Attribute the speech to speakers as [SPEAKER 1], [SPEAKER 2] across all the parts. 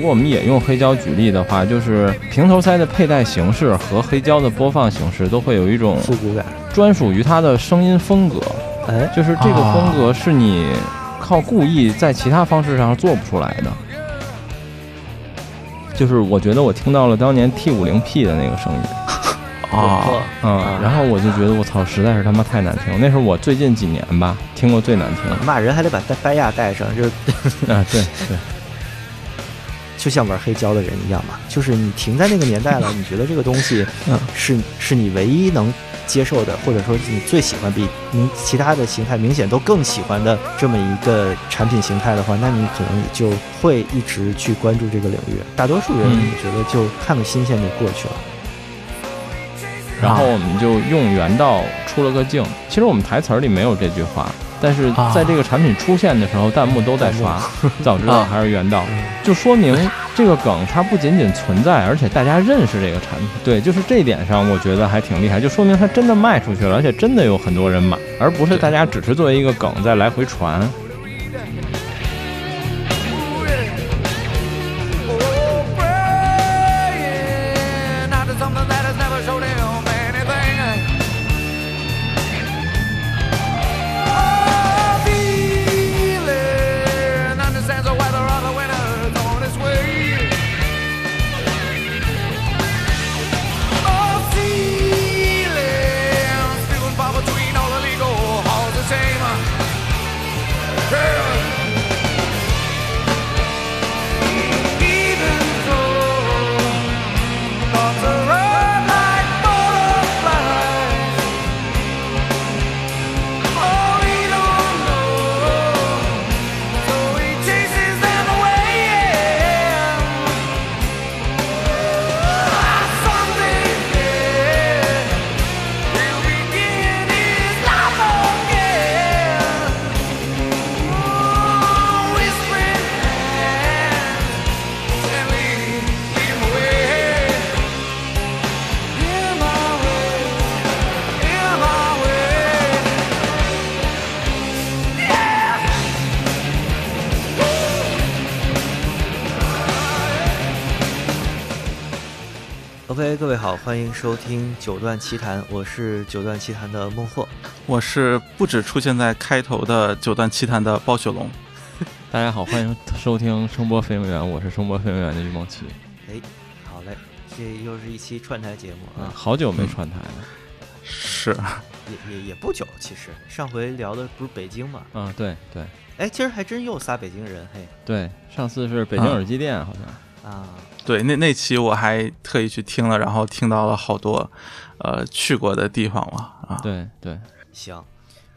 [SPEAKER 1] 果我们也用黑胶举例的话，就是平头塞的佩戴形式和黑胶的播放形式都会有一种
[SPEAKER 2] 复古感，
[SPEAKER 1] 专属于它的声音风格，
[SPEAKER 2] 哎，
[SPEAKER 1] 就是这个风格是你靠故意在其他方式上做不出来的。就是我觉得我听到了当年 T 五零 P 的那个声音，
[SPEAKER 2] 啊，
[SPEAKER 1] 嗯，然后我就觉得我操，实在是他妈太难听了。那是我最近几年吧听过最难听的。
[SPEAKER 2] 骂人还得把带白亚带上，就是
[SPEAKER 1] 啊，对对，
[SPEAKER 2] 就像玩黑胶的人一样嘛，就是你停在那个年代了，你觉得这个东西
[SPEAKER 1] 嗯
[SPEAKER 2] 是是你唯一能接受的，或者说是你最喜欢比你其他的形态明显都更喜欢的这么一个产品形态的话，那你可能就会一直去关注这个领域。大多数人，
[SPEAKER 1] 嗯
[SPEAKER 2] 我觉得就看个新鲜就过去了。
[SPEAKER 1] 然后
[SPEAKER 2] 啊
[SPEAKER 1] 我们就用原道出了个镜。其实我们台词儿里没有这句话，但是
[SPEAKER 2] 啊
[SPEAKER 1] 在这个产品出现的时候，弹幕啊都在刷。 早知道还是原道
[SPEAKER 2] 嗯，
[SPEAKER 1] 就说明这个梗它不仅仅存在，而且大家认识这个产品。对，就是这一点上，我觉得还挺厉害，就说明它真的卖出去了，而且真的有很多人买，而不是大家只是作为一个梗在来回传。
[SPEAKER 3] Oh, Something that has never shown him anything. Oh, feeling understands the weather of the winter's on its way. Oh, feeling spewing far between all the legal halls the same. Yeah. Even though thoughts are run like butterflies, Oh, we don't know, so he chases them away. Ah, someday, yeah, he'll begin his life again. Oh, whispering hands and lead him away, him away, him away.
[SPEAKER 2] OK，各位好，欢迎收听《九段奇谈》，我是《九段奇谈》的孟获。
[SPEAKER 4] 我是不止出现在开头的九段奇谈的暴雪龙，
[SPEAKER 1] 大家好，欢迎收听声波飞行员，我是声波飞行员的于梦琪。
[SPEAKER 2] 哎，好嘞，这又是一期串台节目啊。
[SPEAKER 1] 好久没串台了，
[SPEAKER 4] 是
[SPEAKER 2] 也也也不久，其实上回聊的不是北京嘛？
[SPEAKER 1] 啊，对对
[SPEAKER 2] 哎，今儿还真又仨北京人，嘿
[SPEAKER 1] 对，上次是北京
[SPEAKER 4] 啊
[SPEAKER 1] 耳机店，好像。
[SPEAKER 2] 啊，
[SPEAKER 4] 对那那期我还特意去听了，然后听到了好多，呃，去过的地方嘛啊，
[SPEAKER 1] 对对，
[SPEAKER 2] 行。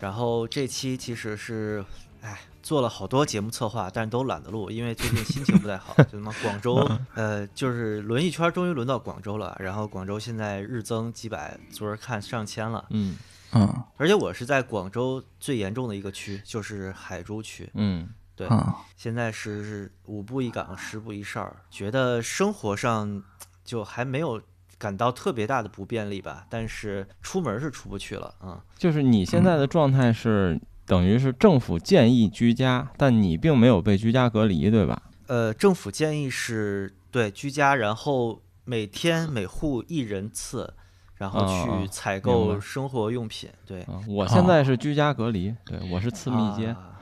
[SPEAKER 2] 然后这期其实是，哎，做了好多节目策划，但是都懒得录，因为最近心情不太好。就他妈广州，呃，就是轮一圈，终于轮到广州了。然后广州现在日增几百，昨儿看上千了。
[SPEAKER 1] 嗯
[SPEAKER 4] 嗯
[SPEAKER 2] 而且我是在广州最严重的一个区，就是海珠区。
[SPEAKER 1] 嗯
[SPEAKER 2] 对，
[SPEAKER 4] 嗯，
[SPEAKER 2] 现在是五步一岗，十步一哨，觉得生活上就还没有感到特别大的不便利吧，但是出门是出不去了啊、
[SPEAKER 1] 就是你现在的状态是等于是政府建议居家，但你并没有被居家隔离，对吧？
[SPEAKER 2] 呃，政府建议是对居家，然后每天每户一人次，然后
[SPEAKER 1] 哦
[SPEAKER 2] 去
[SPEAKER 1] 哦
[SPEAKER 2] 采
[SPEAKER 1] 明
[SPEAKER 2] 购
[SPEAKER 1] 白
[SPEAKER 2] 生活用品。对，
[SPEAKER 1] 啊，我现在是居家隔离，对我是次密接，
[SPEAKER 2] 哦啊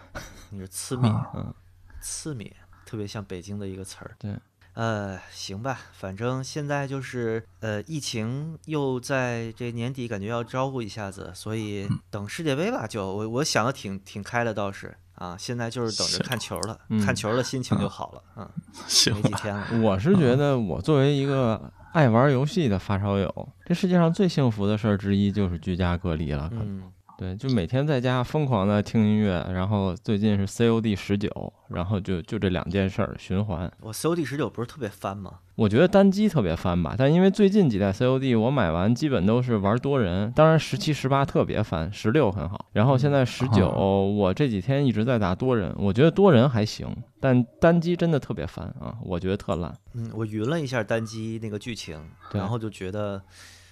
[SPEAKER 2] 你是次密，
[SPEAKER 1] 嗯，
[SPEAKER 2] 次密，特别像北京的一个词儿。
[SPEAKER 1] 对，
[SPEAKER 2] 呃，行吧，反正现在就是呃，疫情又在这年底，感觉要招呼一下子，所以
[SPEAKER 1] 嗯
[SPEAKER 2] 等世界杯吧，就我我想的挺挺开的，倒是啊，现在就是等着
[SPEAKER 4] 是
[SPEAKER 2] 看球了，
[SPEAKER 1] 嗯
[SPEAKER 2] 看球了心情就好了，嗯，
[SPEAKER 4] 行
[SPEAKER 2] 没几
[SPEAKER 4] 吧，
[SPEAKER 2] 天了，
[SPEAKER 1] 我是觉得我作为一个爱玩游戏的发烧友，这世界上最幸福的事儿之一就是居家隔离了。可能
[SPEAKER 2] 嗯，
[SPEAKER 1] 对，就每天在家疯狂的听音乐，然后最近是 COD 十九，然后就就这两件事儿循环。
[SPEAKER 2] 我 COD 十九不是特别翻吗？
[SPEAKER 1] 我觉得单机特别翻吧，但因为最近几代 COD 我买完基本都是玩多人，当然十七、十八特别翻，十六很好，然后现
[SPEAKER 2] 嗯
[SPEAKER 1] 在十九、
[SPEAKER 2] 哦
[SPEAKER 1] 我这几天一直在打多人，我觉得多人还行，但单机真的特别翻啊，我觉得特烂，
[SPEAKER 2] 嗯，我云了一下单机那个剧情，
[SPEAKER 1] 对
[SPEAKER 2] 然后就觉得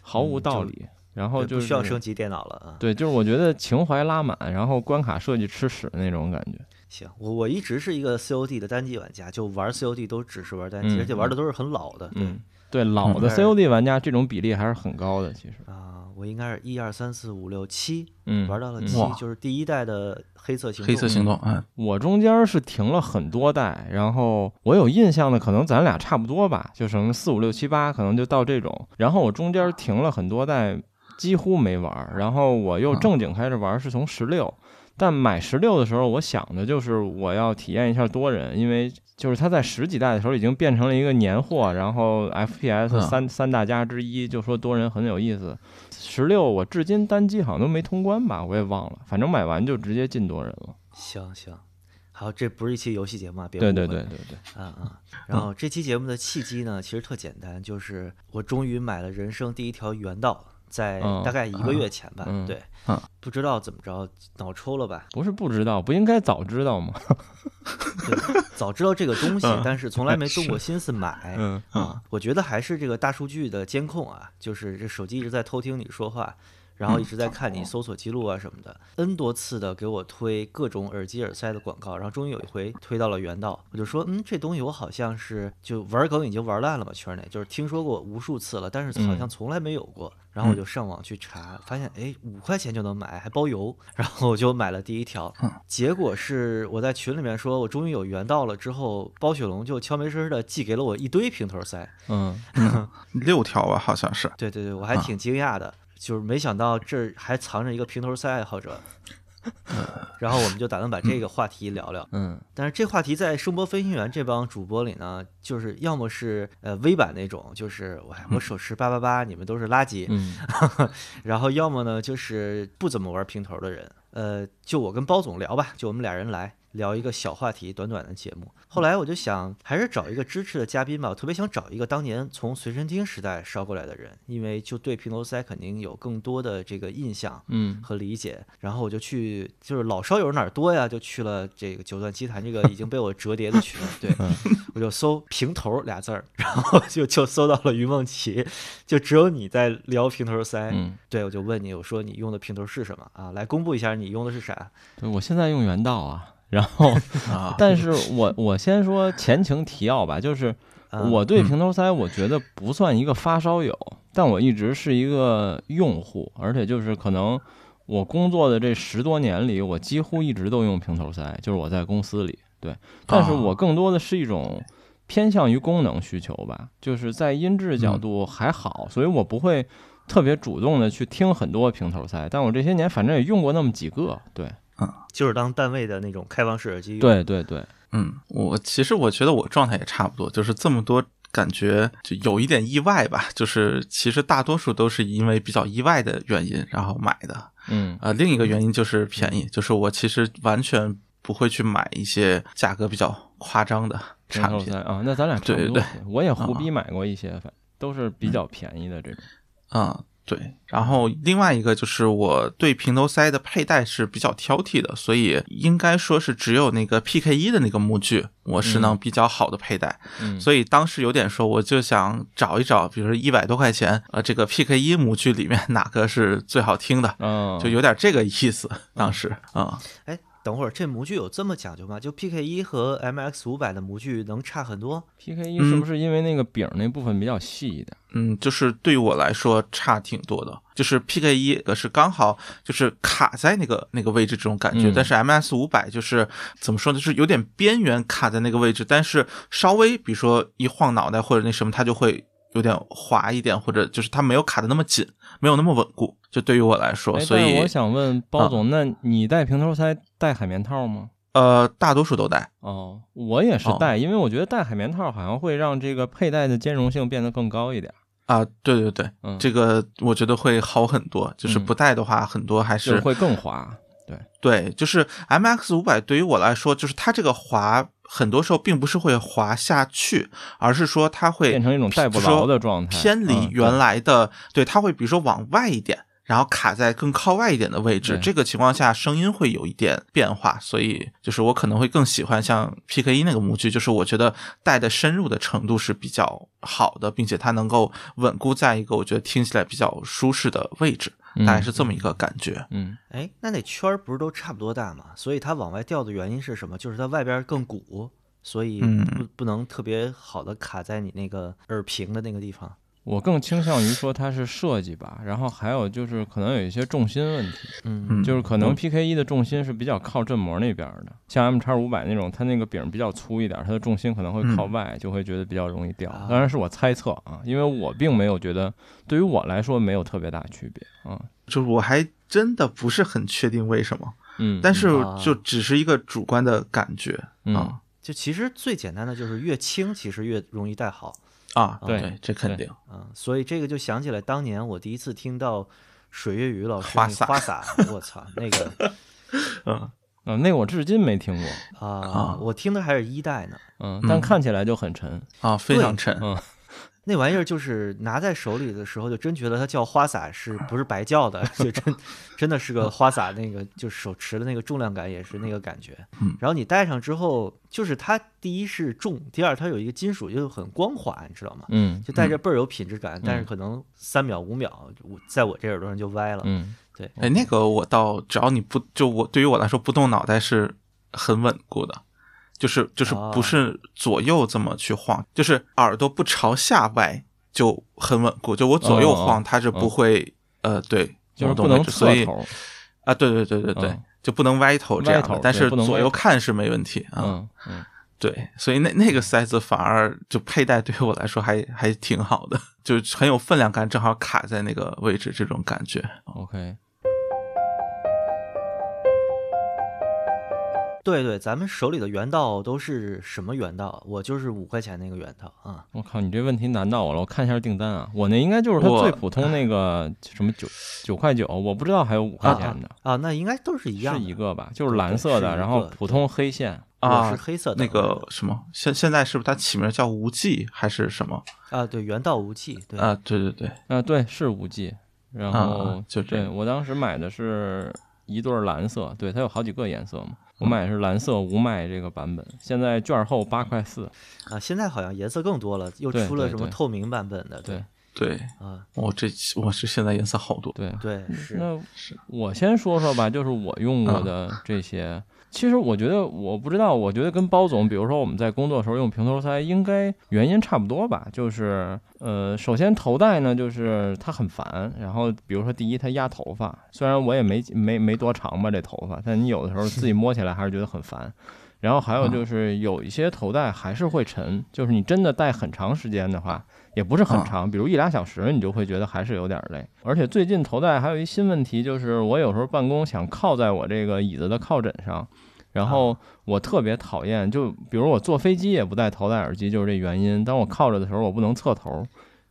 [SPEAKER 1] 毫无道理。然后
[SPEAKER 2] 嗯对
[SPEAKER 1] 就
[SPEAKER 2] 不
[SPEAKER 1] 是
[SPEAKER 2] 需要升级电脑了啊。
[SPEAKER 1] 对，就是我觉得情怀拉满，然后关卡设计吃屎那种感觉。
[SPEAKER 2] 行，我我一直是一个 COD 的单机玩家，就玩 COD 都只是玩单机，
[SPEAKER 1] 嗯
[SPEAKER 2] 而且玩的都是很老的。对
[SPEAKER 1] 嗯，对，老的
[SPEAKER 2] 嗯
[SPEAKER 1] COD 玩家这种比例还是很高的，其实，
[SPEAKER 2] 啊、我应该是一二三四五六七，
[SPEAKER 1] 嗯，
[SPEAKER 2] 玩到了
[SPEAKER 1] 嗯
[SPEAKER 2] 七
[SPEAKER 4] 哇，
[SPEAKER 2] 就是第一代的黑色行动。
[SPEAKER 4] 黑色行动，嗯，
[SPEAKER 1] 我中间是停了很多代，然后我有印象的，可能咱俩差不多吧，就什么四五六七八，可能就到这种。然后我中间停了很多代，几乎没玩儿。然后我又正经开始玩儿是从十六，但买十六的时候，我想的就是我要体验一下多人，因为就是它在十几代的时候已经变成了一个年货，然后 FPS
[SPEAKER 4] 嗯
[SPEAKER 1] 三、三大家之一，就说多人很有意思。十六我至今单机好像都没通关吧，我也忘了，反正买完就直接进多人了。
[SPEAKER 2] 行行，好，这不是一期游戏节目啊，别误
[SPEAKER 1] 对
[SPEAKER 2] 会。
[SPEAKER 1] 对对对对。
[SPEAKER 2] 啊 啊！然后这期节目的契机呢，其实特简单，就是我终于买了人生第一条原道，在
[SPEAKER 1] 嗯
[SPEAKER 2] 大概一个月前吧。
[SPEAKER 1] 嗯
[SPEAKER 2] 对，
[SPEAKER 4] 嗯
[SPEAKER 2] 不知道怎么着，脑抽了吧？
[SPEAKER 1] 不是不知道，不应该早知道 吗？
[SPEAKER 2] 对， 早知道这个东西，
[SPEAKER 4] 嗯
[SPEAKER 2] 但是从来没动过心思买。啊
[SPEAKER 1] 嗯
[SPEAKER 4] 嗯
[SPEAKER 2] 我觉得还是这个大数据的监控啊，就是这手机一直在偷听你说话，然后一直在看你搜索记录啊什么的，n 多次的给我推各种耳机耳塞的广告，然后终于有一回推到了原道，我就说，嗯，这东西我好像是就玩梗已经玩烂了嘛，圈内就是听说过无数次了，但是好像从来没有过。然后我就上网去查，发现哎，五块钱就能买，还包邮。然后我就买了第一条，结果是我在群里面说我终于有原道了之后，包雪龙就悄没声儿的寄给了我一堆平头塞。
[SPEAKER 1] 嗯，
[SPEAKER 4] 六条吧，好像是，
[SPEAKER 2] 对对对，我还挺惊讶的，就是没想到这儿还藏着一个平头塞爱好者。然后我们就打算把这个话题聊聊，
[SPEAKER 1] 嗯
[SPEAKER 2] 但是这话题在声波飞行员这帮主播里呢，就是要么是呃微版那种，就是我我手持八八八，你们都是垃圾，
[SPEAKER 1] 嗯
[SPEAKER 2] 然后要么呢就是不怎么玩平头的人，呃，就我跟包总聊吧，就我们俩人来聊一个小话题，短短的节目。后来我就想，还是找一个支持的嘉宾吧，我特别想找一个当年从随身听时代捎过来的人，因为就对平头塞肯定有更多的这个印象。
[SPEAKER 1] 嗯
[SPEAKER 2] 和理解，然后我就去，就是老烧友哪儿多呀，就去了这个九段奇谈这个已经被我折叠的群，对，
[SPEAKER 1] 嗯
[SPEAKER 2] 我就搜“平头”俩字儿，然后就就搜到了于梦琪，就只有你在聊平头塞，
[SPEAKER 1] 嗯，
[SPEAKER 2] 对，我就问你，我说你用的平头是什么啊？来公布一下你用的是啥？
[SPEAKER 1] 对我现在用原道啊，然 后，
[SPEAKER 2] 啊
[SPEAKER 1] 但是我我先说前情提要吧，就是
[SPEAKER 2] 嗯
[SPEAKER 1] 我对平头塞，我觉得不算一个发烧友，但我一直是一个用户，而且就是可能我工作的这十多年里，我几乎一直都用平头塞，就是我在公司里，对，但是
[SPEAKER 4] 啊
[SPEAKER 1] 我更多的是一种。偏向于功能需求吧，就是在音质角度还好，所以我不会特别主动的去听很多平头塞，但我这些年反正也用过那么几个，对，
[SPEAKER 2] 就是当单位的那种开放式耳机用，
[SPEAKER 1] 对对对，
[SPEAKER 4] 嗯，我其实我觉得我状态也差不多，就是这么多感觉就有一点意外吧，就是其实大多数都是因为比较意外的原因然后买的，
[SPEAKER 1] 嗯
[SPEAKER 4] 呃，另一个原因就是便宜，就是我其实完全不会去买一些价格比较夸张的
[SPEAKER 1] 平
[SPEAKER 4] 产
[SPEAKER 1] 头
[SPEAKER 4] 品
[SPEAKER 1] 塞啊，那咱俩差不
[SPEAKER 4] 对
[SPEAKER 1] 多
[SPEAKER 4] 对，
[SPEAKER 1] 我也胡逼买过一些，反都是比较便宜的这种，
[SPEAKER 4] 啊、嗯对，然后另外一个就是我对平头塞的佩戴是比较挑剔的，所以应该说是只有那个 PK 一的那个模具，我是能比较好的佩戴。
[SPEAKER 1] 嗯，
[SPEAKER 4] 所以当时有点说，我就想找一找，比如说一百多块钱，呃，这个 PK 一模具里面哪个是最好听的，
[SPEAKER 1] 嗯，
[SPEAKER 4] 就有点这个意思。当时啊、
[SPEAKER 2] 哎，等会儿这模具有这么讲究吗？就 PK 一和 MX 五百的模具能差很多？
[SPEAKER 1] PK 一是不是因为那个柄那部分比较细一点？
[SPEAKER 4] 嗯，就是对我来说差挺多的，就是 PK 一个是刚好就是卡在那个那个位置这种感觉，
[SPEAKER 1] 嗯
[SPEAKER 4] 但是 MS 五百就是怎么说呢，就是有点边缘卡在那个位置，但是稍微比如说一晃脑袋或者那什么，它就会有点滑一点，或者就是它没有卡的那么紧，没有那么稳固。就对于我来说，
[SPEAKER 1] 哎，
[SPEAKER 4] 所
[SPEAKER 1] 但
[SPEAKER 4] 以啊
[SPEAKER 1] 是我想问包总，那你戴平头塞戴海绵套吗？
[SPEAKER 4] 呃，大多数都戴。
[SPEAKER 1] 哦，我也是戴，因为我觉得戴海绵套好像会让这个佩戴的兼容性变得更高一点。
[SPEAKER 4] 啊，对对对，
[SPEAKER 1] 嗯，
[SPEAKER 4] 这个我觉得会好很多。就是
[SPEAKER 1] 嗯
[SPEAKER 4] 不戴的话，很多还
[SPEAKER 1] 就是会更滑。对，
[SPEAKER 4] 对，就是 M X 五百对于我来说，就是它这个滑，很多时候并不是会滑下去，而是说它会
[SPEAKER 1] 变成一种戴不
[SPEAKER 4] 就说
[SPEAKER 1] 牢的状态
[SPEAKER 4] 偏离
[SPEAKER 1] 嗯
[SPEAKER 4] 原来的，对，它会比如说往外一点，然后卡在更靠外一点的位置
[SPEAKER 1] 对。
[SPEAKER 4] 这个情况下，声音会有一点变化，所以就是我可能会更喜欢像 P K 一那个模具，就是我觉得戴的深入的程度是比较好的，并且它能够稳固在一个我觉得听起来比较舒适的位置。
[SPEAKER 1] 嗯
[SPEAKER 4] 大概是这么一个感觉。
[SPEAKER 1] 嗯
[SPEAKER 2] 哎，那那圈儿不是都差不多大嘛？所以它往外掉的原因是什么？就是它外边儿更鼓，所以
[SPEAKER 4] 嗯
[SPEAKER 2] 不不能特别好的卡在你那个耳屏的那个地方。
[SPEAKER 1] 我更倾向于说它是设计吧，然后还有就是可能有一些重心问题，
[SPEAKER 2] 嗯，
[SPEAKER 4] 嗯，
[SPEAKER 1] 就是可能
[SPEAKER 4] 嗯
[SPEAKER 1] PK 一的重心是比较靠振膜那边儿的，像 M 叉五百那种，它那个柄比较粗一点，它的重心可能会靠
[SPEAKER 4] 嗯
[SPEAKER 1] 外，就会觉得比较容易掉
[SPEAKER 2] 啊。
[SPEAKER 1] 当然是我猜测啊，因为我并没有觉得对于我来说没有特别大区别啊。
[SPEAKER 4] 就是我还真的不是很确定为什么，
[SPEAKER 1] 嗯，
[SPEAKER 4] 但是
[SPEAKER 2] 啊
[SPEAKER 4] 就只是一个主观的感觉
[SPEAKER 1] 嗯
[SPEAKER 4] 啊
[SPEAKER 2] 就其实最简单的就是越轻，其实越容易带好。
[SPEAKER 4] 啊，
[SPEAKER 1] 对
[SPEAKER 4] 对，这肯定
[SPEAKER 2] 嗯，所以这个就想起来当年我第一次听到水月雨老师
[SPEAKER 4] 花
[SPEAKER 2] 那
[SPEAKER 4] 洒
[SPEAKER 2] 花洒， 我操，那个
[SPEAKER 4] 嗯
[SPEAKER 1] 啊，那个我至今没听过，
[SPEAKER 2] 啊、
[SPEAKER 4] 啊
[SPEAKER 2] 我听的还是一代呢。
[SPEAKER 1] 嗯，
[SPEAKER 4] 嗯
[SPEAKER 1] 但看起来就很沉。
[SPEAKER 4] 啊，非常沉
[SPEAKER 1] 嗯
[SPEAKER 2] 那玩意儿就是拿在手里的时候，就真觉得它叫花洒是不是白叫的？ 就真真的是个花洒，那个就是手持的那个重量感也是那个感觉
[SPEAKER 4] 嗯。
[SPEAKER 2] 然后你戴上之后，就是它第一是重，第二它有一个金属就很光滑，你知道吗？
[SPEAKER 1] 嗯
[SPEAKER 2] 就戴着倍儿有品质感，但是可能三秒五秒，我在我这耳朵上就歪了。
[SPEAKER 1] 嗯
[SPEAKER 2] 对，
[SPEAKER 4] 哎，那个我倒只要你不就我对于我来说不动脑袋是很稳固的，就是就是
[SPEAKER 2] 哦
[SPEAKER 4] 不是左右这么去晃，就是耳朵不朝下歪就很稳固，就我左右
[SPEAKER 1] 哦哦
[SPEAKER 4] 晃它是不会、呃对，
[SPEAKER 1] 就是
[SPEAKER 4] 动
[SPEAKER 1] 不能
[SPEAKER 4] 位置所以
[SPEAKER 1] 侧头
[SPEAKER 4] 啊对对对对对。
[SPEAKER 1] 嗯
[SPEAKER 4] 就不能歪头这样
[SPEAKER 1] 歪
[SPEAKER 4] 的
[SPEAKER 1] 头，
[SPEAKER 4] 但是
[SPEAKER 1] 对不能歪头
[SPEAKER 4] 左右看是没问题啊。
[SPEAKER 1] 嗯嗯
[SPEAKER 4] 对，所以那那个塞子反而就佩戴对于我来说还还挺好的，就是很有分量感，正好卡在那个位置，这种感觉。
[SPEAKER 1] ，OK，
[SPEAKER 2] 对对，咱们手里的原道都是什么原道？我就是五块钱那个原道啊、
[SPEAKER 1] 我靠，你这问题难到我了，我看一下订单啊，我那应该就是它
[SPEAKER 4] 我
[SPEAKER 1] 最普通那个什么九九块九，我不知道还有五块钱的。
[SPEAKER 2] 啊，那应该都是一样
[SPEAKER 1] 是
[SPEAKER 2] 的。
[SPEAKER 1] 一个吧，就是
[SPEAKER 2] 对
[SPEAKER 1] 蓝
[SPEAKER 2] 对
[SPEAKER 1] 色
[SPEAKER 2] 是
[SPEAKER 1] 的，
[SPEAKER 2] 一
[SPEAKER 1] 然后
[SPEAKER 2] 个
[SPEAKER 1] 普通黑线。
[SPEAKER 2] 我
[SPEAKER 4] 啊，
[SPEAKER 2] 是黑色的
[SPEAKER 4] 那
[SPEAKER 2] 我
[SPEAKER 4] 个
[SPEAKER 2] 觉
[SPEAKER 4] 什么，现现在是不是它起名叫无忌还是什么？
[SPEAKER 2] 得啊，对，原道无忌，对，
[SPEAKER 4] 啊，对对对，
[SPEAKER 1] 啊、对，是五 G。然
[SPEAKER 4] 啊啊
[SPEAKER 1] 后
[SPEAKER 4] 就这
[SPEAKER 1] 对
[SPEAKER 4] 样
[SPEAKER 1] 我当时买的是一对儿蓝色，对，它有好几个颜色嘛。
[SPEAKER 2] 嗯
[SPEAKER 1] 我买的是蓝色无麦这个版本，现在券后八块四。
[SPEAKER 2] 啊，现在好像颜色更多了，又
[SPEAKER 1] 对
[SPEAKER 2] 出了
[SPEAKER 1] 对
[SPEAKER 2] 什么
[SPEAKER 1] 对
[SPEAKER 2] 透明版本的，
[SPEAKER 1] 对
[SPEAKER 4] 对，
[SPEAKER 2] 啊，
[SPEAKER 4] 我、这我是现在颜色好多，
[SPEAKER 1] 对，
[SPEAKER 2] 对，是嗯
[SPEAKER 1] 那我先说说吧，就是我用过的这些。其实我觉得，我不知道，我觉得跟包总，比如说我们在工作的时候用平头塞，应该原因差不多吧。就是，呃，首先头戴呢，就是它很烦。然后，比如说第一，它压头发，虽然我也没没没多长吧这头发，但你有的时候自己摸起来还是觉得很烦。然后还
[SPEAKER 2] 嗯
[SPEAKER 1] 有就是有一些头戴还是会沉，就是你真的戴很长时间的话，也不是很长，比如一俩小时，你就会觉得还是有点累。而且最近头戴还有一新问题，就是我有时候办公想靠在我这个椅子的靠枕上，然后我特别讨厌，就比如我坐飞机也不戴头戴耳机，就是这原因。当我靠着的时候，我不能侧头，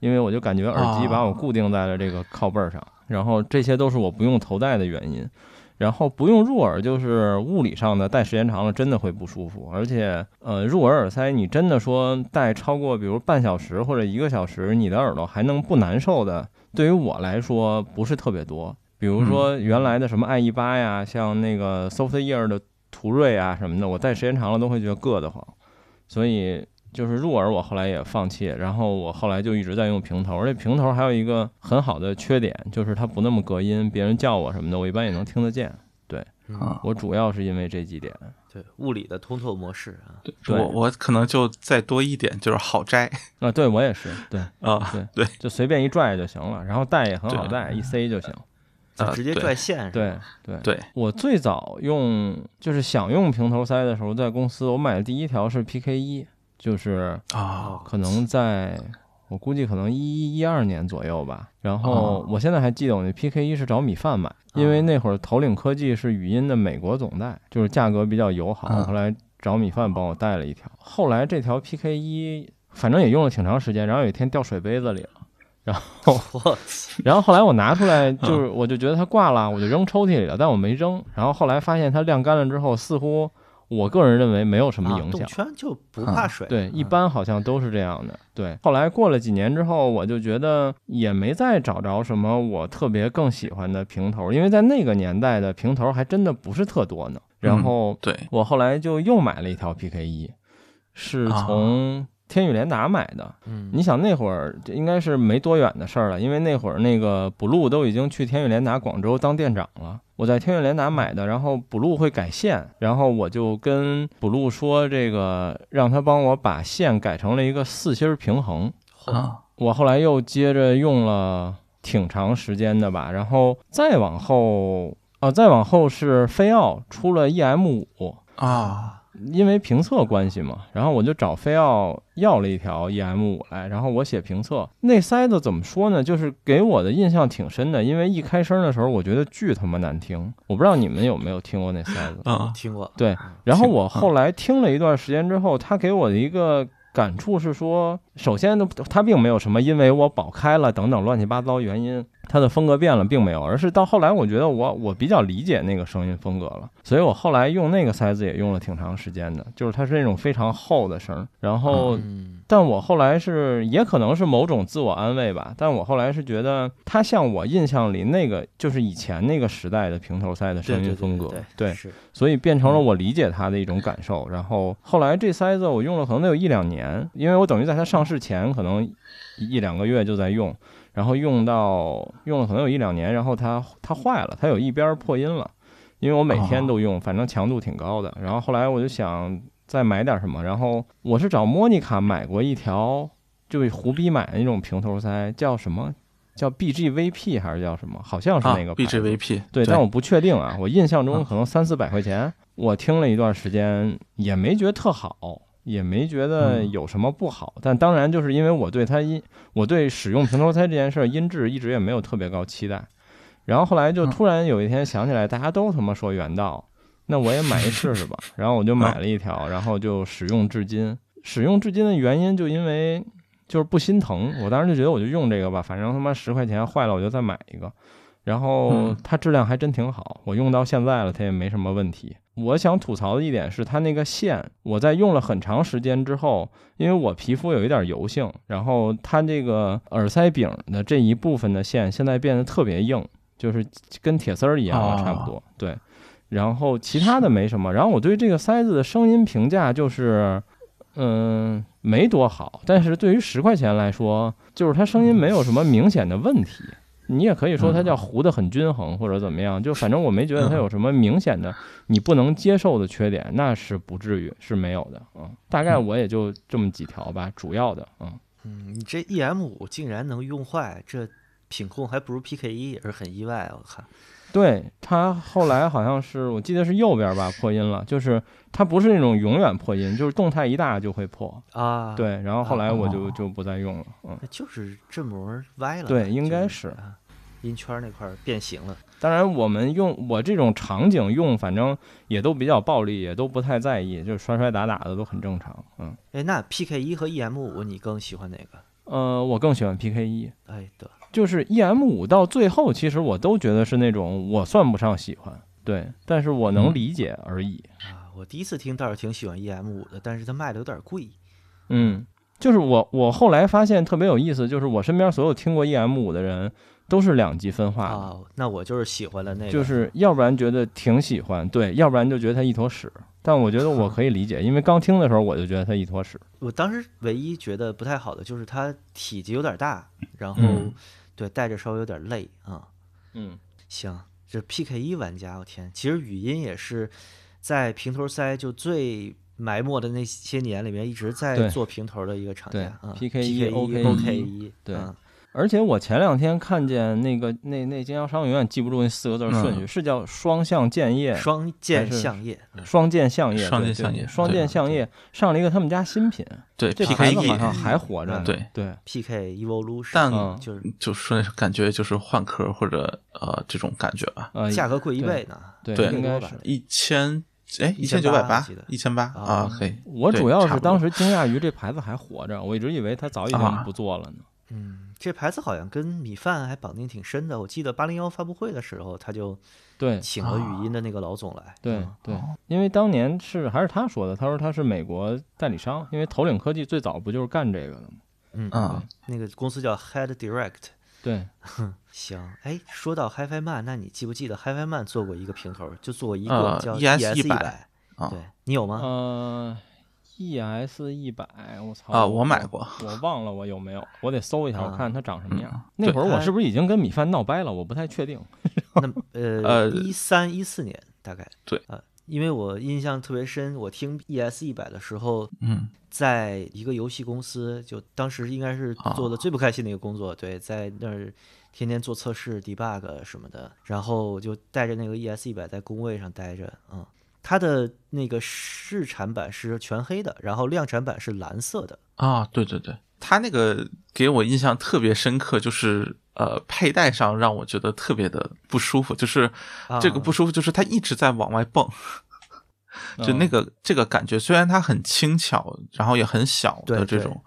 [SPEAKER 1] 因为我就感觉耳机把我固定在了这个靠背儿上。然后这些都是我不用头戴的原因。然后不用入耳，就是物理上的戴时间长了真的会不舒服，而且呃入耳耳塞你真的说戴超过比如半小时或者一个小时，你的耳朵还能不难受的，对于我来说不是特别多。比如说原来的什么爱一八呀，像那个 Soft Ear 的途锐啊什么的，我戴时间长了都会觉得硌得慌，所以就是入耳我后来也放弃，然后我后来就一直在用平头，而且平头还有一个很好的缺点就是它不那么隔音，别人叫我什么的我一般也能听得见。
[SPEAKER 4] 啊。
[SPEAKER 1] 我主要是因为这几点。
[SPEAKER 2] 对物理的通透模式啊，
[SPEAKER 1] 对
[SPEAKER 4] 我我可能就再多一点，就是好摘
[SPEAKER 1] 啊，对我也是，对，
[SPEAKER 4] 啊，对
[SPEAKER 1] 就随便一拽就行了，然后戴也很好戴，一塞就行。
[SPEAKER 2] 就
[SPEAKER 4] 啊
[SPEAKER 2] 直接
[SPEAKER 4] 对
[SPEAKER 2] 拽线是吧，
[SPEAKER 1] 对哦对
[SPEAKER 4] 对，
[SPEAKER 1] 我最早用就是想用平头塞的时候，在公司我买的第一条是 PK 一，就是
[SPEAKER 4] 啊，
[SPEAKER 2] 哦
[SPEAKER 1] 可能在我估计可能一一一二年左右吧。然后我现在还记得我那 PK 一是找米饭买，因为那会儿头领科技是语音的美国总代，就是价格比较友好。
[SPEAKER 4] 嗯
[SPEAKER 1] 后来找米饭帮我带了一条，后来这条 PK 一反正也用了挺长时间，然后有一天掉水杯子里了。然后，
[SPEAKER 2] 我
[SPEAKER 1] 然后后来我拿出来，就是我就觉得它挂了，我就扔抽屉里了，但我没扔。然后后来发现它晾干了之后，似乎我个人认为没有什么
[SPEAKER 2] 啊，
[SPEAKER 1] 影响
[SPEAKER 2] 动。圈就不怕水，
[SPEAKER 1] 对，一
[SPEAKER 2] 嗯
[SPEAKER 1] 般好像都是这样的。对，后来过了几年之后，我就觉得也没再找着什么我特别更喜欢的平头，因为在那个年代的平头还真的不是特多呢。然后
[SPEAKER 4] 对
[SPEAKER 1] 我后来就又买了一条 PK 一，是
[SPEAKER 4] 啊
[SPEAKER 1] 从天宇联达买的。
[SPEAKER 2] 嗯，
[SPEAKER 1] 你想那会儿这应该是没多远的事儿了，因为那会儿那个 blue 都已经去天宇联达广州当店长了。我在天宇联达买的，然后 blue 会改线，然后我就跟 blue 说这个，让他帮我把线改成了一个四芯儿平衡。
[SPEAKER 4] 啊，
[SPEAKER 1] 我后来又接着用了挺长时间的吧，然后再往后，啊，再往后是飞奥出了 EM 五，
[SPEAKER 4] 啊，。
[SPEAKER 1] 因为评测关系嘛，然后我就找飞奥要了一条 EM 五来，然后我写评测。那塞子怎么说呢？就是给我的印象挺深的，因为一开声的时候，我觉得巨他妈难听。我不知道你们有没有听过那塞子
[SPEAKER 4] 啊，
[SPEAKER 2] 听过，
[SPEAKER 1] 对，然后
[SPEAKER 4] 挺
[SPEAKER 1] 我
[SPEAKER 4] 嗯
[SPEAKER 1] 后来听了一段时间之后，他给我的一个感触是说，首先呢，他并没有什么因为我保开了等等乱七八糟原因，他的风格变了，并没有，而是到后来我觉得我我比较理解那个声音风格了，所以我后来用那个塞子也用了挺长时间的，就是它是那种非常厚的声儿，然后
[SPEAKER 2] 嗯
[SPEAKER 1] 但我后来是，也可能是某种自我安慰吧。但我后来是觉得，它像我印象里那个，就是以前那个时代的平头塞的
[SPEAKER 2] 对
[SPEAKER 1] 声
[SPEAKER 2] 对
[SPEAKER 1] 音
[SPEAKER 2] 对
[SPEAKER 1] 风格，
[SPEAKER 2] 对是
[SPEAKER 1] 所以变成了我理解它的一种感受。然后后来这塞子我用了可能得有一两年，因为我等于在它上市前可能一一两个月就在用，然后用到用了可能有一两年，然后它它坏了，它有一边儿破音了，因为我每天都用，反正强度挺高的。然后后来我就想再买点什么，然后我是找莫妮卡买过一条，就是胡逼买的那种平头塞，叫什么？叫 BGVP 还是叫什么？好像是
[SPEAKER 4] 啊
[SPEAKER 1] 那个牌子、
[SPEAKER 4] ，BGVP，
[SPEAKER 1] 对，但我不确定啊，我印象中
[SPEAKER 4] 嗯
[SPEAKER 1] 可能三四百块钱，我听了一段时间也没觉得特好，也没觉得
[SPEAKER 4] 嗯
[SPEAKER 1] 有什么不好。但当然，就是因为我对它音，我对使用平头塞这件事儿音质一直也没有特别高期待。然后后来就
[SPEAKER 4] 嗯
[SPEAKER 1] 突然有一天想起来，大家都他妈说原道，那我也买一试试吧。然后我就买了一条，然后就使用至今。使用至今的原因就因为就是不心疼，我当时就觉得我就用这个吧，反正他妈十块钱坏了我就再买一个。然后
[SPEAKER 4] 嗯
[SPEAKER 1] 它质量还真挺好，我用到现在了，它也没什么问题。我想吐槽的一点是它那个线，我在用了很长时间之后，因为我皮肤有一点油性，然后它这个耳塞柄的这一部分的线现在变得特别硬，就是跟铁丝儿一样了，
[SPEAKER 4] 哦
[SPEAKER 1] 差不多。对，然后其他的没什么。然后我对这个塞子的声音评价就是，嗯，没多好，但是对于十块钱来说，就是它声音没有什么明显的问题。你也可以说它叫糊的很均衡或者怎么样，就反正我没觉得它有什么明显的你不能接受的缺点，那是不至于是没有的。嗯，大概我也就这么几条吧，主要的。嗯，
[SPEAKER 2] 嗯，你这 EM 五竟然能用坏，这品控还不如 PK 一，也是很意外啊，我看。
[SPEAKER 1] 对，它后来好像是我记得是右边吧破音了，就是它不是那种永远破音，就是动态一大就会破。
[SPEAKER 2] 啊，，
[SPEAKER 1] 对，然后后来我就
[SPEAKER 4] 哦
[SPEAKER 1] 就不再用了。嗯，
[SPEAKER 2] 那就是振膜歪了吧，
[SPEAKER 1] 对应
[SPEAKER 2] 就
[SPEAKER 1] 该
[SPEAKER 2] 是
[SPEAKER 1] 是
[SPEAKER 2] 啊，音圈那块儿变形了。
[SPEAKER 1] 当然我们用我这种场景用，反正也都比较暴力，也都不太在意，就是摔摔打打的都很正常。嗯，
[SPEAKER 2] 哎，那 PK 一和 EM 五你更喜欢哪个？
[SPEAKER 1] 呃，我更喜欢 PK 一。
[SPEAKER 2] 哎，得，
[SPEAKER 1] 就是 EM 五到最后，其实我都觉得是那种我算不上喜欢，对，但是我能理解而已。
[SPEAKER 2] 啊，我第一次听倒是挺喜欢 EM 五的，但是它卖的有点贵。
[SPEAKER 1] 嗯，就是我我后来发现特别有意思，就是我身边所有听过 EM 五的人都是两极分化的，
[SPEAKER 2] 啊，那我就是喜欢了那个，
[SPEAKER 1] 就是要不然觉得挺喜欢，对，要不然就觉得它一坨屎。但我觉得
[SPEAKER 2] 嗯
[SPEAKER 1] 我可以理解，因为刚听的时候我就觉得它一坨屎。
[SPEAKER 2] 我当时唯一觉得不太好的就是它体积有点大，然后、
[SPEAKER 4] 嗯
[SPEAKER 2] 对戴着稍微有点累啊、
[SPEAKER 1] 嗯
[SPEAKER 2] 行，这 PK 一玩家，我天，其实语音也是在平头塞就最埋没的那些年里面一直在
[SPEAKER 1] 对
[SPEAKER 2] 做平头的一个厂
[SPEAKER 1] 对
[SPEAKER 2] 家啊
[SPEAKER 1] PK
[SPEAKER 2] 一
[SPEAKER 1] 一
[SPEAKER 2] OK
[SPEAKER 1] OK
[SPEAKER 2] 一
[SPEAKER 1] 对
[SPEAKER 2] 嗯
[SPEAKER 1] 而且我前两天看见那个那那经销商永远记不住那四个字儿顺序，是叫双向建业，
[SPEAKER 2] 嗯双剑
[SPEAKER 1] 是
[SPEAKER 2] 相叶，嗯
[SPEAKER 1] 双剑相业，
[SPEAKER 4] 双
[SPEAKER 1] 对
[SPEAKER 4] 剑
[SPEAKER 1] 对
[SPEAKER 4] 相
[SPEAKER 1] 对
[SPEAKER 4] 业
[SPEAKER 1] 双
[SPEAKER 4] 对
[SPEAKER 1] 剑相业上了一个他们家新品，
[SPEAKER 4] 对
[SPEAKER 1] 这牌
[SPEAKER 2] E
[SPEAKER 4] PK
[SPEAKER 1] 子好像
[SPEAKER 4] 一，
[SPEAKER 1] 还活
[SPEAKER 2] 嗯
[SPEAKER 1] 着呢。
[SPEAKER 4] 对
[SPEAKER 1] 对，
[SPEAKER 2] PK Evolution，
[SPEAKER 4] 但
[SPEAKER 1] 嗯
[SPEAKER 2] 就是
[SPEAKER 4] 就说那感觉就是换壳或者呃这种感觉吧，
[SPEAKER 1] 呃，
[SPEAKER 2] 价格贵一
[SPEAKER 1] 对
[SPEAKER 2] 倍呢，
[SPEAKER 1] 对
[SPEAKER 4] 对
[SPEAKER 2] 一倍
[SPEAKER 1] 应
[SPEAKER 2] 多
[SPEAKER 1] 该
[SPEAKER 2] 吧
[SPEAKER 1] 是
[SPEAKER 2] 得
[SPEAKER 4] 一千哎一千九百
[SPEAKER 2] 1800
[SPEAKER 4] 八
[SPEAKER 2] 我记得，
[SPEAKER 4] 一千八
[SPEAKER 2] 啊
[SPEAKER 4] 啊，可以。
[SPEAKER 1] 我
[SPEAKER 4] 对
[SPEAKER 1] 主要
[SPEAKER 4] 差
[SPEAKER 1] 是
[SPEAKER 4] 不多啊
[SPEAKER 1] 当时惊讶于这牌子还活着，我一直以为它早已经不做了呢。
[SPEAKER 2] 嗯，这牌子好像跟米饭还绑定挺深的。我记得八零幺发布会的时候，他就
[SPEAKER 1] 对啊
[SPEAKER 2] 请了语音的那个老总来。
[SPEAKER 1] 对
[SPEAKER 2] 嗯
[SPEAKER 1] 对，
[SPEAKER 4] 哦
[SPEAKER 1] 因为当年是还是他说的，他说他是美国代理商，因为头领科技最早不就是干这个的吗？
[SPEAKER 2] 嗯，
[SPEAKER 4] 啊，
[SPEAKER 2] 那个公司叫 Head Direct。
[SPEAKER 1] 对，
[SPEAKER 2] 行，哎，说到 HiFi Man，那你记不记得 HiFi Man 做过一个平头，就做过一个
[SPEAKER 4] 呃
[SPEAKER 2] 叫
[SPEAKER 4] ES
[SPEAKER 2] ES
[SPEAKER 4] 100
[SPEAKER 2] 百、
[SPEAKER 4] 啊
[SPEAKER 2] 对你有吗？
[SPEAKER 1] 呃 ES 一百，我操
[SPEAKER 4] 啊我买过，嗯
[SPEAKER 1] 我忘了我有没有，我得搜一下，
[SPEAKER 2] 啊
[SPEAKER 1] 我看它长什么样。
[SPEAKER 4] 对
[SPEAKER 1] 那会儿我
[SPEAKER 2] 它
[SPEAKER 1] 是不是已经跟米饭闹掰了？我不太确定。
[SPEAKER 2] 那呃
[SPEAKER 4] 呃
[SPEAKER 2] 一三一四年大概
[SPEAKER 4] 对
[SPEAKER 2] 啊、因为我印象特别深，我听 ES 一百的时候，
[SPEAKER 4] 嗯，
[SPEAKER 2] 在一个游戏公司，就当时应该是
[SPEAKER 4] 啊
[SPEAKER 2] 做的最不开心的一个工作，对，在那儿天天做测试、debug 什么的，然后就带着那个 E ES 一百在工位上待着，嗯，它的那个试产版是全黑的，然后量产版是蓝色的，
[SPEAKER 4] 啊，对对对，他那个给我印象特别深刻，就是呃，佩戴上让我觉得特别的不舒服，就是这个
[SPEAKER 2] 啊
[SPEAKER 4] 不舒服，就是它一直在往外蹦，就那
[SPEAKER 1] 嗯
[SPEAKER 4] 个、这个感觉，虽然它很轻巧，然后也很小
[SPEAKER 2] 对
[SPEAKER 4] 的这
[SPEAKER 2] 对
[SPEAKER 4] 种，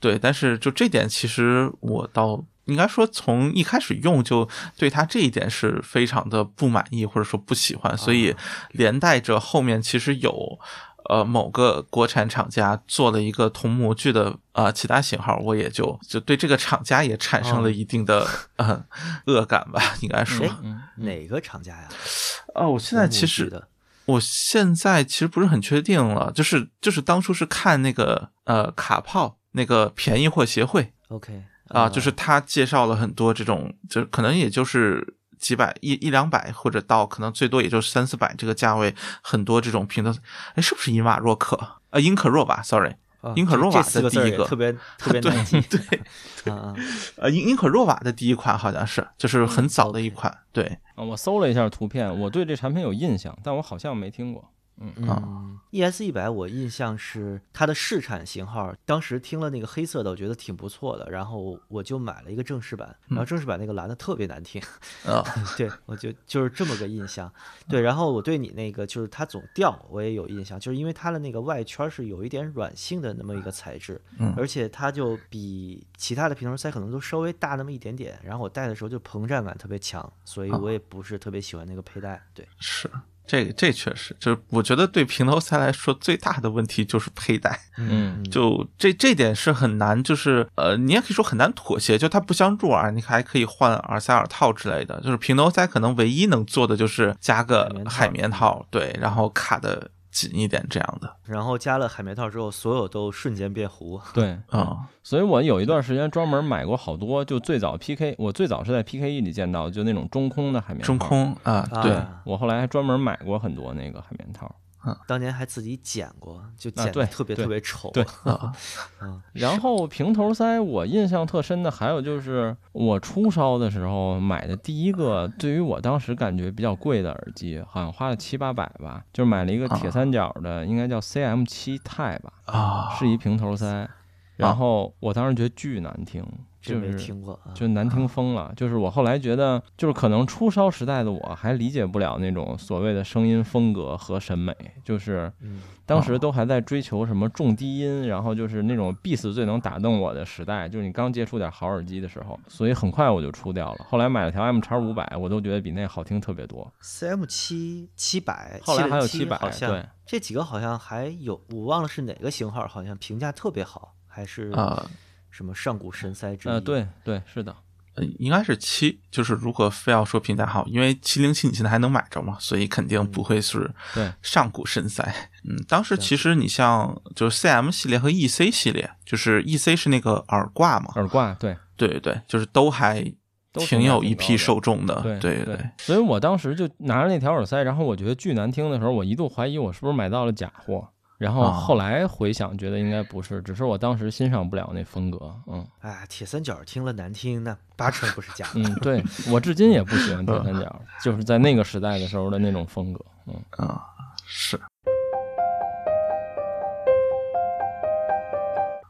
[SPEAKER 4] 对，但是就这点，其实我倒应该说从一开始用就对它这一点是非常的不满意，或者说不喜欢，所以连带着后面其实有。呃，某个国产厂家做了一个同模具的呃其他型号，我也就就对这个厂家也产生了
[SPEAKER 2] 哦
[SPEAKER 4] 一定的、呃恶感吧，应该说。
[SPEAKER 2] 谁
[SPEAKER 1] 嗯
[SPEAKER 2] 哪个厂家呀？
[SPEAKER 4] 哦，我现在其
[SPEAKER 2] 红
[SPEAKER 4] 实
[SPEAKER 2] 木具的
[SPEAKER 4] 我现在其实不是很确定了，就是就是当初是看那个呃卡炮那个便宜货协会
[SPEAKER 2] OK
[SPEAKER 4] 啊、就是他介绍了很多这种，就可能也就是几百一一两百或者到可能最多也就三四百这个价位，很多这种评测，哎，是不是英瓦若克？呃，英可若吧，sorry，
[SPEAKER 2] 啊
[SPEAKER 4] 英可
[SPEAKER 2] 这
[SPEAKER 4] 若瓦
[SPEAKER 2] 这四
[SPEAKER 4] 的
[SPEAKER 2] 个
[SPEAKER 4] 第
[SPEAKER 2] 字儿
[SPEAKER 4] 一
[SPEAKER 2] 也
[SPEAKER 4] 个
[SPEAKER 2] 特 别特别难记
[SPEAKER 4] 对对，
[SPEAKER 2] 啊啊！
[SPEAKER 4] 呃，英英可若瓦的第一款好像是，就是
[SPEAKER 2] 嗯
[SPEAKER 4] 很早的一款，对，
[SPEAKER 1] 啊我搜了一下图片，我对这产品有印象，但我好像没听过。
[SPEAKER 4] 啊
[SPEAKER 2] 嗯，ES 一百，我印象是它的试产型号，当时听了那个黑色的，我觉得挺不错的，然后我就买了一个正式版，
[SPEAKER 4] 嗯
[SPEAKER 2] 然后正式版那个蓝的特别难 听，嗯
[SPEAKER 4] 呃，
[SPEAKER 2] 对我就就是这么个印象。
[SPEAKER 4] 嗯
[SPEAKER 2] 对，然后我对你那个就是它总掉，我也有印象，就是因为它的那个外圈是有一点软性的那么一个材质，
[SPEAKER 4] 嗯
[SPEAKER 2] 而且它就比其他的平头塞可能都稍微大那么一点点，然后我戴的时候就膨胀感特别强，所
[SPEAKER 4] 啊
[SPEAKER 2] 以我也不是特别喜欢那个佩戴，对。
[SPEAKER 4] 是。这这确实，就是我觉得对平头塞来说最大的问题就是佩戴，
[SPEAKER 1] 嗯
[SPEAKER 4] 就这这点是很难，就是呃，你也可以说很难妥协，就它不像入耳，你还可以换耳塞、耳套之类的。就是平头塞可能唯一能做的就是加个海
[SPEAKER 2] 海
[SPEAKER 4] 绵
[SPEAKER 2] 绵
[SPEAKER 4] 套，对，然后卡的紧一点这样的
[SPEAKER 2] 然后加了海绵套之后，所有都瞬间变糊。
[SPEAKER 1] 对，
[SPEAKER 4] 啊、
[SPEAKER 1] 所以我有一段时间专门买过好多，就最早 PK，我最早是在 PKE 里见到，就那种中空的海绵套
[SPEAKER 4] 中。空啊、对，
[SPEAKER 2] 啊
[SPEAKER 1] 我后来还专门买过很多那个海绵套。
[SPEAKER 2] 当年还自己剪过，就剪
[SPEAKER 1] 啊对
[SPEAKER 2] 的特别
[SPEAKER 1] 对
[SPEAKER 2] 特别丑。
[SPEAKER 1] 对
[SPEAKER 4] 啊
[SPEAKER 1] 然后平头塞，我印象特深的还有就是我初烧的时候买的第一个，对于我当时感觉比较贵的耳机，好像花了七八百吧，就是买了一个铁三角的，应该叫 CM 七钛吧，
[SPEAKER 4] 啊，
[SPEAKER 1] 是一平头塞。然后我当时觉得巨难听，
[SPEAKER 2] 这
[SPEAKER 1] 就
[SPEAKER 2] 没
[SPEAKER 1] 是
[SPEAKER 2] 听过啊。
[SPEAKER 1] 就难听疯了。就是我后来觉得，就是可能初烧时代的我还理解不了那种所谓的声音风格和审美，就是
[SPEAKER 2] 嗯
[SPEAKER 1] 当时都还在追求什么重低音，然后就是那种 bass 最能打动我的时代，就是你刚接触点好耳机的时候，所以很快我就出掉了。后来买了条 M 叉五百，我都觉得比那好听特别多。
[SPEAKER 2] ，CM 七七百，
[SPEAKER 1] 后来还有
[SPEAKER 2] 七
[SPEAKER 1] 700
[SPEAKER 2] 好像
[SPEAKER 1] 对
[SPEAKER 2] 这几个好像还有，我忘了是哪个型号，好像评价特别好，还是
[SPEAKER 4] 啊
[SPEAKER 2] 什么上古神塞之一。
[SPEAKER 1] 呃，对对，是的，
[SPEAKER 4] 呃应该是七，就是如果非要说评价好，因为七零七你现在还能买着嘛，所以肯定不会是
[SPEAKER 1] 对
[SPEAKER 4] 上古神塞。嗯，当时其实你像就是 CM 系列和 EC 系列，就是 EC 是那个耳挂嘛，
[SPEAKER 1] 耳挂对。
[SPEAKER 4] 对对对，就是都还
[SPEAKER 1] 都
[SPEAKER 4] 挺有一批
[SPEAKER 1] 受。
[SPEAKER 4] 受众的，
[SPEAKER 1] 对
[SPEAKER 4] 啊对
[SPEAKER 1] 对，所以我当时就拿着那条耳塞，然后我觉得巨难听的时候，我一度怀疑我是不是买到了假货，然后
[SPEAKER 4] 啊
[SPEAKER 1] 后来回想觉得应该不是，只是我当时欣赏不了那风格，嗯
[SPEAKER 2] 哎，铁三角听了难听，那八成不是假的。
[SPEAKER 1] 嗯，对我至今也不喜欢铁三角，就是在那个时代的时候的那种风格，嗯
[SPEAKER 4] 啊、是。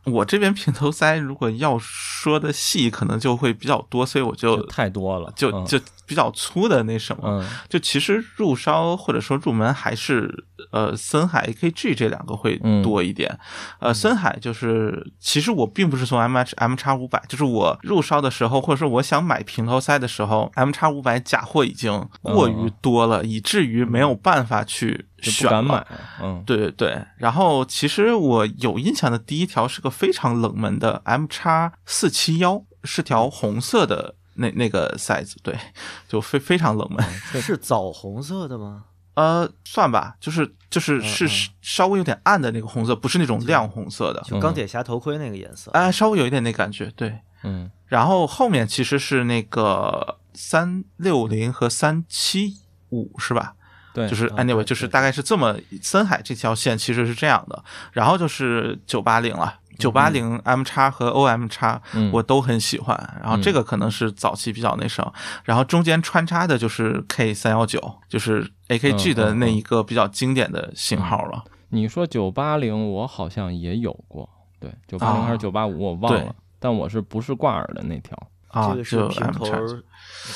[SPEAKER 4] 我这边平头塞，如果要说的细，可能就会比较多，所以我
[SPEAKER 1] 就
[SPEAKER 4] 就
[SPEAKER 1] 太多了，
[SPEAKER 4] 就
[SPEAKER 1] 嗯
[SPEAKER 4] 就比较粗的那什么，
[SPEAKER 1] 嗯
[SPEAKER 4] 就其实入烧或者说入门还是呃森海 AKG 这两个会
[SPEAKER 1] 嗯
[SPEAKER 4] 多一点。呃，森海就是其实我并不是从 M H M 叉五百，就是我入烧的时候，或者说我想买平头塞的时候，M 叉五百假货已经过于多了，以至于没有办法去
[SPEAKER 1] 嗯就
[SPEAKER 4] 选
[SPEAKER 1] 不敢
[SPEAKER 4] 了
[SPEAKER 1] 买，嗯
[SPEAKER 4] 对对对，然后其实我有印象的第一条是个非常冷门的 M 叉四七幺，是条红色的那那个塞子，对，就非非常冷门。
[SPEAKER 1] 对
[SPEAKER 2] 是枣红色的吗？
[SPEAKER 4] 呃，算吧，就是就是
[SPEAKER 2] 嗯
[SPEAKER 4] 是
[SPEAKER 2] 嗯
[SPEAKER 4] 稍微有点暗的那个红色，不是那种亮红色
[SPEAKER 1] 嗯
[SPEAKER 4] 的，
[SPEAKER 2] 就钢铁侠头盔那个颜色。
[SPEAKER 4] 哎，稍微有一点那感觉，对。
[SPEAKER 1] 嗯
[SPEAKER 4] 然后后面其实是那个三六零和三七五是吧？
[SPEAKER 1] 对，
[SPEAKER 4] 就是
[SPEAKER 2] 啊
[SPEAKER 4] anyway，
[SPEAKER 2] 对
[SPEAKER 4] 就是
[SPEAKER 2] 对
[SPEAKER 4] 大概是这么，森海这条线其实是这样的，然后就是九八零
[SPEAKER 2] 嗯
[SPEAKER 4] 了，九八零 M 叉和 O M 叉
[SPEAKER 1] 嗯
[SPEAKER 4] 我都很喜欢，然后这个可能是早期比较那什么，然后中间穿插的就是 K 三幺九，就是
[SPEAKER 1] 嗯
[SPEAKER 4] AKG 的
[SPEAKER 1] 嗯
[SPEAKER 4] 那
[SPEAKER 1] 嗯
[SPEAKER 4] 一个比较经典的型号了，
[SPEAKER 2] 嗯
[SPEAKER 1] 你说九八零，我好像也有过，对，九八零
[SPEAKER 4] 啊
[SPEAKER 1] 还是九八五，我忘了。但我是不是挂耳的那条？
[SPEAKER 4] 啊
[SPEAKER 2] 这，个是
[SPEAKER 4] 就
[SPEAKER 2] 平
[SPEAKER 4] M
[SPEAKER 2] 头
[SPEAKER 4] 叉，
[SPEAKER 2] 儿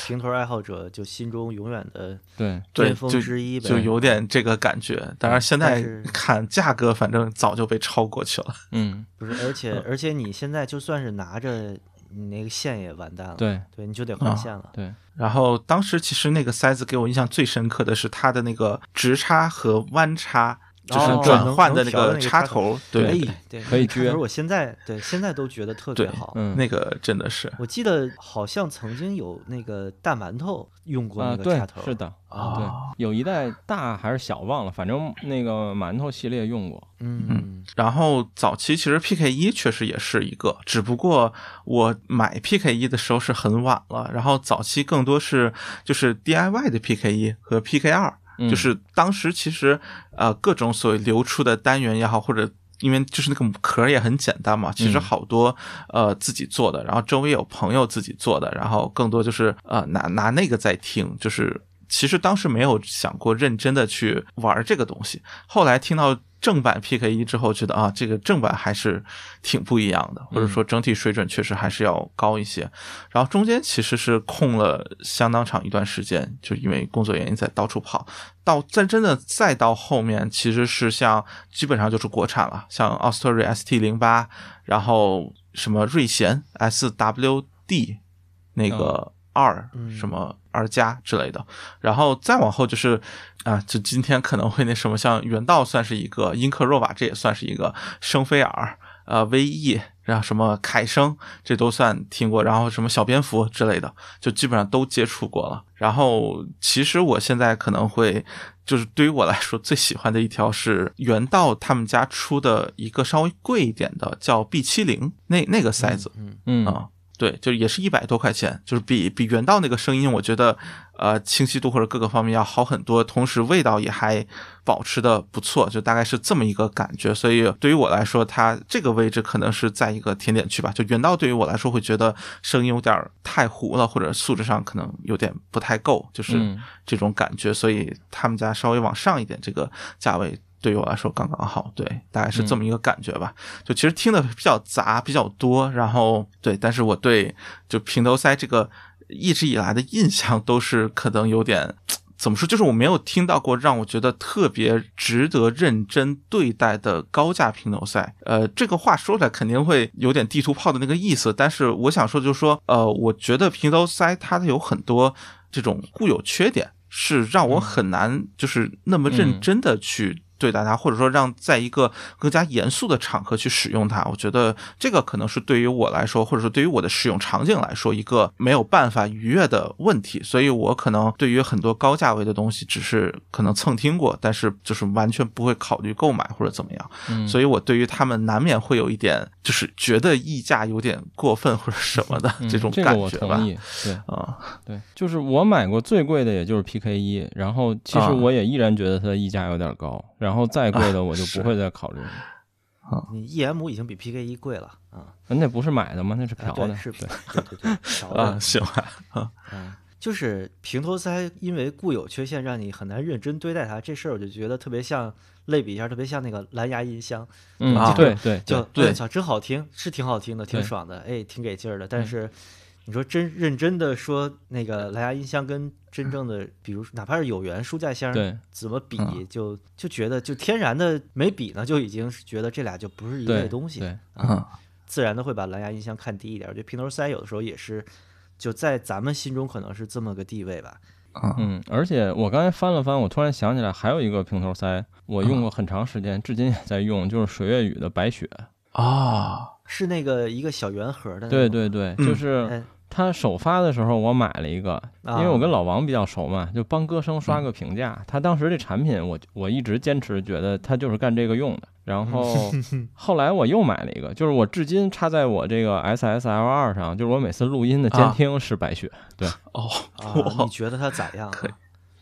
[SPEAKER 2] 平头儿爱好者就心中永远的
[SPEAKER 1] 对，
[SPEAKER 4] 对，
[SPEAKER 2] 巅峰
[SPEAKER 4] 就
[SPEAKER 2] 之一呗。
[SPEAKER 4] 就有点这个感觉，当
[SPEAKER 1] 嗯
[SPEAKER 4] 然现
[SPEAKER 2] 但
[SPEAKER 4] 在
[SPEAKER 2] 是
[SPEAKER 4] 看价格，反正早就被超过去了，
[SPEAKER 1] 嗯，
[SPEAKER 2] 不是，而且而且你现在就算是拿着，你那个线也完蛋了。
[SPEAKER 1] 对啊
[SPEAKER 2] 对，你就得换线了。
[SPEAKER 1] 对，
[SPEAKER 4] 然后当时其实那个塞子给我印象最深刻的是它的那个直叉和弯叉，就是
[SPEAKER 2] 哦
[SPEAKER 4] 转换的
[SPEAKER 2] 能能调的
[SPEAKER 4] 个
[SPEAKER 2] 那个
[SPEAKER 4] 插
[SPEAKER 2] 插头
[SPEAKER 4] 头，
[SPEAKER 1] 对
[SPEAKER 4] 对
[SPEAKER 2] 哎对，
[SPEAKER 1] 可以
[SPEAKER 2] 那个
[SPEAKER 1] 撅
[SPEAKER 2] 我现在对现在都觉得特别
[SPEAKER 4] 对
[SPEAKER 2] 好。
[SPEAKER 1] 嗯，
[SPEAKER 4] 那个真的是
[SPEAKER 2] 我记得好像曾经有那个大馒头用过
[SPEAKER 1] 啊，
[SPEAKER 2] 那个
[SPEAKER 1] 对
[SPEAKER 2] 插头，，
[SPEAKER 1] 是的，嗯
[SPEAKER 4] 哦
[SPEAKER 1] 对，有一代大还是小忘了，反正那个馒头系列用过，
[SPEAKER 2] 嗯，
[SPEAKER 4] 然后早期其实 PK 一确实也是一个，只不过我买 PK 一的时候是很晚了，然后早期更多是就是 DIY 的 PK 一和 PK 二、
[SPEAKER 1] 嗯
[SPEAKER 4] 就是当时其实呃各种所谓流出的单元也好，或者因为就是那个壳也很简单嘛，其实
[SPEAKER 1] 嗯
[SPEAKER 4] 好多、呃自己做的，然后周围有朋友自己做的，然后更多就是呃拿拿那个在听，就是其实当时没有想过认真的去玩这个东西，后来听到正版 PK 一之后，觉得啊，这个正版还是挺不一样的，或
[SPEAKER 1] 嗯
[SPEAKER 4] 者说整体水准确实还是要高一些。然后中间其实是空了相当长一段时间，就因为工作原因在到处跑。到真真的再到后面，其实是像基本上就是国产了，像奥斯特瑞 ST 零八，然后什么瑞贤 SWD 那个二、
[SPEAKER 2] 嗯
[SPEAKER 4] 什么二加之类的，然后再往后就是啊、就今天可能会那什么，像原道算是一个，英克若瓦这也算是一个，圣菲尔呃 VE，然后什么凯声这都算听过，然后什么小蝙蝠之类的，就基本上都接触过了。然后其实我现在可能会。就是对于我来说，最喜欢的一条是原道他们家出的一个稍微贵一点的，叫 B 七零，那那个塞子，
[SPEAKER 2] 嗯，
[SPEAKER 1] 嗯
[SPEAKER 4] 啊、对，就也是一百多块钱，就是比比原道那个声音，我觉得呃清晰度或者各个方面要好很多，同时味道也还保持的不错，就大概是这么一个感觉。所以对于我来说，它这个位置可能是在一个甜点区吧。就原道对于我来说，会觉得声音有点儿太糊了，或者素质上可能有点不太够，就是
[SPEAKER 1] 嗯
[SPEAKER 4] 这种感觉。所以他们家稍微往上一点，这个价位。对于我来说刚刚好，对，大概
[SPEAKER 1] 嗯
[SPEAKER 4] 是这么一个感觉吧。就其实听的比较杂，比较多，然后对，但是我对就平头塞这个一直以来的印象都是可能有点怎么说，就是我没有听到过让我觉得特别值得认真对待的高价平头塞。呃，这个话说出来肯定会有点地图炮的那个意思，但是我想说就是说，呃，我觉得平头塞它有很多这种固有缺点。是让我很难，就是那么认
[SPEAKER 1] 嗯
[SPEAKER 4] 真的去对待它，或者说让在一个更加严肃的场合去使用它。我觉得这个可能是对于我来说，或者说对于我的使用场景来说，一个没有办法逾越的问题。所以我可能对于很多高价位的东西，只是可能蹭听过，但是就是完全不会考虑购买或者怎么样。
[SPEAKER 1] 嗯
[SPEAKER 4] 所以我对于他们难免会有一点，就是觉得溢价有点过分或者什么的
[SPEAKER 1] 嗯
[SPEAKER 4] 这种
[SPEAKER 1] 这
[SPEAKER 4] 感
[SPEAKER 1] 个我
[SPEAKER 4] 觉吧
[SPEAKER 1] 同。意，对
[SPEAKER 4] 啊，
[SPEAKER 1] 对，就是我买过最贵的也就是 PK 一，然后其
[SPEAKER 4] 啊
[SPEAKER 1] 实我也依然觉得它的溢价有点高，然后再贵的我就是不会再考虑了。
[SPEAKER 2] 你 EM 已经比 PK 一贵了啊，
[SPEAKER 1] 啊那不是买的吗？那是
[SPEAKER 2] 啊
[SPEAKER 1] 嫖
[SPEAKER 2] 对
[SPEAKER 1] 的，
[SPEAKER 2] 是
[SPEAKER 1] 对，
[SPEAKER 2] 对对对，少
[SPEAKER 4] 啊，
[SPEAKER 2] 的
[SPEAKER 4] 行吧，
[SPEAKER 2] 啊，就是平头塞，因为固有缺陷让你很难认真对待它，这事儿我就觉得特别像类比一下，特别像那个蓝牙音箱，
[SPEAKER 1] 嗯
[SPEAKER 4] 啊，
[SPEAKER 1] 对对
[SPEAKER 2] 就
[SPEAKER 1] 对，
[SPEAKER 2] 我
[SPEAKER 4] 对
[SPEAKER 2] 操，真好听，是挺好听的，挺
[SPEAKER 1] 对嗯
[SPEAKER 2] 爽的，哎，挺给劲儿的。但是你说真认真的说，那个蓝牙音箱跟真正的，比如哪怕是有源书架箱，
[SPEAKER 1] 对，
[SPEAKER 2] 怎么比
[SPEAKER 4] 嗯
[SPEAKER 2] 就就觉得就天然的没比呢，就已经是觉得这俩就不是一类
[SPEAKER 1] 对
[SPEAKER 2] 东西。啊
[SPEAKER 1] 对，
[SPEAKER 4] 嗯，
[SPEAKER 2] 自然的会把蓝牙音箱看低一点。我觉得平头塞有的时候也是，就在咱们心中可能是这么个地位吧。
[SPEAKER 1] 嗯，而且我刚才翻了翻，我突然想起来还有一个平头塞，我用过很长时间，至今也在用，就是水月雨的白雪。
[SPEAKER 4] 啊，
[SPEAKER 2] 是那个一个小圆盒的那种，
[SPEAKER 1] 对对对，
[SPEAKER 4] 嗯
[SPEAKER 1] 就是
[SPEAKER 2] 哎，
[SPEAKER 1] 他首发的时候我买了一个，因为我跟老王比较熟嘛，就帮歌声刷
[SPEAKER 4] 嗯
[SPEAKER 1] 个评价。他当时这产品我我一直坚持觉得他就是干这个用的。
[SPEAKER 4] 嗯
[SPEAKER 1] 然 后后来我又买了一个，就是我至今插在我这个 SSL 二上，就是我每次录音的监
[SPEAKER 4] 啊
[SPEAKER 1] 听是白雪，对，
[SPEAKER 4] 哦，
[SPEAKER 2] 啊
[SPEAKER 4] 哇
[SPEAKER 2] 你觉得它咋样啊？
[SPEAKER 4] 可以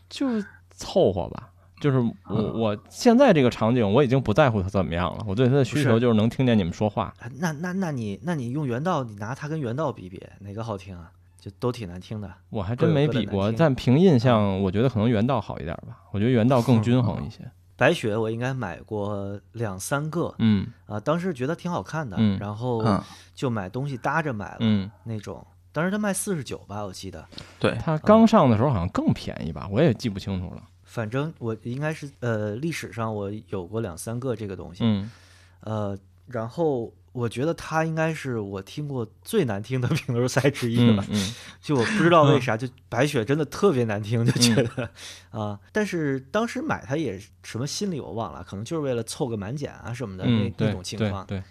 [SPEAKER 1] 就是凑合吧。就是我
[SPEAKER 4] 嗯
[SPEAKER 1] 我现在这个场景我已经不在乎它怎么样了，我对它的需
[SPEAKER 2] 是
[SPEAKER 1] 求就是能听见你们说话。
[SPEAKER 2] 啊那那那你那你用原道，你拿它跟原道比比，哪个好听啊？就都挺难听的。
[SPEAKER 1] 我还真
[SPEAKER 2] 各
[SPEAKER 1] 没
[SPEAKER 2] 有各的
[SPEAKER 1] 比
[SPEAKER 2] 难
[SPEAKER 1] 过，
[SPEAKER 2] 听
[SPEAKER 1] 但凭
[SPEAKER 4] 嗯
[SPEAKER 1] 印象，我觉得可能原道好一点吧。我觉得原道更均衡一些。
[SPEAKER 2] 白雪我应该买过两三个
[SPEAKER 1] 嗯
[SPEAKER 2] 啊，当时觉得挺好看的，
[SPEAKER 1] 嗯
[SPEAKER 2] 然后
[SPEAKER 4] 嗯
[SPEAKER 2] 就买东西搭着买了、
[SPEAKER 1] 嗯，
[SPEAKER 2] 那种。当时它卖四十九吧，我记得。
[SPEAKER 4] 对，
[SPEAKER 1] 它刚上的时候好像更便宜吧，我也记不清 楚了。
[SPEAKER 2] 反正我应该是呃，历史上我有过两三个这个东西，
[SPEAKER 1] 嗯，
[SPEAKER 2] 呃，然后我觉得它应该是我听过最难听的平头塞之一了。
[SPEAKER 1] 嗯
[SPEAKER 2] 就我不知道为啥，就白雪真的特别难听，就觉
[SPEAKER 1] 嗯
[SPEAKER 2] 得啊，但是当时买它也是什么心理我忘了，可能就是为了凑个满减啊什么的
[SPEAKER 1] 嗯
[SPEAKER 2] 那，那
[SPEAKER 1] 对
[SPEAKER 2] 种情
[SPEAKER 1] 对
[SPEAKER 2] 况。
[SPEAKER 1] 对，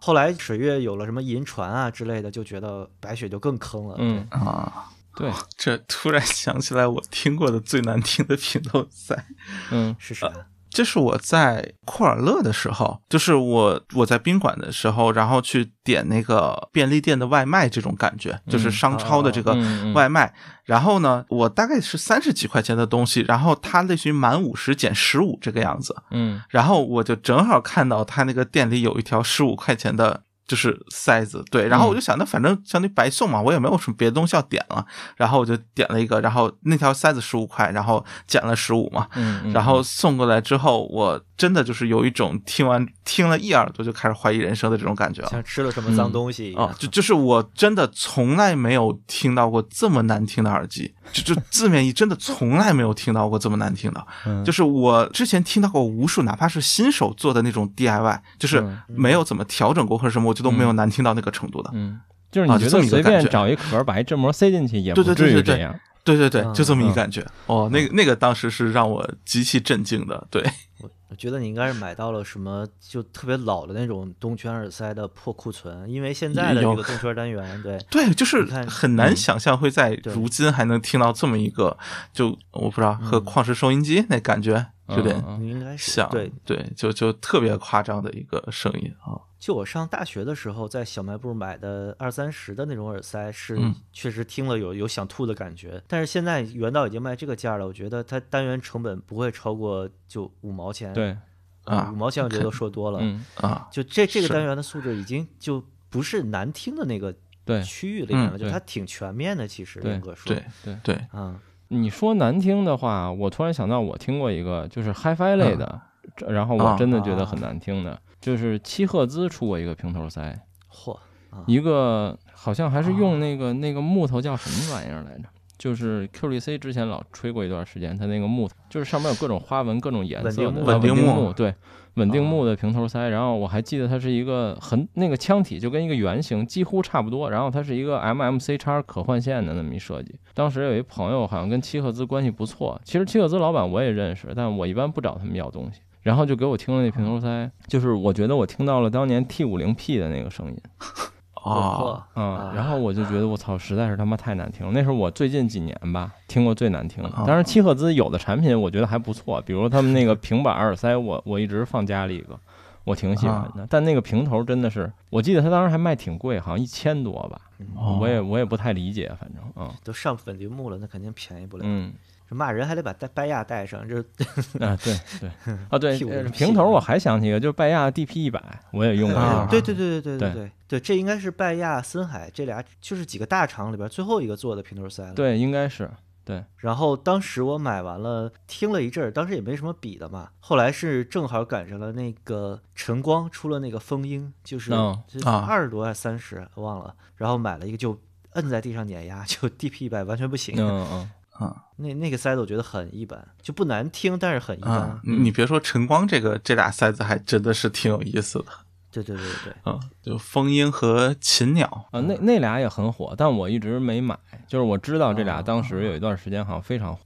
[SPEAKER 2] 后来水月有了什么银船啊之类的，就觉得白雪就更坑了。
[SPEAKER 1] 嗯
[SPEAKER 4] 啊，
[SPEAKER 1] 对，
[SPEAKER 4] 这突然想起来，我听过的最难听的评头赛，
[SPEAKER 1] 嗯
[SPEAKER 2] 是啥？
[SPEAKER 4] 这是我在库尔勒的时候，就是我我在宾馆的时候，然后去点那个便利店的外卖，这种感觉， 就是商超的这个
[SPEAKER 1] 嗯嗯
[SPEAKER 4] 外卖。然后呢，我大概是三十几块钱的东西，然后它类似于满五十减十五这个样子。
[SPEAKER 1] 嗯
[SPEAKER 4] 然后我就正好看到他那个店里有一条十五块钱的，就是 size 对，然后
[SPEAKER 1] 嗯
[SPEAKER 4] 我就想，那反正相当于白送嘛，我也没有什么别的东西要点了，然后我就点了一个，然后那条 size 十五块，然后减了十五嘛，
[SPEAKER 1] 嗯嗯，
[SPEAKER 4] 然后送过来之后，我真的就是有一种听完听了一耳朵就开始怀疑人生的这种感觉了。
[SPEAKER 2] 像吃了什
[SPEAKER 1] 嗯
[SPEAKER 2] 么脏东西一样。
[SPEAKER 4] 哦，就就是我真的从来没有听到过这么难听的耳机， 就就字面意真的从来没有听到过这么难听的，
[SPEAKER 1] 嗯
[SPEAKER 4] 就是我之前听到过无数，哪怕是新手做的那种 DIY，就是
[SPEAKER 1] 嗯
[SPEAKER 4] 没有怎么调整过或者什么，我觉得都没有难听到那个程度的。
[SPEAKER 1] 嗯，就是你
[SPEAKER 4] 啊
[SPEAKER 1] 觉
[SPEAKER 4] 就这
[SPEAKER 1] 得
[SPEAKER 4] 么一个
[SPEAKER 1] 随
[SPEAKER 4] 感
[SPEAKER 1] 便
[SPEAKER 4] 觉
[SPEAKER 1] 找一壳把一振膜塞进去也不
[SPEAKER 4] 对对对
[SPEAKER 1] 至于
[SPEAKER 4] 对
[SPEAKER 1] 这
[SPEAKER 4] 对
[SPEAKER 1] 样。
[SPEAKER 4] 对对对
[SPEAKER 2] 嗯，
[SPEAKER 4] 就这么一个感觉。哦，那
[SPEAKER 1] 嗯
[SPEAKER 4] 个那个当时是让我极其震惊 的。对，
[SPEAKER 2] 我觉得你应该是买到了什么就特别老的那种动圈耳塞的破库存，因为现在的这
[SPEAKER 4] 有
[SPEAKER 2] 个动圈单元，对，
[SPEAKER 4] 对，就是
[SPEAKER 2] 你看
[SPEAKER 4] 很
[SPEAKER 1] 嗯
[SPEAKER 4] 难想象会在
[SPEAKER 2] 对
[SPEAKER 4] 如今还能听到这么一个，就我不知道和矿石收音机那感觉有点
[SPEAKER 1] 嗯
[SPEAKER 2] 你应该是
[SPEAKER 4] 像，
[SPEAKER 2] 对。
[SPEAKER 4] 对，就就特别夸张的一个声音啊。
[SPEAKER 2] 就我上大学的时候，在小卖部买的二三十的那种耳塞，是
[SPEAKER 4] 嗯
[SPEAKER 2] 确实听了有有想吐的感觉。但是现在原道已经卖这个价了，我觉得它单元成本不会超过就五毛
[SPEAKER 1] 嗯
[SPEAKER 2] 钱。
[SPEAKER 1] 对，
[SPEAKER 4] 啊
[SPEAKER 2] 五毛钱我觉得都说多了。
[SPEAKER 1] 嗯
[SPEAKER 4] 啊，
[SPEAKER 2] 就这这个
[SPEAKER 4] 是
[SPEAKER 2] 单元的素质已经就不是难听的那个
[SPEAKER 1] 对
[SPEAKER 2] 区域里面了，
[SPEAKER 4] 嗯
[SPEAKER 2] 就
[SPEAKER 1] 对
[SPEAKER 2] 它挺全面的。其实
[SPEAKER 1] 对
[SPEAKER 2] 严格说，
[SPEAKER 4] 对
[SPEAKER 1] 对
[SPEAKER 4] 对，
[SPEAKER 2] 啊，
[SPEAKER 1] 你说难听的话，我突然想到，我听过一个就是 HiFi 类的，这然后我
[SPEAKER 4] 嗯啊
[SPEAKER 1] 真的觉得很难听的，就是七赫兹出过一个平头塞，
[SPEAKER 2] 嚯，啊
[SPEAKER 1] 一个好像还是用那个那个木头叫什么玩意儿来着？就是 QDC 之前老吹过一段时间，它那个木头就是上面有各种花纹、各种颜色的
[SPEAKER 2] 稳
[SPEAKER 1] 啊
[SPEAKER 2] 定木
[SPEAKER 4] 稳定
[SPEAKER 1] 定
[SPEAKER 4] 木
[SPEAKER 1] 木，对，稳定木的平头塞。然后我还记得它是一个很那个腔体就跟一个圆形几乎差不多，然后它是一个 MMC 叉可换线的那么一设计。当时有一朋友好像跟七赫兹关系不错，其实七赫兹老板我也认识，但我一般不找他们要东西。然后就给我听了那平头塞，就是我觉得我听到了当年 T 五零 P 的那个声音。
[SPEAKER 4] 哦，
[SPEAKER 2] 嚯
[SPEAKER 1] 嗯，然后我就觉得我操，实在是他妈太难听了。那是我最近几年吧听过最难听的。
[SPEAKER 4] 啊
[SPEAKER 1] 当然，七赫兹有的产品我觉得还不错，比如他们那个平板耳塞，我我一直放家里一个，我挺喜欢
[SPEAKER 2] 啊
[SPEAKER 1] 的。但那个平头真的是，我记得他当时还卖挺贵，好像一千多吧。
[SPEAKER 4] 哦
[SPEAKER 1] 我也我也不太理解，反正嗯
[SPEAKER 2] 都上本林木了，那肯定便宜不了。
[SPEAKER 1] 嗯
[SPEAKER 2] 这骂人还得把带拜亚带上，这
[SPEAKER 1] 啊对对 啊对
[SPEAKER 2] 屁股
[SPEAKER 1] 呃
[SPEAKER 2] 是
[SPEAKER 1] 平
[SPEAKER 2] 屁
[SPEAKER 1] 头
[SPEAKER 2] 股
[SPEAKER 1] 我还想起一个，就是拜亚 DP 一百，我也用过
[SPEAKER 4] 啊
[SPEAKER 1] 这
[SPEAKER 2] 对对对对对
[SPEAKER 1] 对
[SPEAKER 2] 对对对，这应该是拜亚、森海这俩就是几个大厂里边最后一个做的平头塞了。
[SPEAKER 1] 个，对应该是对
[SPEAKER 2] 然后当时我买完了，听了一阵儿，当时也没什么比的嘛。后来是正好赶上了那个晨光出了那个风鹰，就是
[SPEAKER 1] 嗯
[SPEAKER 4] 啊
[SPEAKER 2] 二十多还是三十忘了，然后买了一个就摁在地上碾压，就 DP 一百完全不行。
[SPEAKER 1] 嗯嗯
[SPEAKER 2] 那那个塞子我觉得很一般，就不难听，但是很一般。
[SPEAKER 4] 啊，
[SPEAKER 1] 嗯
[SPEAKER 4] 你你别说晨光这个这俩塞子还真的是挺有意思的
[SPEAKER 2] 对对对对，
[SPEAKER 4] 啊，就风鹰和禽鸟
[SPEAKER 1] 啊，那那俩也很火，但我一直没买。就是我知道这俩当时有一段时间好像非常火。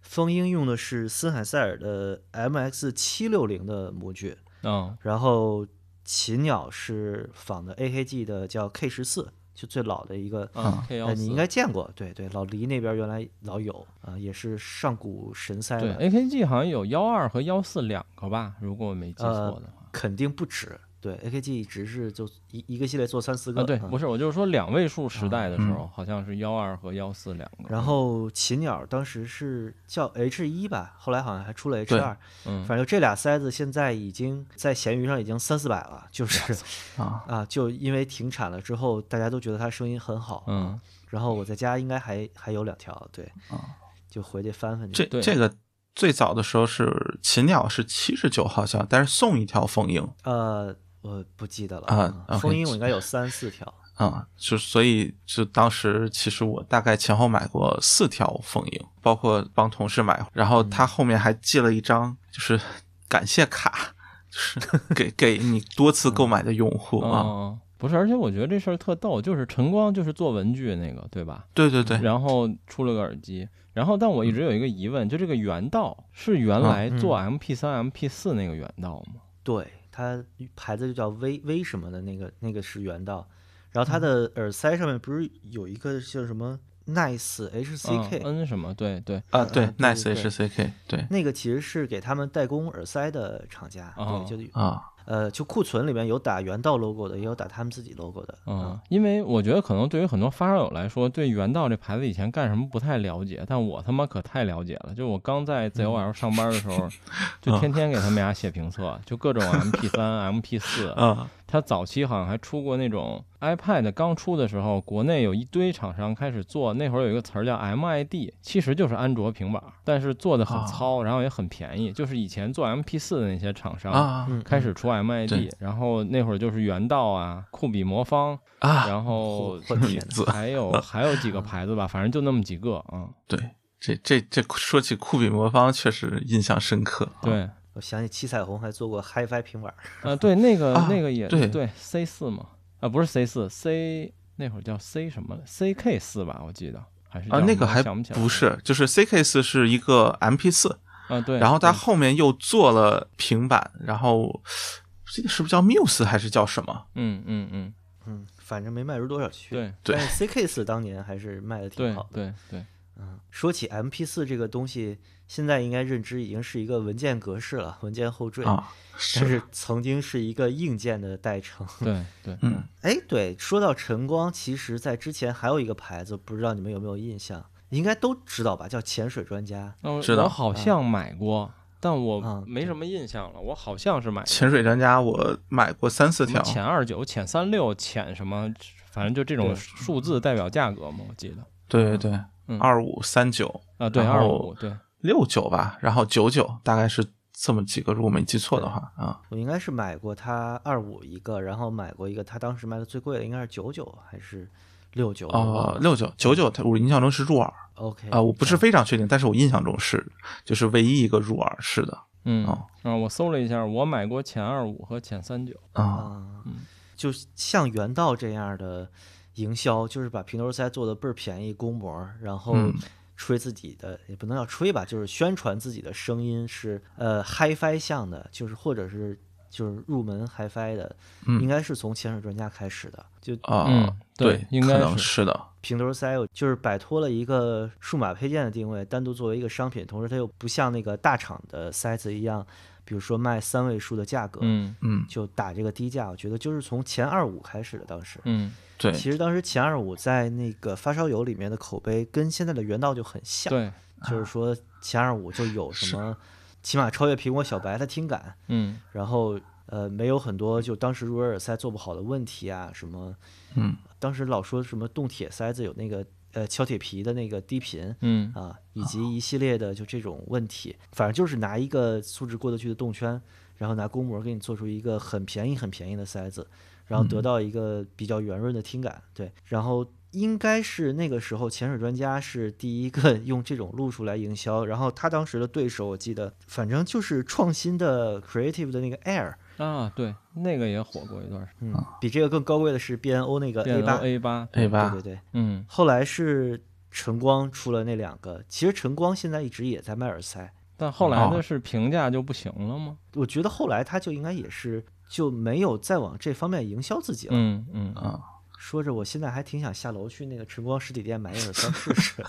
[SPEAKER 2] 风鹰用的是森海塞尔的 MX 七六零的模具，
[SPEAKER 1] 嗯
[SPEAKER 2] 然后禽鸟是仿的 AKG 的叫 K 十四就最老的一个，
[SPEAKER 4] 嗯
[SPEAKER 1] ，K 啊幺
[SPEAKER 2] 呃，
[SPEAKER 1] 四，
[SPEAKER 2] 你应该见过，对对，老黎那边原来老有啊、呃也是上古神塞
[SPEAKER 1] 对
[SPEAKER 2] 了，
[SPEAKER 1] AKG 好像有幺二和幺四两个吧，如果我没记
[SPEAKER 2] 呃
[SPEAKER 1] 错的啊话。
[SPEAKER 2] 肯定不止。对，AKG 一直是就一一个系列做三四个，
[SPEAKER 1] 啊，对，
[SPEAKER 2] 嗯
[SPEAKER 1] 不是，我就是说两位数时代的时候，
[SPEAKER 4] 嗯
[SPEAKER 1] 好像是幺二和幺四两个。
[SPEAKER 2] 然后禽鸟当时是叫 H 一吧，后来好像还出了 H
[SPEAKER 4] 对
[SPEAKER 2] 二，
[SPEAKER 1] 嗯，
[SPEAKER 2] 反正这俩塞子现在已经在闲鱼上已经三四百了，就是
[SPEAKER 4] 啊，
[SPEAKER 2] 啊，就因为停产了之后，大家都觉得它声音很好，
[SPEAKER 1] 嗯，
[SPEAKER 2] 然后我在家应该还还有两条，对，
[SPEAKER 4] 啊
[SPEAKER 2] 就回去翻翻去。
[SPEAKER 4] 这
[SPEAKER 1] 对
[SPEAKER 4] 这个最早的时候是禽鸟是七十九号箱，但是送一条风鹰
[SPEAKER 2] 呃，我不记得了
[SPEAKER 4] 啊
[SPEAKER 2] 嗯
[SPEAKER 4] OK
[SPEAKER 2] 风音我应该有三四条，
[SPEAKER 4] 啊，就所以就当时其实我大概前后买过四条风鹰，包括帮同事买，然后
[SPEAKER 1] 嗯
[SPEAKER 4] 他后面还寄了一张就是感谢卡，就是 给给你多次购买的用户啊，
[SPEAKER 1] 哦，不是，而且我觉得这事儿特逗，就是晨光就是做文具那个，对吧？
[SPEAKER 4] 对对对，
[SPEAKER 1] 然后出了个耳机，然后但我一直有一个疑问，就这个原道是
[SPEAKER 2] 嗯
[SPEAKER 1] 原来做 MP 三、MP 四那个原道吗？
[SPEAKER 2] 对，它牌子就叫 V V 什么的那个那个是原道，然
[SPEAKER 1] 嗯
[SPEAKER 2] 后它的耳塞上面不是有一个叫什么 Nice HCK，、
[SPEAKER 1] 嗯 N 什么？对对，
[SPEAKER 4] 啊，
[SPEAKER 2] 对
[SPEAKER 4] 对，Nice
[SPEAKER 2] 对
[SPEAKER 4] HCK，对
[SPEAKER 2] 那个其实是给他们代工耳塞的厂家，
[SPEAKER 1] 哦
[SPEAKER 2] 对，就
[SPEAKER 4] 啊，
[SPEAKER 2] 呃就库存里面有打原道 logo 的，也有打他们自己 logo 的，
[SPEAKER 1] 嗯，因为我觉得可能对于很多发烧友来说，对原道这牌子以前干什么不太了解，但我他妈可太了解了。就我刚
[SPEAKER 4] 嗯
[SPEAKER 1] 在 ZOL 上班的时 候，就天天给他们家写评测，就各种 MP 三、MP 四。
[SPEAKER 4] 啊，
[SPEAKER 1] 它早期好像还出过那种 iPad 刚出的时候，国内有一堆厂商开始做，那会儿有一个词儿叫 MID，其实就是安卓平板儿，但是做的很
[SPEAKER 4] 啊
[SPEAKER 1] 糙，然后也很便宜，就是以前做 MP 四的那些厂商。
[SPEAKER 4] 啊
[SPEAKER 2] 嗯，
[SPEAKER 1] 开
[SPEAKER 2] 嗯
[SPEAKER 1] 始出 MID，
[SPEAKER 4] 对
[SPEAKER 1] 然后那会儿就是原道啊、酷比魔方，
[SPEAKER 4] 啊，
[SPEAKER 1] 然后
[SPEAKER 2] 我我天
[SPEAKER 4] 名
[SPEAKER 2] 哪，
[SPEAKER 4] 字
[SPEAKER 1] 还 有还有几个牌子吧，反正就那么几个啊。
[SPEAKER 4] 对，这这这说起酷比魔方确实印象深刻。啊
[SPEAKER 1] 对，
[SPEAKER 2] 嗯我想起七彩虹还做过 HiFi 平板儿，
[SPEAKER 1] 啊对，那个
[SPEAKER 4] 啊
[SPEAKER 1] 那个也
[SPEAKER 4] 对
[SPEAKER 1] 对 C 四嘛，啊不是 C 四 C 那会儿叫 C 什么 CK 四吧，我记得还是
[SPEAKER 4] 啊，
[SPEAKER 1] 叫
[SPEAKER 4] 那
[SPEAKER 1] 什
[SPEAKER 4] 个
[SPEAKER 1] 么
[SPEAKER 4] 还
[SPEAKER 1] 想不起来
[SPEAKER 4] 不是，就是 CK 四是一个 MP 四，
[SPEAKER 1] 啊对，
[SPEAKER 4] 然后它
[SPEAKER 1] 对
[SPEAKER 4] 后面又做了平板，然后不记得是不是叫 Muse 还是叫什么？
[SPEAKER 1] 嗯嗯嗯
[SPEAKER 2] 嗯，反正没卖出多少去，
[SPEAKER 1] 对
[SPEAKER 4] 对
[SPEAKER 2] 但是 CK 四当年还是卖的挺
[SPEAKER 1] 对
[SPEAKER 2] 好的。
[SPEAKER 1] 对 对，
[SPEAKER 2] 嗯，说起 MP 四这个东西，现在应该认知已经是一个文件格式了，文件后缀
[SPEAKER 4] 啊，
[SPEAKER 2] 但是曾经是一个硬件的代称。
[SPEAKER 1] 对对，
[SPEAKER 4] 嗯，
[SPEAKER 2] 哎，对，说到晨光，其实在之前还有一个牌子，不知道你们有没有印象？应该都知道吧，叫潜水专家。
[SPEAKER 1] 那我
[SPEAKER 4] 知道
[SPEAKER 1] 我好像买过，但我
[SPEAKER 2] 啊
[SPEAKER 1] 没什么印象了，我好像是买过
[SPEAKER 4] 潜水专家我买过三四
[SPEAKER 1] 什么
[SPEAKER 4] 条，
[SPEAKER 1] 潜二九、潜三六、潜什么，反正就这种
[SPEAKER 2] 对
[SPEAKER 1] 数字代表价格嘛，我记得
[SPEAKER 4] 对对对
[SPEAKER 1] 嗯，
[SPEAKER 4] 二五三九
[SPEAKER 1] 啊，对
[SPEAKER 4] 然
[SPEAKER 1] 二
[SPEAKER 4] 后
[SPEAKER 1] 五对。
[SPEAKER 4] 六九吧，然后九九大概是这么几个，如果没记错的话
[SPEAKER 1] 嗯
[SPEAKER 4] 啊，
[SPEAKER 2] 我应该是买过它二五一个，然后买过一个，它当时卖的最贵的应该是九九还是六九？
[SPEAKER 4] 哦，六九九九，它我印象中是入耳
[SPEAKER 1] 哎
[SPEAKER 2] ，OK
[SPEAKER 4] 啊，我不是非常
[SPEAKER 1] 嗯
[SPEAKER 4] 确定，但是我印象中是，就是唯一一个入耳式的
[SPEAKER 1] 嗯
[SPEAKER 4] 哦
[SPEAKER 1] 啊，我搜了一下，我买过潜二五和潜三九。
[SPEAKER 4] 啊，
[SPEAKER 2] 啊，就像原道这样的营销，就是把平头塞做的倍儿便宜，公模，然后
[SPEAKER 4] 嗯
[SPEAKER 2] 吹自己的，也不能叫吹吧，就是宣传自己的声音是呃 HiFi 向的，就是或者是就是入门 HiFi 的，
[SPEAKER 4] 嗯
[SPEAKER 2] 应该是从潜水专家开始的，就
[SPEAKER 4] 啊、
[SPEAKER 1] 嗯对
[SPEAKER 4] 对，
[SPEAKER 1] 应该
[SPEAKER 4] 可能
[SPEAKER 1] 是
[SPEAKER 4] 是的，
[SPEAKER 2] 平头塞就是摆脱了一个数码配件的定位，单独作为一个商品，同时它又不像那个大厂的塞子一样，比如说卖三位数的价格。
[SPEAKER 1] 嗯
[SPEAKER 4] 嗯，
[SPEAKER 2] 就打这个低价，我觉得就是从前二五开始的，当时，
[SPEAKER 1] 嗯
[SPEAKER 4] 对，
[SPEAKER 2] 其实当时前二五在那个发烧友里面的口碑跟现在的原道就很像，
[SPEAKER 1] 对
[SPEAKER 4] 啊
[SPEAKER 2] 就是说前二五就有什么，起码超越苹果小白的听感，
[SPEAKER 1] 嗯
[SPEAKER 2] 然后呃没有很多就当时入耳塞做不好的问题啊，什么
[SPEAKER 4] 嗯，
[SPEAKER 2] 当时老说什么动铁塞子有那个呃敲铁皮的那个低频。
[SPEAKER 1] 嗯
[SPEAKER 2] 啊，以及一系列的就这种问题，反正就是拿一个素质过得去的动圈，然后拿公模给你做出一个很便宜很便宜的塞子，
[SPEAKER 1] 嗯
[SPEAKER 2] 然后得到一个比较圆润的听感。对，然后应该是那个时候潜水专家是第一个 用这种路数来营销，然后他当时的对手我记得，反正就是创新的 Creative 的那个 Air。
[SPEAKER 1] 啊，对，那个也火过一段时间。
[SPEAKER 2] 嗯，比这个更高贵的是 BNO 那个 A
[SPEAKER 1] 变
[SPEAKER 2] 八
[SPEAKER 1] 成 A 八，
[SPEAKER 4] 对
[SPEAKER 2] 对
[SPEAKER 4] 吧
[SPEAKER 2] 对？对，
[SPEAKER 1] 嗯
[SPEAKER 2] 后来是晨光出了那两个，其实晨光现在一直也在卖耳塞，
[SPEAKER 1] 但后来
[SPEAKER 4] 哦
[SPEAKER 1] 的是评价就不行了吗？
[SPEAKER 2] 我觉得后来他就应该也是就没有再往这方面营销自己了，
[SPEAKER 1] 嗯嗯
[SPEAKER 4] 啊，
[SPEAKER 2] 说着我现在还挺想下楼去那个晨光实体店买一耳塞试试。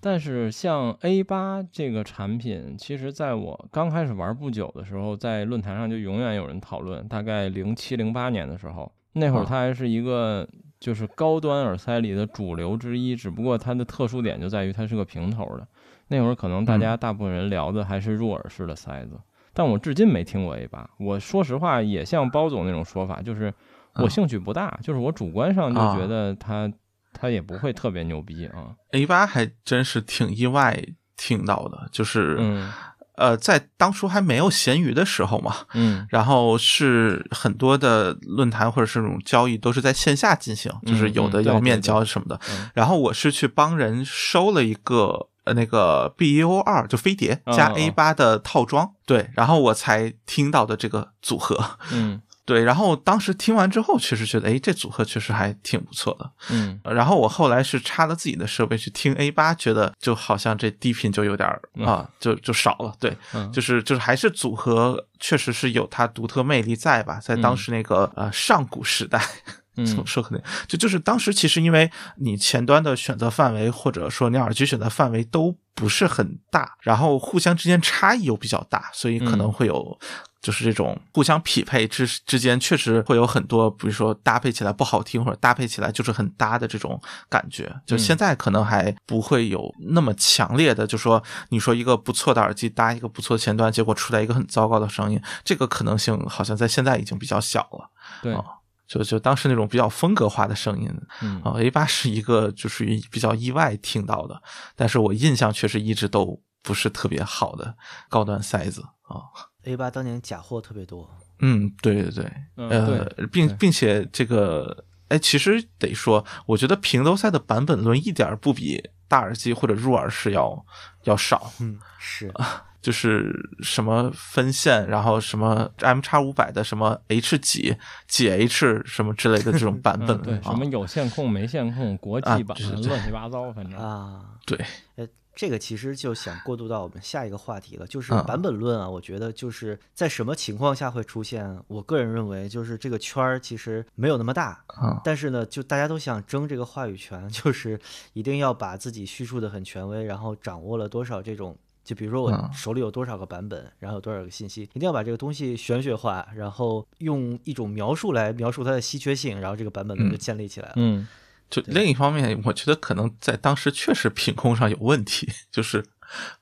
[SPEAKER 1] 但是像 A 八这个产品，其实在我刚开始玩不久的时候，在论坛上就永远有人讨论。大概零七零八年的时候，那
[SPEAKER 4] 啊
[SPEAKER 1] 会儿它还是一个就是高端耳塞里的主流之一，只不过它的特殊点就在于它是个平头的。那会儿可能大
[SPEAKER 4] 嗯
[SPEAKER 1] 家大部分人聊的还是入耳式的塞子，但我至今没听过 A 八。我说实话，也像包总那种说法，就是我
[SPEAKER 4] 啊
[SPEAKER 1] 兴趣不大，就是我主观上就
[SPEAKER 4] 啊
[SPEAKER 1] 觉得它它也不会特别牛逼啊。
[SPEAKER 4] A 八还真是挺意外听到的，就是、
[SPEAKER 1] 嗯
[SPEAKER 4] 呃，在当初还没有闲鱼的时候嘛，
[SPEAKER 1] 嗯
[SPEAKER 4] 然后是很多的论坛或者是那种交易都是在线下进行，
[SPEAKER 1] 嗯
[SPEAKER 4] 就是有的
[SPEAKER 1] 嗯对
[SPEAKER 4] 要面
[SPEAKER 1] 对对
[SPEAKER 4] 交什么的。
[SPEAKER 1] 嗯
[SPEAKER 4] 然后我是去帮人收了一个呃那个 B E O 二，就飞碟加
[SPEAKER 1] 嗯嗯
[SPEAKER 4] A 八的套装，对，然后我才听到的这个组合。
[SPEAKER 1] 嗯
[SPEAKER 4] 对，然后当时听完之后，确实觉得，哎，这组合确实还挺不错的。
[SPEAKER 1] 嗯。
[SPEAKER 4] 呃然后我后来是插了自己的设备去听 A 八，觉得就好像这低频就有点儿
[SPEAKER 1] 嗯
[SPEAKER 4] 啊，就就少了。对，
[SPEAKER 1] 嗯
[SPEAKER 4] 就是就是还是组合确实是有它独特魅力在吧，在当时那个、呃上古时代，怎么
[SPEAKER 1] 嗯
[SPEAKER 4] 说可能就就是当时其实因为你前端的选择范围或者说你耳机选择范围都不是很大，然后互相之间差异又比较大，所以可能
[SPEAKER 1] 嗯
[SPEAKER 4] 会有。就是这种互相匹配之之间，确实会有很多，比如说搭配起来不好听，或者搭配起来就是很搭的这种感觉。就
[SPEAKER 1] 嗯
[SPEAKER 4] 现在可能还不会有那么强烈的，就说你说一个不错的耳机搭一个不错的前端，结果出来一个很糟糕的声音，这个可能性好像在现在已经比较小了。
[SPEAKER 1] 对，
[SPEAKER 4] 啊就就当时那种比较风格化的声音
[SPEAKER 1] 嗯
[SPEAKER 4] 啊、a 八是一个就属于比较意外听到的，但是我印象确实一直都不是特别好的高端塞子啊。
[SPEAKER 2] A 八当年假货特别多，
[SPEAKER 4] 嗯，对对对，
[SPEAKER 1] 嗯
[SPEAKER 4] 呃
[SPEAKER 1] 对，
[SPEAKER 4] 并
[SPEAKER 1] 对
[SPEAKER 4] 并且这个，哎，其实得说，我觉得平头塞的版本论一点儿不比大耳机或者入耳式要要少，
[SPEAKER 2] 嗯，是，
[SPEAKER 4] 啊就是什么分线，然后什么 M 叉五百的什么 H 几几 H 什么之类的 这种版本
[SPEAKER 1] 嗯，对，
[SPEAKER 4] 啊
[SPEAKER 1] 什么有线控、没线控、国际
[SPEAKER 4] 啊
[SPEAKER 1] 版
[SPEAKER 4] 对对、对
[SPEAKER 1] 乱七八糟，反正
[SPEAKER 2] 啊，
[SPEAKER 4] 对，
[SPEAKER 2] 呃，这个其实就想过渡到我们下一个话题了，就是
[SPEAKER 4] 嗯
[SPEAKER 2] 版本论啊。我觉得就是在什么情况下会出现？我个人认为，就是这个圈儿其实没有那么大，
[SPEAKER 4] 嗯
[SPEAKER 2] 但是呢，就大家都想争这个话语权， 就是一定要把自己叙述的很权威，然后掌握了多少这种。就比如说我
[SPEAKER 4] 嗯
[SPEAKER 2] 手里有多少个版本，然后有多少个信息，一定要把这个东西玄学化，然后用一种描述来描述它的稀缺性，然后这个版本论就建立起来了。
[SPEAKER 1] 嗯，
[SPEAKER 4] 就另一方面，我觉得可能在当时确实品控上有问题，就是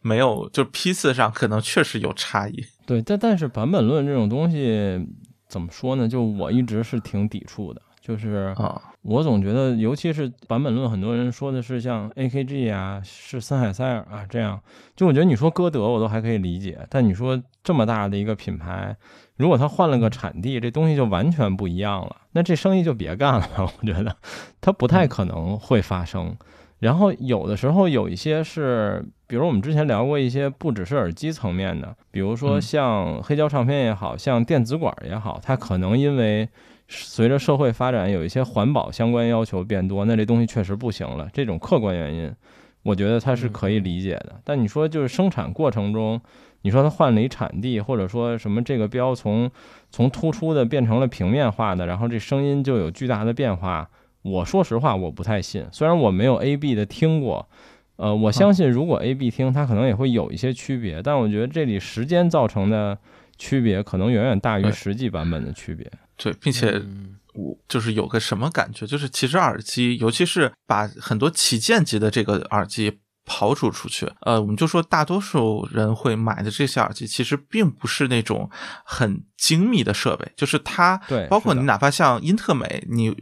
[SPEAKER 4] 没有，就批次上可能确实有差异。
[SPEAKER 1] 对，但但是版本论这种东西怎么说呢？就我一直是挺抵触的，就是
[SPEAKER 4] 啊，
[SPEAKER 1] 我总觉得，尤其是版本论，很多人说的是像 AKG 啊，是森海塞尔啊这样。就我觉得你说歌德我都还可以理解，但你说这么大的一个品牌，如果他换了个产地，这东西就完全不一样了。那这生意就别干了， 我觉得它不太可能会发生。然后有的时候有一些是，比如我们之前聊过一些不只是耳机层面的，比如说
[SPEAKER 4] 嗯
[SPEAKER 1] 像黑胶唱片也好像电子管儿也好，它可能因为随着社会发展，有一些环保相关要求变多，那这东西确实不行了。这种客观原因，我觉得它是可以理解的。但你说就是生产过程中，你说它换了一产地，或者说什么这个标从从突出的变成了平面化的，然后这声音就有巨大的变化，我说实话我不太信。虽然我没有 A B 的听过。呃，我相信如果 A、B 听，它可能也会有一些区别，但我觉得这里时间造成的区别可能远远大于
[SPEAKER 4] 对
[SPEAKER 1] 实际版本的区别。
[SPEAKER 4] 对，并且
[SPEAKER 2] 嗯
[SPEAKER 4] 我就是有个什么感觉，就是其实耳机，尤其是把很多旗舰级的这个耳机刨除出去，呃，我们就说大多数人会买的这些耳机，其实并不是那种很精密的设备，就是它，
[SPEAKER 1] 对
[SPEAKER 4] 包括
[SPEAKER 1] 是的
[SPEAKER 4] 你哪怕像英特美，你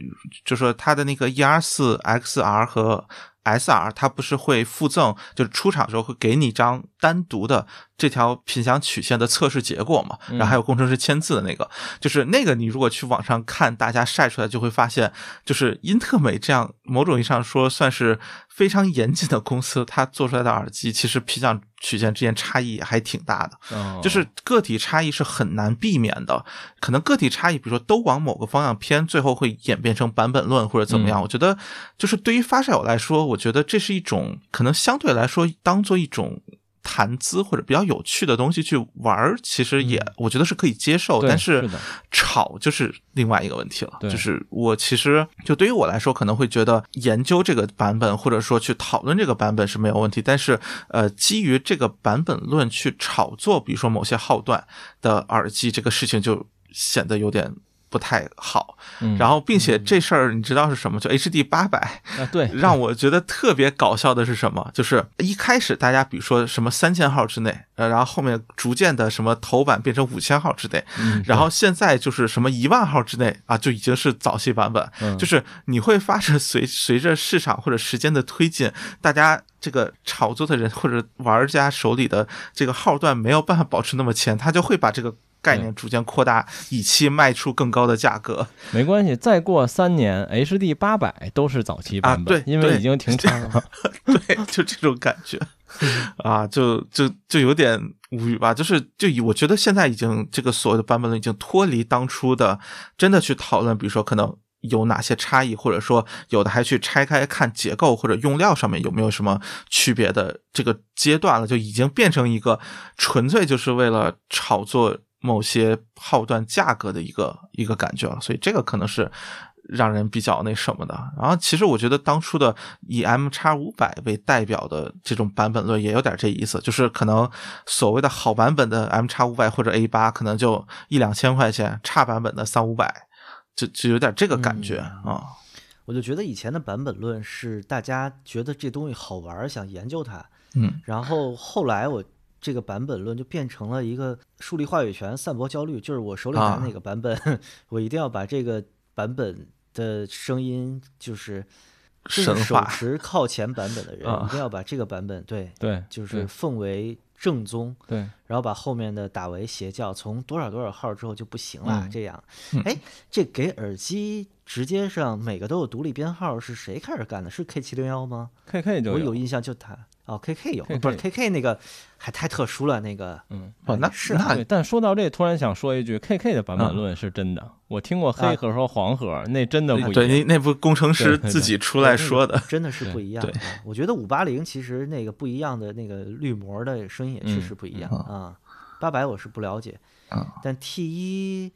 [SPEAKER 4] 就说它的那个 E R 四 X R 和 S R，它不是会附赠，就是出厂的时候会给你一张单独的这条品响曲线的测试结果嘛，然后还有工程师签字的那个，就是那个你如果去网上看大家晒出来，就会发现，就是英特美这样某种意义上说算是非常严谨的公司，它做出来的耳机其实品响曲线之间差异还挺大的。
[SPEAKER 1] 哦
[SPEAKER 4] 就是个体差异是很难避免的，可能个体差异，比如说都往某个方向偏，最后会演变成版本论或者怎么样。
[SPEAKER 1] 嗯
[SPEAKER 4] 我觉得，就是对于发烧友来说，我觉得这是一种可能相对来说当做一种谈资或者比较有趣的东西去玩儿，其实也、我觉得是可以接受，
[SPEAKER 1] 嗯对
[SPEAKER 4] 但
[SPEAKER 1] 是的
[SPEAKER 4] 吵就是另外一个问题了。
[SPEAKER 1] 对
[SPEAKER 4] 就是我其实就对于我来说，可能会觉得研究这个版本或者说去讨论这个版本是没有问题，但是呃，基于这个版本论去炒作，比如说某些号段的耳机这个事情，就显得有点不太好。
[SPEAKER 1] 嗯
[SPEAKER 4] 然后，并且这事儿你知道是什么？就 HD 八百。
[SPEAKER 1] 啊，对，
[SPEAKER 4] 让我觉得特别搞笑的是什么？就是一开始大家比如说什么三千号之内，呃，然后后面逐渐的什么头版变成五千号之内，
[SPEAKER 1] 嗯
[SPEAKER 4] 然后现在就是什么一万号之内啊，就已经是早期版本。
[SPEAKER 1] 嗯
[SPEAKER 4] 就是你会发现随随着市场或者时间的推进，大家这个炒作的人或者玩家手里的这个号段没有办法保持那么前，他就会把这个。概念逐渐扩大，以期卖出更高的价格。
[SPEAKER 1] 没关系，再过三年 HD 八百都是早期版本，
[SPEAKER 4] 啊对
[SPEAKER 1] 因为
[SPEAKER 4] 对
[SPEAKER 1] 已经停产了。
[SPEAKER 4] 对，就这种感觉啊，就就就有点无语吧。就是就以我觉得现在已经这个所谓的版本论已经脱离当初的，真的去讨论，比如说可能。有哪些差异，或者说有的还去拆开看结构或者用料上面有没有什么区别的这个阶段了，就已经变成一个纯粹就是为了炒作某些号段价格的一个一个感觉了，所以这个可能是让人比较那什么的。然后其实我觉得当初的以 M x 五百为代表的这种版本论也有点这意思，就是可能所谓的好版本的 M x 五百或者 A 八可能就一两千块钱，差版本的三五百，就就有点这个感觉啊、
[SPEAKER 2] 我就觉得以前的版本论是大家觉得这东西好玩儿，想研究它，
[SPEAKER 4] 嗯，
[SPEAKER 2] 然后后来我这个版本论就变成了一个树立话语权、散播焦虑，就是我手里拿
[SPEAKER 4] 啊
[SPEAKER 2] 哪个版本， 我一定要把这个版本的声音，就是
[SPEAKER 4] 神
[SPEAKER 2] 正手
[SPEAKER 4] 话
[SPEAKER 2] 持靠前版本的人，
[SPEAKER 4] 啊
[SPEAKER 2] 一定要把这个版本对，
[SPEAKER 1] 对，
[SPEAKER 2] 就是奉为正宗，
[SPEAKER 1] 对
[SPEAKER 2] 然后把后面的打为邪教，从多少多少号之后就不行
[SPEAKER 4] 嗯
[SPEAKER 2] 了。这样，哎，这给耳机直接上每个都有独立编号，是谁开始干的？是 K 七零幺吗？
[SPEAKER 1] 对，KK 就
[SPEAKER 2] 我有印象就他哦，KK 有
[SPEAKER 1] KK
[SPEAKER 2] 不是 KK 那个还太特殊了，那个
[SPEAKER 1] 嗯，
[SPEAKER 4] 哦，那
[SPEAKER 2] 是
[SPEAKER 4] 那
[SPEAKER 1] 对，但说到这，突然想说一句，KK 的版本
[SPEAKER 4] 嗯
[SPEAKER 1] 论是真的，我听过
[SPEAKER 2] 啊
[SPEAKER 1] 黑盒和黄盒，那真的不一
[SPEAKER 4] 对，那
[SPEAKER 1] 样。
[SPEAKER 4] 那不工程师
[SPEAKER 1] 对对
[SPEAKER 4] 自己出来说的，
[SPEAKER 2] 真的是不一样
[SPEAKER 4] 对
[SPEAKER 2] 啊。我觉得五八零其实那个不一样的那个绿膜的声音也
[SPEAKER 4] 嗯
[SPEAKER 2] 确实不一样啊。八百我是不了解
[SPEAKER 4] 啊，
[SPEAKER 2] 但 T 一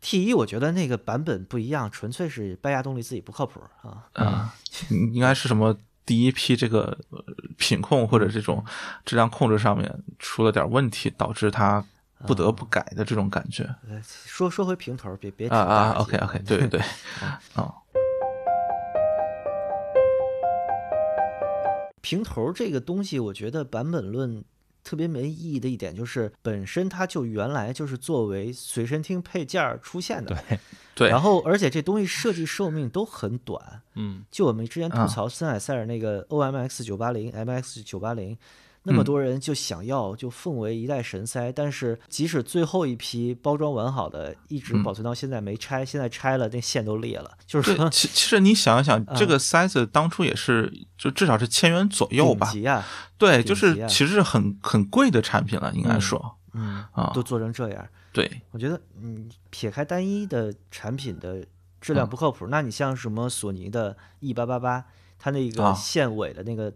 [SPEAKER 2] T 一我觉得那个版本不一样，纯粹是拜亚动力自己不靠谱啊。
[SPEAKER 4] 啊，应该是什么第一批这个呃品控或者这种质量控制上面出了点问题，导致它不得不改的这种感觉
[SPEAKER 2] 呃说说回平头儿，别别扯
[SPEAKER 4] 啊啊
[SPEAKER 2] 大了
[SPEAKER 4] ，OK OK，对对对，啊，
[SPEAKER 2] 平头儿这个东西，我觉得版本论特别没意义的一点就是，本身它就原来就是作为随身听配件儿出现的。
[SPEAKER 1] 对，
[SPEAKER 4] 对，
[SPEAKER 2] 然后，而且这东西设计寿命都很短。
[SPEAKER 1] 嗯，
[SPEAKER 2] 就我们之前吐
[SPEAKER 4] 啊
[SPEAKER 2] 槽森海塞尔那个 OMX 九八零、MX 九八零，那么
[SPEAKER 4] 嗯
[SPEAKER 2] 多人就想要，就奉为一代神塞。但是，即使最后一批包装完好的，一直
[SPEAKER 4] 嗯
[SPEAKER 2] 保存到现在没拆，现在拆了，那线都裂了。就是
[SPEAKER 4] 对，
[SPEAKER 2] 说，嗯
[SPEAKER 4] 其其实你想一想，这个 size 当初也是就至少是千元左右吧
[SPEAKER 2] 顶，级啊，
[SPEAKER 4] 对，
[SPEAKER 2] 顶
[SPEAKER 4] 就
[SPEAKER 2] 级
[SPEAKER 4] 是
[SPEAKER 2] 啊
[SPEAKER 4] 其实是很很贵的产品了，应该说
[SPEAKER 2] 嗯，
[SPEAKER 4] 啊
[SPEAKER 2] 都，做成这样。
[SPEAKER 4] 对，
[SPEAKER 2] 我觉得，嗯，撇开单一的产品的质
[SPEAKER 4] 嗯
[SPEAKER 2] 量不靠谱，那你像什么索尼的 E 八八八，它那个
[SPEAKER 4] 啊
[SPEAKER 2] 线尾的那个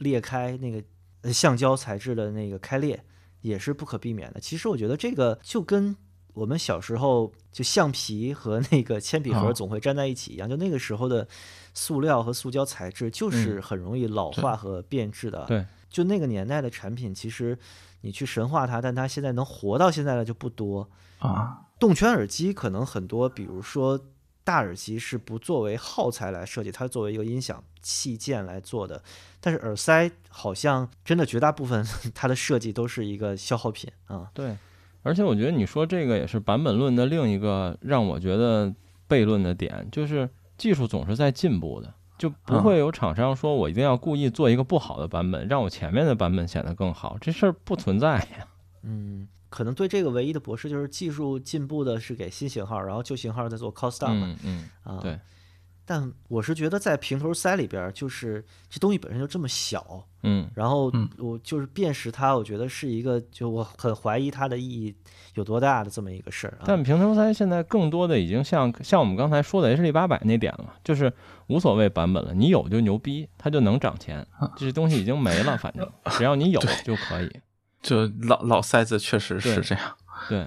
[SPEAKER 2] 裂开，那个呃橡胶材质的那个开裂，也是不可避免的。其实我觉得这个就跟我们小时候就橡皮和那个铅笔盒
[SPEAKER 4] 啊
[SPEAKER 2] 总会粘在一起一样，就那个时候的塑料和塑胶材质
[SPEAKER 4] 嗯
[SPEAKER 2] 就是很容易老化和变质的。
[SPEAKER 1] 对，
[SPEAKER 2] 就那个年代的产品，其实你去神化它，但它现在能活到现在的就不多。
[SPEAKER 4] 啊，
[SPEAKER 2] 动圈耳机可能很多，比如说大耳机是不作为耗材来设计，它作为一个音响器件来做的。但是耳塞好像真的绝大部分它的设计都是一个消耗品 啊。
[SPEAKER 1] 对。而且我觉得你说这个也是版本论的另一个让我觉得悖论的点，就是技术总是在进步的，就不会有厂商说我一定要故意做一个不好的版本，让我前面的版本显得更好，这事儿不存在呀。
[SPEAKER 2] 嗯，可能对这个唯一的驳斥就是技术进步的是给新型号，然后旧型号在做 cost down 嘛、
[SPEAKER 1] 嗯嗯，
[SPEAKER 2] 啊。
[SPEAKER 1] 对。
[SPEAKER 2] 但我是觉得在平头塞里边儿，就是这东西本身就这么小，
[SPEAKER 1] 嗯
[SPEAKER 2] 然后
[SPEAKER 4] 嗯
[SPEAKER 2] 我就是辨识它，我觉得是一个就我很怀疑它的意义有多大的这么一个事儿啊。
[SPEAKER 1] 但平头塞现在更多的已经像像我们刚才说的 H D 八百那点了，就是无所谓版本了，你有就牛逼，它就能涨钱。这些东西已经没了，反正只要你有就可以。
[SPEAKER 4] 就老老塞子确实是
[SPEAKER 1] 对
[SPEAKER 4] 这样。
[SPEAKER 1] 对，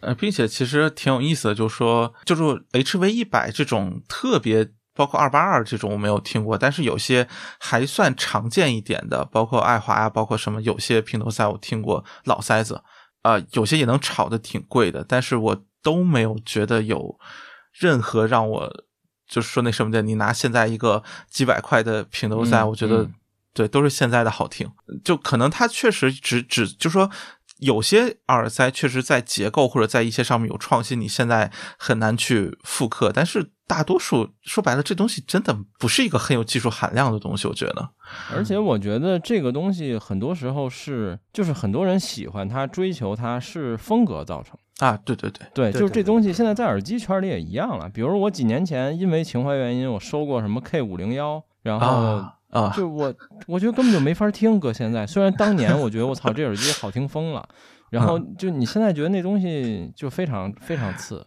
[SPEAKER 4] 呃，并且其实挺有意思的，就是说，就是 HV 一百这种特别，包括二八二这种我没有听过，但是有些还算常见一点的，包括爱华啊，包括什么，有些平头塞我听过老塞子，啊，有些也能炒的挺贵的，但是我都没有觉得有任何让我就是说那什么的，你拿现在一个几百块的平头塞，
[SPEAKER 1] 嗯
[SPEAKER 4] 我觉得
[SPEAKER 1] 嗯
[SPEAKER 4] 对，都是现在的好听。就可能它确实只只就说有些耳塞确实在结构或者在一些上面有创新，你现在很难去复刻。但是大多数说白了，这东西真的不是一个很有技术含量的东西，我觉得。
[SPEAKER 1] 而且我觉得这个东西很多时候是，就是很多人喜欢它、追求它是风格造成的。
[SPEAKER 4] 啊，对对对，
[SPEAKER 1] 对，
[SPEAKER 2] 对
[SPEAKER 1] 就是
[SPEAKER 2] 对
[SPEAKER 1] 这
[SPEAKER 2] 对
[SPEAKER 1] 东西现在在耳机圈里也一样了。比如我几年前因为情怀原因，我收过什么 K 五零幺，然后
[SPEAKER 4] 啊啊，
[SPEAKER 1] 就我，我觉得根本就没法听。搁现在，虽然当年我觉得我操这耳机好听疯了，然后
[SPEAKER 4] 嗯
[SPEAKER 1] 就你现在觉得那东西就非常非常次。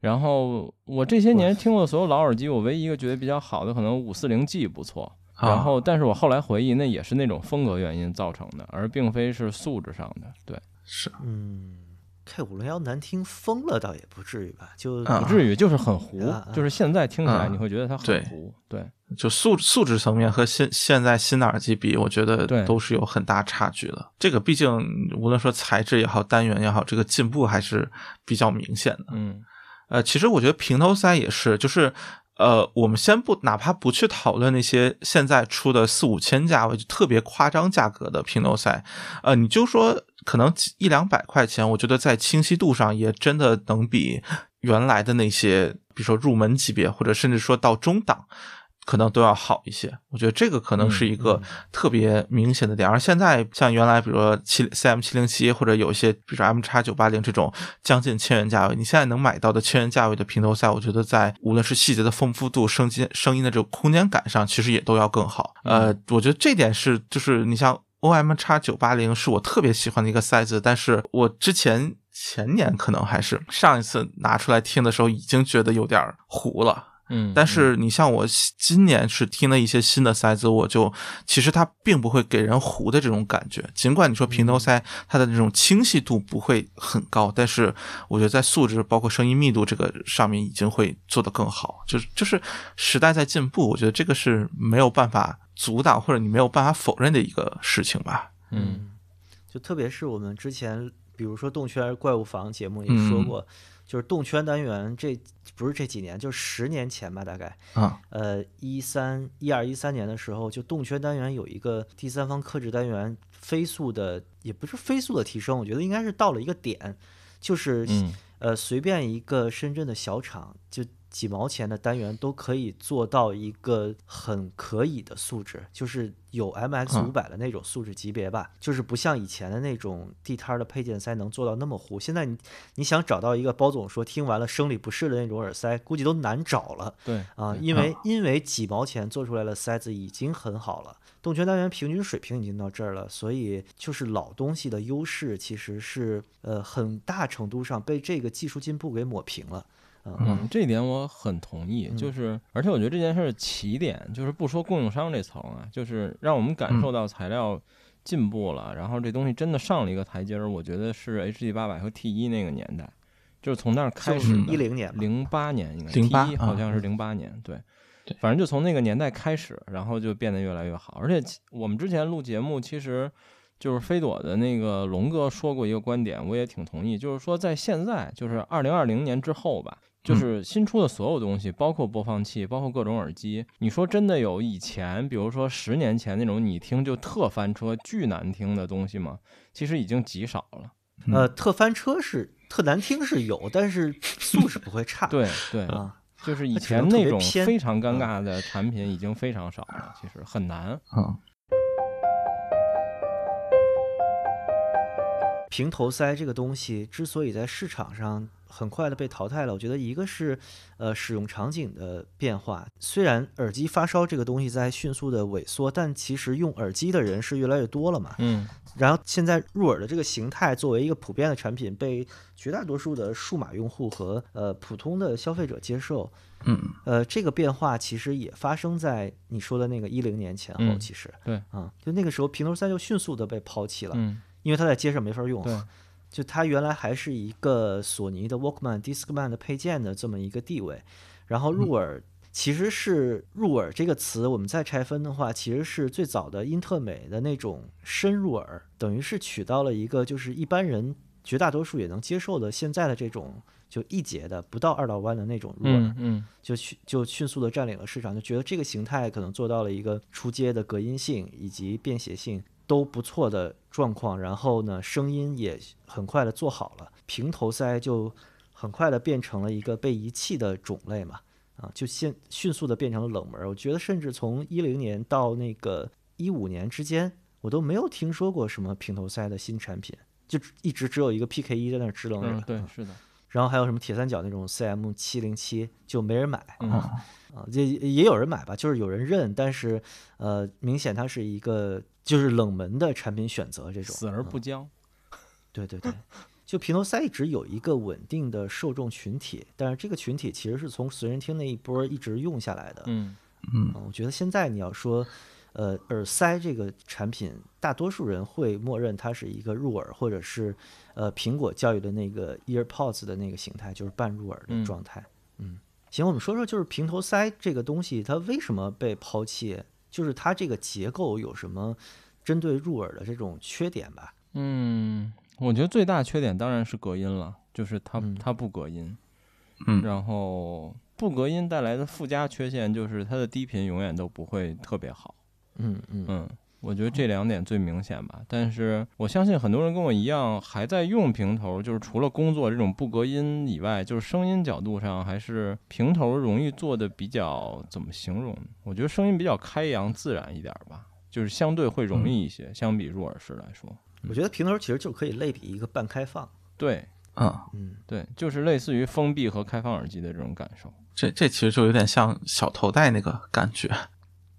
[SPEAKER 1] 然后我这些年听过的所有老耳机，我唯一一个觉得比较好的可能五四零 G 不错。
[SPEAKER 4] 啊
[SPEAKER 1] 然后，但是我后来回忆，那也是那种风格原因造成的，而并非是素质上的。对，
[SPEAKER 4] 是
[SPEAKER 2] 嗯，K 五零幺难听疯了倒也不至于吧，就、
[SPEAKER 4] 啊
[SPEAKER 1] 不至于就是很糊
[SPEAKER 2] 啊，啊
[SPEAKER 1] 就是现在听起来
[SPEAKER 4] 啊
[SPEAKER 1] 你会觉得它
[SPEAKER 4] 对
[SPEAKER 1] 很糊。对，
[SPEAKER 4] 就素素质层面和现现在新的耳机比，我觉得
[SPEAKER 1] 对
[SPEAKER 4] 都是有很大差距的。这个毕竟无论说材质也好，单元也好，这个进步还是比较明显的。
[SPEAKER 1] 嗯
[SPEAKER 4] 呃，其实我觉得平头塞也是，就是呃，我们先不哪怕不去讨论那些现在出的四五千价位就特别夸张价格的平头塞，呃，你就说可能几一两百块钱，我觉得在清晰度上也真的能比原来的那些，比如说入门级别，或者甚至说到中档。可能都要好一些，我觉得这个可能是一个特别明显的点。而现在像原来，比如说七 CM 七零七或者有一些，比如说 M 叉九八零这种将近千元价位，你现在能买到的千元价位的平头塞，我觉得在无论是细节的丰富度、声音声音的这个空间感上，其实也都要更好。呃，我觉得这点是，就是你像 O M 叉九八零是我特别喜欢的一个塞子，但是我之前前年可能还是上一次拿出来听的时候，已经觉得有点儿糊了。
[SPEAKER 1] 嗯。
[SPEAKER 4] 但
[SPEAKER 1] 嗯
[SPEAKER 4] 是你像我新今年是听了一些新的塞子，我就其实它并不会给人糊的这种感觉。尽管你说
[SPEAKER 2] 嗯
[SPEAKER 4] 平头塞它的这种清晰度不会很高，但是我觉得在素质包括声音密度这个上面已经会做得更好。就是就是时代在进步，我觉得这个是没有办法阻挡或者你没有办法否认的一个事情吧。
[SPEAKER 1] 嗯，
[SPEAKER 2] 就特别是我们之前，比如说动圈怪物房节目也说
[SPEAKER 4] 嗯
[SPEAKER 2] 过，就是动圈单元这不是这几年，就十年前吧，大概
[SPEAKER 4] 啊、
[SPEAKER 2] 呃一三一二一三年的时候，就动圈单元有一个第三方克制单元飞速的，也不是飞速的提升，我觉得应该是到了一个点，就是、
[SPEAKER 1] 嗯
[SPEAKER 2] 呃随便一个深圳的小厂就。几毛钱的单元都可以做到一个很可以的素质，就是有 MX 五百的那种素质级别吧，就是不像以前的那种地摊儿的配件塞能做到那么糊。现在你你想找到一个包总说听完了生理不适的那种耳塞，估计都难找了。
[SPEAKER 1] 对，嗯
[SPEAKER 2] 啊，因为因为几毛钱做出来的塞子已经很好了，动圈单元平均水平已经到这儿了，所以就是老东西的优势其实是呃很大程度上被这个技术进步给抹平了。
[SPEAKER 1] 嗯，这一点我很同意，就是而且我觉得这件事儿起点就是不说供应商这层啊，就是让我们感受到材料进步了，然后这东西真的上了一个台阶儿，我觉得是 H D 八百和 T 一那个年代，就是从那儿开始
[SPEAKER 4] 嗯
[SPEAKER 2] 一零年吧，
[SPEAKER 1] 零八年应该
[SPEAKER 4] 08
[SPEAKER 1] T 一
[SPEAKER 4] 啊
[SPEAKER 1] 好像是零八年，对
[SPEAKER 4] 对。
[SPEAKER 1] 反正就从那个年代开始，然后就变得越来越好。而且其我们之前录节目，其实就是飞朵的那个龙哥说过一个观点，我也挺同意，就是说在现在，就是二零二零年之后吧，就是新出的所有东西，包括播放器，包括各种耳机，你说真的有以前，比如说十年前那种你听就特翻车、巨难听的东西吗？其实已经极少了。
[SPEAKER 2] 呃，
[SPEAKER 1] 嗯
[SPEAKER 2] 特翻车是特难听是有，但是 素质不会差。
[SPEAKER 1] 对对，
[SPEAKER 2] 啊，
[SPEAKER 1] 就是以
[SPEAKER 2] 它只
[SPEAKER 1] 前
[SPEAKER 2] 能特
[SPEAKER 1] 那
[SPEAKER 2] 别
[SPEAKER 1] 种
[SPEAKER 2] 偏
[SPEAKER 1] 非常尴尬的产品已经非常少了，其实很难。
[SPEAKER 4] 嗯，
[SPEAKER 2] 平头塞这个东西之所以在市场上很快的被淘汰了，我觉得一个是呃使用场景的变化，虽然耳机发烧这个东西在迅速的萎缩，但其实用耳机的人是越来越多了嘛。
[SPEAKER 4] 嗯
[SPEAKER 2] 然后现在入耳的这个形态作为一个普遍的产品，被绝大多数的数码用户和呃普通的消费者接受。
[SPEAKER 4] 嗯，
[SPEAKER 2] 呃，这个变化其实也发生在你说的那个一零年前后，
[SPEAKER 1] 嗯
[SPEAKER 2] 其实、
[SPEAKER 1] 对
[SPEAKER 2] 啊、就那个时候平头塞就迅速的被抛弃了，
[SPEAKER 1] 嗯，
[SPEAKER 2] 因为它在街上没法用。
[SPEAKER 1] 对，
[SPEAKER 2] 就它原来还是一个索尼的 Walkman、Discman 的配件的这么一个地位，然
[SPEAKER 1] 嗯
[SPEAKER 2] 后入耳、其实是入耳这个词，我们再拆分的话，其实是最早的英特美的那种深入耳，等于是取到了一个就是一般人绝大多数也能接受的现在的这种就一节的不到二道弯的那种入耳，
[SPEAKER 1] 嗯嗯
[SPEAKER 2] 就迅就迅速的占领了市场，就觉得这个形态可能做到了一个出街的隔音性以及便携性都不错的状况，然后呢，声音也很快的做好了，平头塞就很快的变成了一个被遗弃的种类嘛，啊，就现迅速的变成了冷门儿。我觉得甚至从一零年到那个一五年之间，我都没有听说过什么平头塞的新产品，就一直只有一个 PK 一在那儿支棱着、
[SPEAKER 1] 嗯，对
[SPEAKER 2] 啊，
[SPEAKER 1] 是的，
[SPEAKER 2] 然后还有什么铁三角那种 CM 七零七就没人买
[SPEAKER 1] 嗯
[SPEAKER 2] 啊啊，这也有人买吧，就是有人认，但是呃，明显它是一个就是冷门的产品选择这种，
[SPEAKER 1] 死而
[SPEAKER 2] 嗯
[SPEAKER 1] 不僵。
[SPEAKER 2] 对对对，就平头塞一直有一个稳定的受众群体，但是这个群体其实是从随身听那一波儿一直用下来的，
[SPEAKER 1] 嗯
[SPEAKER 2] 嗯，我觉得现在你要说，呃，耳塞这个产品，大多数人会默认它是一个入耳，或者是呃苹果教育的那个 EarPods 的那个形态，就是半入耳的
[SPEAKER 1] 嗯
[SPEAKER 2] 状态。嗯行，我们说说就是平头塞这个东西，它为什么被抛弃？就是它这个结构有什么针对入耳的这种缺点吧？
[SPEAKER 1] 嗯，我觉得最大缺点当然是隔音了，就是它
[SPEAKER 2] 嗯
[SPEAKER 1] 它不隔音，
[SPEAKER 4] 嗯
[SPEAKER 1] 然后不隔音带来的附加缺陷就是它的低频永远都不会特别好。
[SPEAKER 2] 嗯嗯
[SPEAKER 1] 嗯，我觉得这两点最明显吧。但是我相信很多人跟我一样，还在用平头，就是除了工作这种不隔音以外，就是声音角度上，还是平头容易做的比较怎么形容呢？我觉得声音比较开扬自然一点吧，就是相对会容易一些，相比入耳式来说。
[SPEAKER 2] 我觉得平头其实就可以类比一个半开放。
[SPEAKER 1] 对
[SPEAKER 4] 啊，
[SPEAKER 2] 嗯，
[SPEAKER 1] 对，就是类似于封闭和开放耳机的这种感受。
[SPEAKER 4] 这这其实就有点像小头戴那个感觉，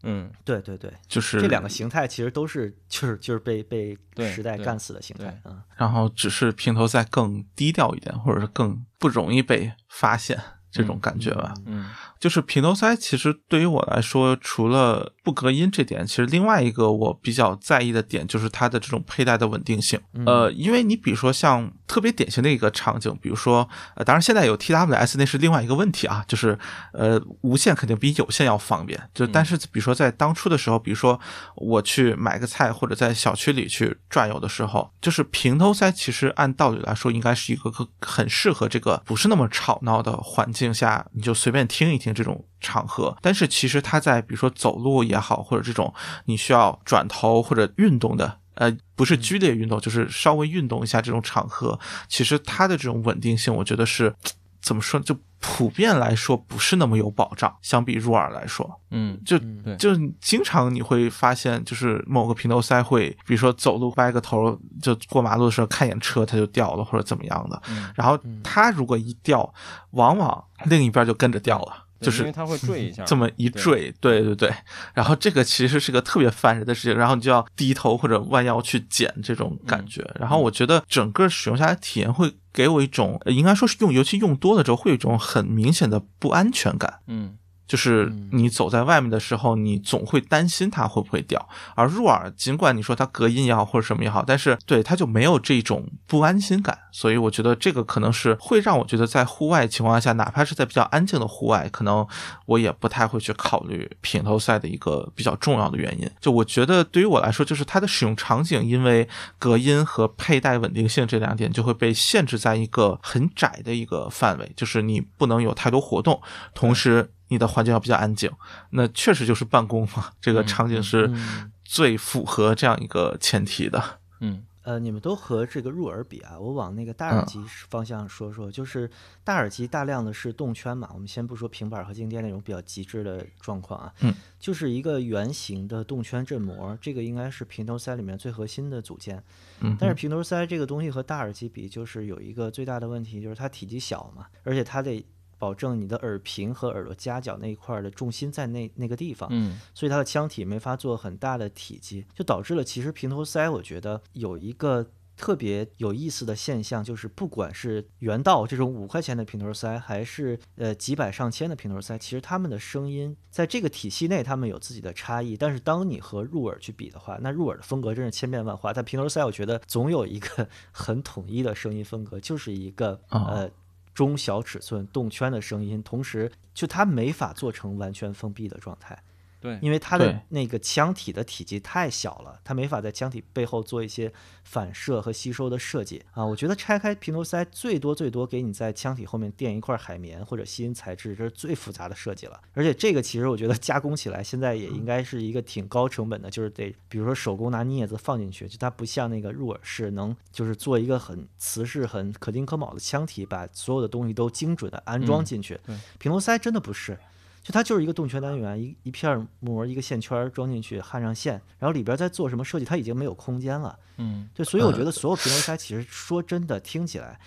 [SPEAKER 1] 嗯，
[SPEAKER 2] 对对对，
[SPEAKER 4] 就是
[SPEAKER 2] 这两个形态其实都是就是就是被被
[SPEAKER 1] 对
[SPEAKER 2] 时代
[SPEAKER 1] 对
[SPEAKER 2] 干死的形态啊。
[SPEAKER 1] 对
[SPEAKER 2] 嗯
[SPEAKER 4] 然后只是平头塞更低调一点，或者是更不容易被发现这种感觉吧。
[SPEAKER 1] 嗯
[SPEAKER 4] 就是平头塞，其实对于我来说，除了不隔音这点，其实另外一个我比较在意的点就是它的这种佩戴的稳定性。呃，因为你比如说像特别典型的一个场景，比如说，呃，当然现在有 TWS 那是另外一个问题啊，就是呃，无线肯定比有线要方便。就但是比如说在当初的时候，比如说我去买个菜或者在小区里去转悠的时候，就是平头塞，其实按道理来说应该是一个个很适合这个不是那么吵闹的环境下，你就随便听一听这种场合。但是其实它在比如说走路也好，或者这种你需要转头或者运动的。呃，不
[SPEAKER 1] 嗯
[SPEAKER 4] 是剧烈运动，就是稍微运动一下这种场合，其实它的这种稳定性，我觉得是怎么说，就普遍来说不是那么有保障，相比入耳来说，
[SPEAKER 1] 嗯
[SPEAKER 4] 就
[SPEAKER 2] 嗯
[SPEAKER 1] 对
[SPEAKER 4] 就是你经常你会发现，就是某个平头塞会，比如说走路歪个头，就过马路的时候看一眼车，它就掉了或者怎么样的。
[SPEAKER 1] 嗯，
[SPEAKER 4] 然后它如果一掉，往往另一边就跟着掉了，
[SPEAKER 1] 对
[SPEAKER 4] 就
[SPEAKER 1] 因
[SPEAKER 4] 是
[SPEAKER 1] 为它会坠一下，
[SPEAKER 4] 嗯这么一
[SPEAKER 1] 对
[SPEAKER 4] 坠，对对对。然后这个其实是个特别烦人的事情，然后你就要低头或者弯腰去捡这种
[SPEAKER 1] 嗯
[SPEAKER 4] 感觉。然后我觉得整个使用下来体验会给我一种，呃应该说是用，尤其用多了之后，会有一种很明显的不安全感。
[SPEAKER 1] 嗯
[SPEAKER 4] 就是你走在外面的时候，你总会担心它会不会掉。而入耳，尽管你说它隔音也好或者什么也好，但是对它就没有这种不安心感。所以我觉得这个可能是会让我觉得在户外情况下，哪怕是在比较安静的户外，可能我也不太会去考虑平头塞的一个比较重要的原因。就我觉得对于我来说，就是它的使用场景因为隔音和佩戴稳定性这两点就会被限制在一个很窄的一个范围，就是你不能有太多活动，同时。你的环境要比较安静，那确实就是办公嘛，这个
[SPEAKER 1] 嗯
[SPEAKER 4] 场景
[SPEAKER 1] 嗯
[SPEAKER 4] 是
[SPEAKER 2] 嗯
[SPEAKER 4] 最符合这样一个前提的。
[SPEAKER 1] 嗯
[SPEAKER 2] 呃，你们都和这个入耳比啊，我往那个大
[SPEAKER 4] 嗯
[SPEAKER 2] 耳机是方向说说，就是大耳机大量的是动圈嘛，我们先不说平板和静电那种比较极致的状况啊，
[SPEAKER 4] 嗯，
[SPEAKER 2] 就是一个圆形的动圈振膜，这个应该是平头塞里面最核心的组件，
[SPEAKER 4] 嗯，
[SPEAKER 2] 但是平头塞这个东西和大耳机比，就是有一个最大的问题，就是它体积小嘛，而且它得保证你的耳屏和耳朵夹角那一块儿的重心在那那个地方，
[SPEAKER 1] 嗯
[SPEAKER 2] 所以它的腔体没法做很大的体积，就导致了其实平头塞，我觉得有一个特别有意思的现象，就是不管是原道这种五块钱的平头塞，还是呃几百上千的平头塞，其实它们的声音在这个体系内，它们有自己的差异。但是当你和入耳去比的话，那入耳的风格真是千变万化，但平头塞我觉得总有一个 很统一的声音风格，就是一个
[SPEAKER 4] 哦
[SPEAKER 2] 呃。中小尺寸动圈的声音，同时就它没法做成完全封闭的状态，
[SPEAKER 1] 对
[SPEAKER 2] 因为它的
[SPEAKER 4] 对
[SPEAKER 2] 那个腔体的体积太小了，它没法在腔体背后做一些反射和吸收的设计啊。我觉得拆开平头塞最多最多给你在腔体后面垫一块海绵或者吸音材质，这是最复杂的设计了。而且这个其实我觉得加工起来现在也应该是一个挺高成本的，就是得比如说手工拿镊子放进去，就它不像那个入耳式能就是做一个很瓷实、很可丁可卯的腔体，把所有的东西都精准的安装进去。
[SPEAKER 1] 嗯对
[SPEAKER 2] 平头塞真的不是，就它就是一个动圈单元，一一片膜，一个线圈装进去，焊上线，然后里边再做什么设计，它已经没有空间了。
[SPEAKER 1] 嗯，
[SPEAKER 2] 对，所以我觉得所有平头塞其实说真的，听起来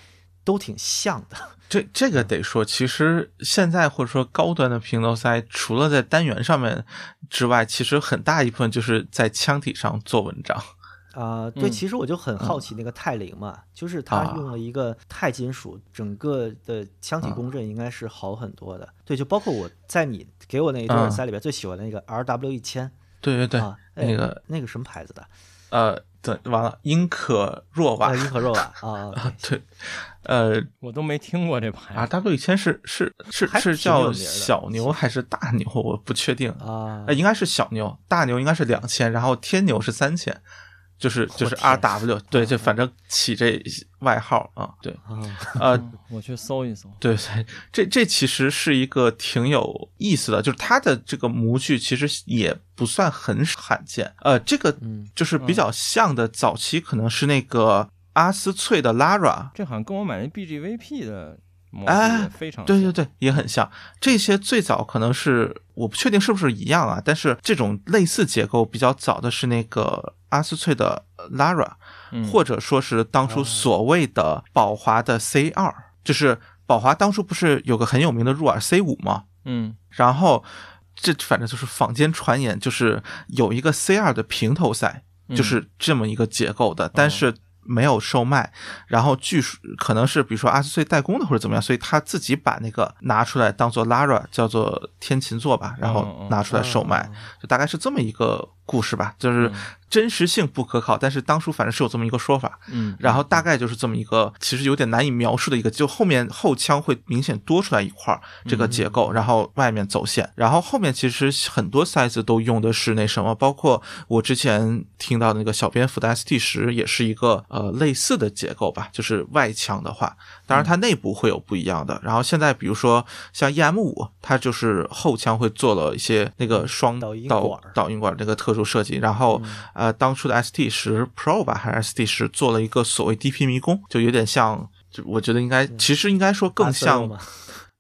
[SPEAKER 2] 都挺像的。
[SPEAKER 4] 这这个得说，其实现在或者说高端的平头塞，除了在单元上面之外，其实很大一部分就是在腔体上做文章。
[SPEAKER 2] 啊、对，
[SPEAKER 1] 嗯
[SPEAKER 2] 其实我就很好奇那个泰林嘛，就是它
[SPEAKER 4] 啊嗯
[SPEAKER 2] 用了一个钛金属，整个的腔体共振应该是好很多的。对，就包括我在你给我那一对耳塞里边最喜欢的那个 R W 一千
[SPEAKER 4] 对嗯对对，
[SPEAKER 2] 啊，哎
[SPEAKER 4] 那个
[SPEAKER 2] 那个什么牌子的？
[SPEAKER 4] 呃，对，完了，英可若瓦
[SPEAKER 2] 啊，，英和若瓦 啊，啊对
[SPEAKER 4] 对，呃
[SPEAKER 1] 我都没听过这牌
[SPEAKER 4] ，R
[SPEAKER 1] 子。
[SPEAKER 4] W 以前是是是
[SPEAKER 2] 还
[SPEAKER 4] 是
[SPEAKER 2] 挺有名
[SPEAKER 4] 叫
[SPEAKER 2] 的
[SPEAKER 4] 小牛还是大牛，我不确定。
[SPEAKER 2] 啊
[SPEAKER 4] 呃，，应该是小牛，大牛应该是两千，然后天牛是三千，就是就是
[SPEAKER 2] 我天嗯
[SPEAKER 4] R W，对，就反正起这外号啊，对，
[SPEAKER 2] 啊
[SPEAKER 4] 呃，
[SPEAKER 1] 嗯我去搜一搜。
[SPEAKER 4] 对，这这其实是一个挺有意思的，就是它的这个模具其实也不算很罕见。呃，这个
[SPEAKER 2] 嗯
[SPEAKER 4] 就是比较像的，早期可能是那个阿斯翠的 Lara，
[SPEAKER 1] 这好像跟我买那 BGVP 的模
[SPEAKER 4] 哎
[SPEAKER 1] 式也非常
[SPEAKER 4] 对对
[SPEAKER 1] 像
[SPEAKER 4] 对，也很像。这些最早可能是我不确定是不是一样啊，但是这种类似结构比较早的是那个阿斯翠的呃 Lara，、
[SPEAKER 1] 嗯
[SPEAKER 4] 或者说是当初所谓的宝华的 C 二，就是宝华当初不是有个很有名的入耳 C 五吗？
[SPEAKER 1] 嗯
[SPEAKER 4] 然后这反正就是坊间传言，就是有一个 C 二的平头塞，
[SPEAKER 1] 嗯哦
[SPEAKER 4] 就是这么一个结构的，但是没有售卖。然后据说可能是比如说阿斯翠代工的或者怎么样，所以他自己把那个拿出来当做 Lara 叫做天琴座吧，然
[SPEAKER 1] 嗯
[SPEAKER 4] 后拿出来售卖，就大概是这么一个故事吧，就是
[SPEAKER 1] 哦嗯
[SPEAKER 4] 真实性不可考，但是当初反正是有这么一个说法。
[SPEAKER 1] 嗯，
[SPEAKER 4] 然后大概就是这么一个，其实有点难以描述的一个，就后面后腔会明显多出来一块儿这个
[SPEAKER 1] 嗯
[SPEAKER 4] 结构，然后外面走线，然后后面其实很多塞子都用的是那什么，包括我之前听到的那个小蝙蝠的 ST 十也是一个呃类似的结构吧，就是外腔的话，
[SPEAKER 1] 嗯
[SPEAKER 4] 当然它内部会有不一样的。然后现在比如说像 EM 五，它就是后腔会做了一些那
[SPEAKER 1] 嗯
[SPEAKER 4] 个双
[SPEAKER 2] 导音管
[SPEAKER 4] 导
[SPEAKER 2] 儿
[SPEAKER 4] 导音管这个特殊设计，然后、呃，当初的 ST 十 Pro 吧，还是 ST 十做了一个所谓 DP 迷宫，就有点像，就我觉得
[SPEAKER 1] 嗯
[SPEAKER 4] 应该，其实应该说更像
[SPEAKER 2] 嘛
[SPEAKER 4] 啊、，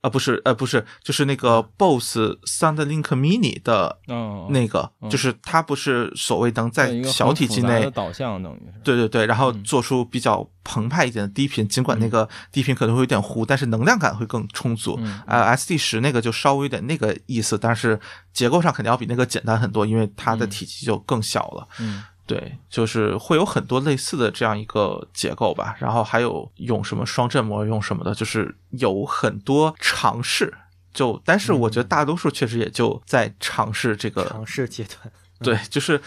[SPEAKER 4] 呃不是呃不是，就是那个 BOSS SoundLink Mini 的
[SPEAKER 1] 嗯哦
[SPEAKER 4] 那个，
[SPEAKER 1] 嗯
[SPEAKER 4] 就是它不是所谓能在
[SPEAKER 1] 一个
[SPEAKER 4] 小
[SPEAKER 1] 很
[SPEAKER 4] 体
[SPEAKER 1] 复
[SPEAKER 4] 积
[SPEAKER 1] 杂
[SPEAKER 4] 内
[SPEAKER 1] 的导向等于是
[SPEAKER 4] 对对对，然后做出比较澎湃一点的低频，尽管那个低频可能会有点糊，但是能量感会更充足。
[SPEAKER 1] 嗯
[SPEAKER 4] 呃，SD 十那个就稍微有点那个意思，但是结构上肯定要比那个简单很多，因为它的
[SPEAKER 1] 嗯
[SPEAKER 4] 体积就更小了。
[SPEAKER 1] 嗯
[SPEAKER 4] 对，就是会有很多类似的这样一个结构吧，然后还有用什么双振膜，用什么的，就是有很多尝试。就，但是我觉得大多数确实也就在尝试这个
[SPEAKER 2] 尝试阶段。
[SPEAKER 4] 对，就是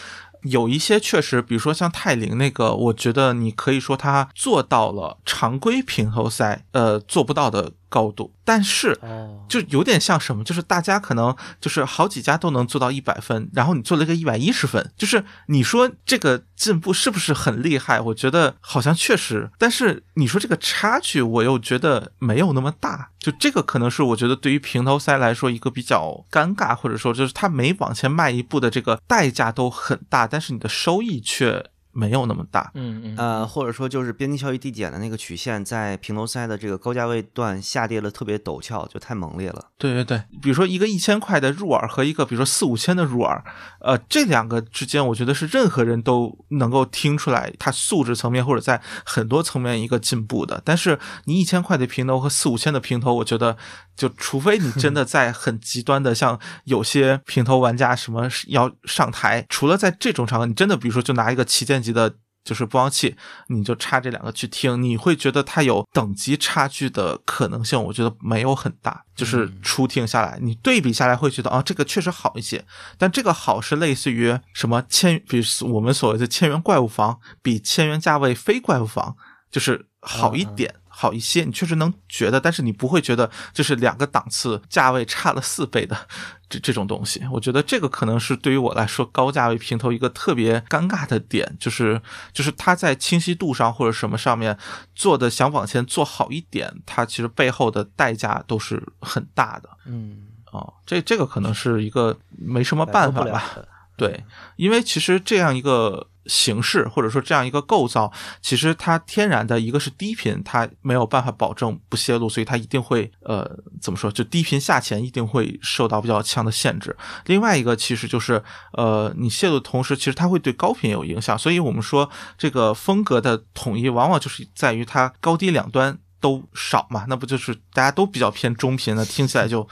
[SPEAKER 4] 有一些确实，比如说像泰林那个，我觉得你可以说它做到了常规平头塞呃做不到的高度，但是
[SPEAKER 2] 哦，
[SPEAKER 4] 就有点像什么，就是大家可能就是好几家都能做到一百分，然后你做了一个一百一十分，就是你说这个进步是不是很厉害？我觉得好像确实，但是你说这个差距，我又觉得没有那么大。就这个可能是我觉得对于平头塞来说一个比较尴尬，或者说就是他每往前迈一步的这个代价都很大，但是你的收益却。没有那么大。
[SPEAKER 1] 嗯嗯
[SPEAKER 2] 呃，或者说就是边境效益递减的那个曲线，在平头塞的这个高价位段下跌的特别陡峭，就太猛烈了。
[SPEAKER 4] 对对对，比如说一个一千块的入耳和一个比如说四五千的入耳，呃，这两个之间，我觉得是任何人都能够听出来，它素质层面或者在很多层面一个进步的。但是你一千块的平头和四五千的平头，我觉得就除非你真的在很极端的，像有些平头玩家什么要上台，除了在这种场合，你真的比如说就拿一个旗舰级的。就是播放器，你就插这两个去听，你会觉得它有等级差距的可能性，我觉得没有很大。就是初听下来，你对比下来会觉得啊，这个确实好一些，但这个好是类似于什么千，比如我们所谓的千元怪物房，比千元价位非怪物房就是好一点。好一些，你确实能觉得，但是你不会觉得就是两个档次价位差了四倍的 这这种东西。我觉得这个可能是对于我来说高价位平头一个特别尴尬的点，就是就是它在清晰度上或者什么上面做的想往前做好一点，它其实背后的代价都是很大的
[SPEAKER 2] 嗯，
[SPEAKER 4] 啊、哦这这个可能是一个没什么办法
[SPEAKER 2] 摆脱不
[SPEAKER 4] 吧
[SPEAKER 2] 了。的。
[SPEAKER 4] 对，因为其实这样一个形式或者说这样一个构造，其实它天然的一个是低频，它没有办法保证不泄露，所以它一定会呃怎么说，就低频下潜一定会受到比较强的限制。另外一个其实就是呃你泄露的同时，其实它会对高频有影响，所以我们说这个风格的统一，往往就是在于它高低两端都少嘛，那不就是大家都比较偏中频的，听起来就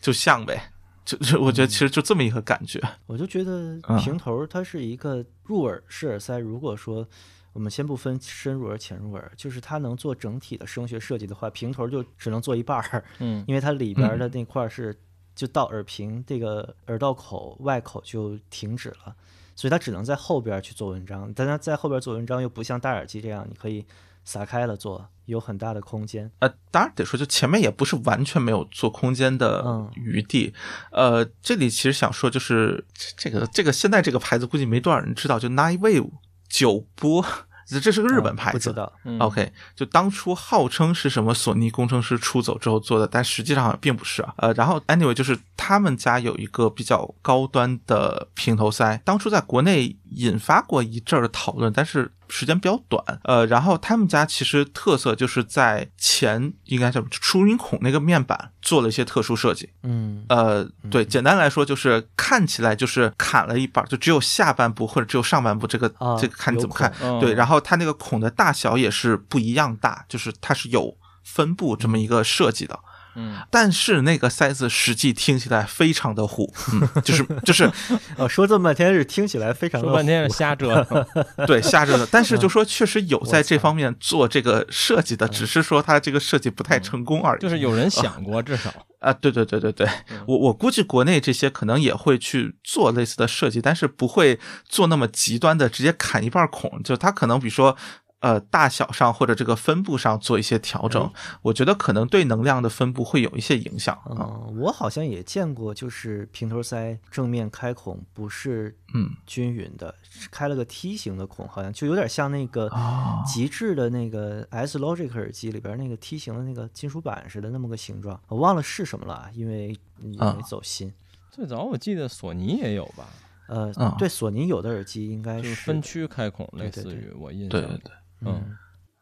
[SPEAKER 4] 就像呗。就就我觉得其实就这么一个感觉，
[SPEAKER 2] 我就觉得
[SPEAKER 1] 嗯
[SPEAKER 2] 平头儿它是一个入耳式耳塞，如果说我们先不分深入耳、浅入耳，就是它能做整体的声学设计的话，平头儿就只能做一半儿，
[SPEAKER 1] 嗯
[SPEAKER 2] 因为它里边儿的那块儿是就到耳屏这个耳道口外口就停止了，所以它只能在后边儿去做文章。但它在后边儿做文章又不像戴耳机这样，你可以撒开了做，有很大的空间。
[SPEAKER 4] 呃，当然得说，就前面也不是完全没有做空间的
[SPEAKER 2] 嗯
[SPEAKER 4] 余地。呃，这里其实想说，就是这个这个现在这个牌子估计没多少人知道，就 Nine Wave 九波， 这是个日本
[SPEAKER 2] 嗯
[SPEAKER 4] 牌
[SPEAKER 2] 不
[SPEAKER 4] 子。
[SPEAKER 2] 知道，
[SPEAKER 1] 嗯
[SPEAKER 4] OK，就当初号称是什么索尼工程师出走之后做的，但实际上好像并不是啊。呃，然后 anyway 就是他们家有一个比较高端的平头塞，当初在国内引发过一阵儿的讨论，但是时间比较短。呃，然后他们家其实特色就是在前应该叫出音孔那个面板做了一些特殊设计，
[SPEAKER 2] 嗯，
[SPEAKER 4] 呃，对，简单来说就是看起来就是砍了一半儿，就只有下半部或者只有上半部，这个、
[SPEAKER 2] 啊
[SPEAKER 4] 这个看你怎么看
[SPEAKER 2] 有。
[SPEAKER 1] 孔
[SPEAKER 4] 对，
[SPEAKER 1] 嗯
[SPEAKER 4] 然后它那个孔的大小也是不一样大，就是它是有分布这么一个设计的。
[SPEAKER 1] 嗯
[SPEAKER 4] 但是那个塞子实际听起来非常的糊，嗯、就是就是
[SPEAKER 2] 哦，说这么半天是听起来非常的
[SPEAKER 1] 说半天是瞎折 腾，
[SPEAKER 4] 对瞎折腾。但
[SPEAKER 1] 嗯
[SPEAKER 4] 是就说确实有在这方面做这个设计的，只是说它这个设计不太成功而已。
[SPEAKER 1] 嗯就是有人想过，至少
[SPEAKER 4] 啊，对对对对对，我我估计国内这些可能也会去做类似的设计，但是不会做那么极端的，直接砍一半孔，就它可能比如说。呃，大小上或者这个分布上做一些调整，我觉得可能对能量的分布会有一些影响啊。
[SPEAKER 2] 嗯，我好像也见过，就是平头塞正面开孔不是
[SPEAKER 4] 嗯
[SPEAKER 2] 均匀的，是开了个梯形的孔，好像就有点像那个
[SPEAKER 4] 哦
[SPEAKER 2] 极致的那个 S Logic 耳机里边那个梯形的那个金属板似的那么个形状，我忘了是什么了啊，因为也
[SPEAKER 1] 嗯
[SPEAKER 4] 啊
[SPEAKER 2] 没走心。
[SPEAKER 1] 最早我记得索尼也有吧，
[SPEAKER 2] 呃
[SPEAKER 4] 啊，
[SPEAKER 2] 对，索尼有的耳机应该
[SPEAKER 1] 嗯就是
[SPEAKER 2] 是
[SPEAKER 1] 分区开孔，
[SPEAKER 2] 对
[SPEAKER 1] 类
[SPEAKER 2] 对
[SPEAKER 1] 似于我印
[SPEAKER 4] 哎对
[SPEAKER 1] 象
[SPEAKER 4] 对
[SPEAKER 1] 里。
[SPEAKER 4] 对
[SPEAKER 1] 嗯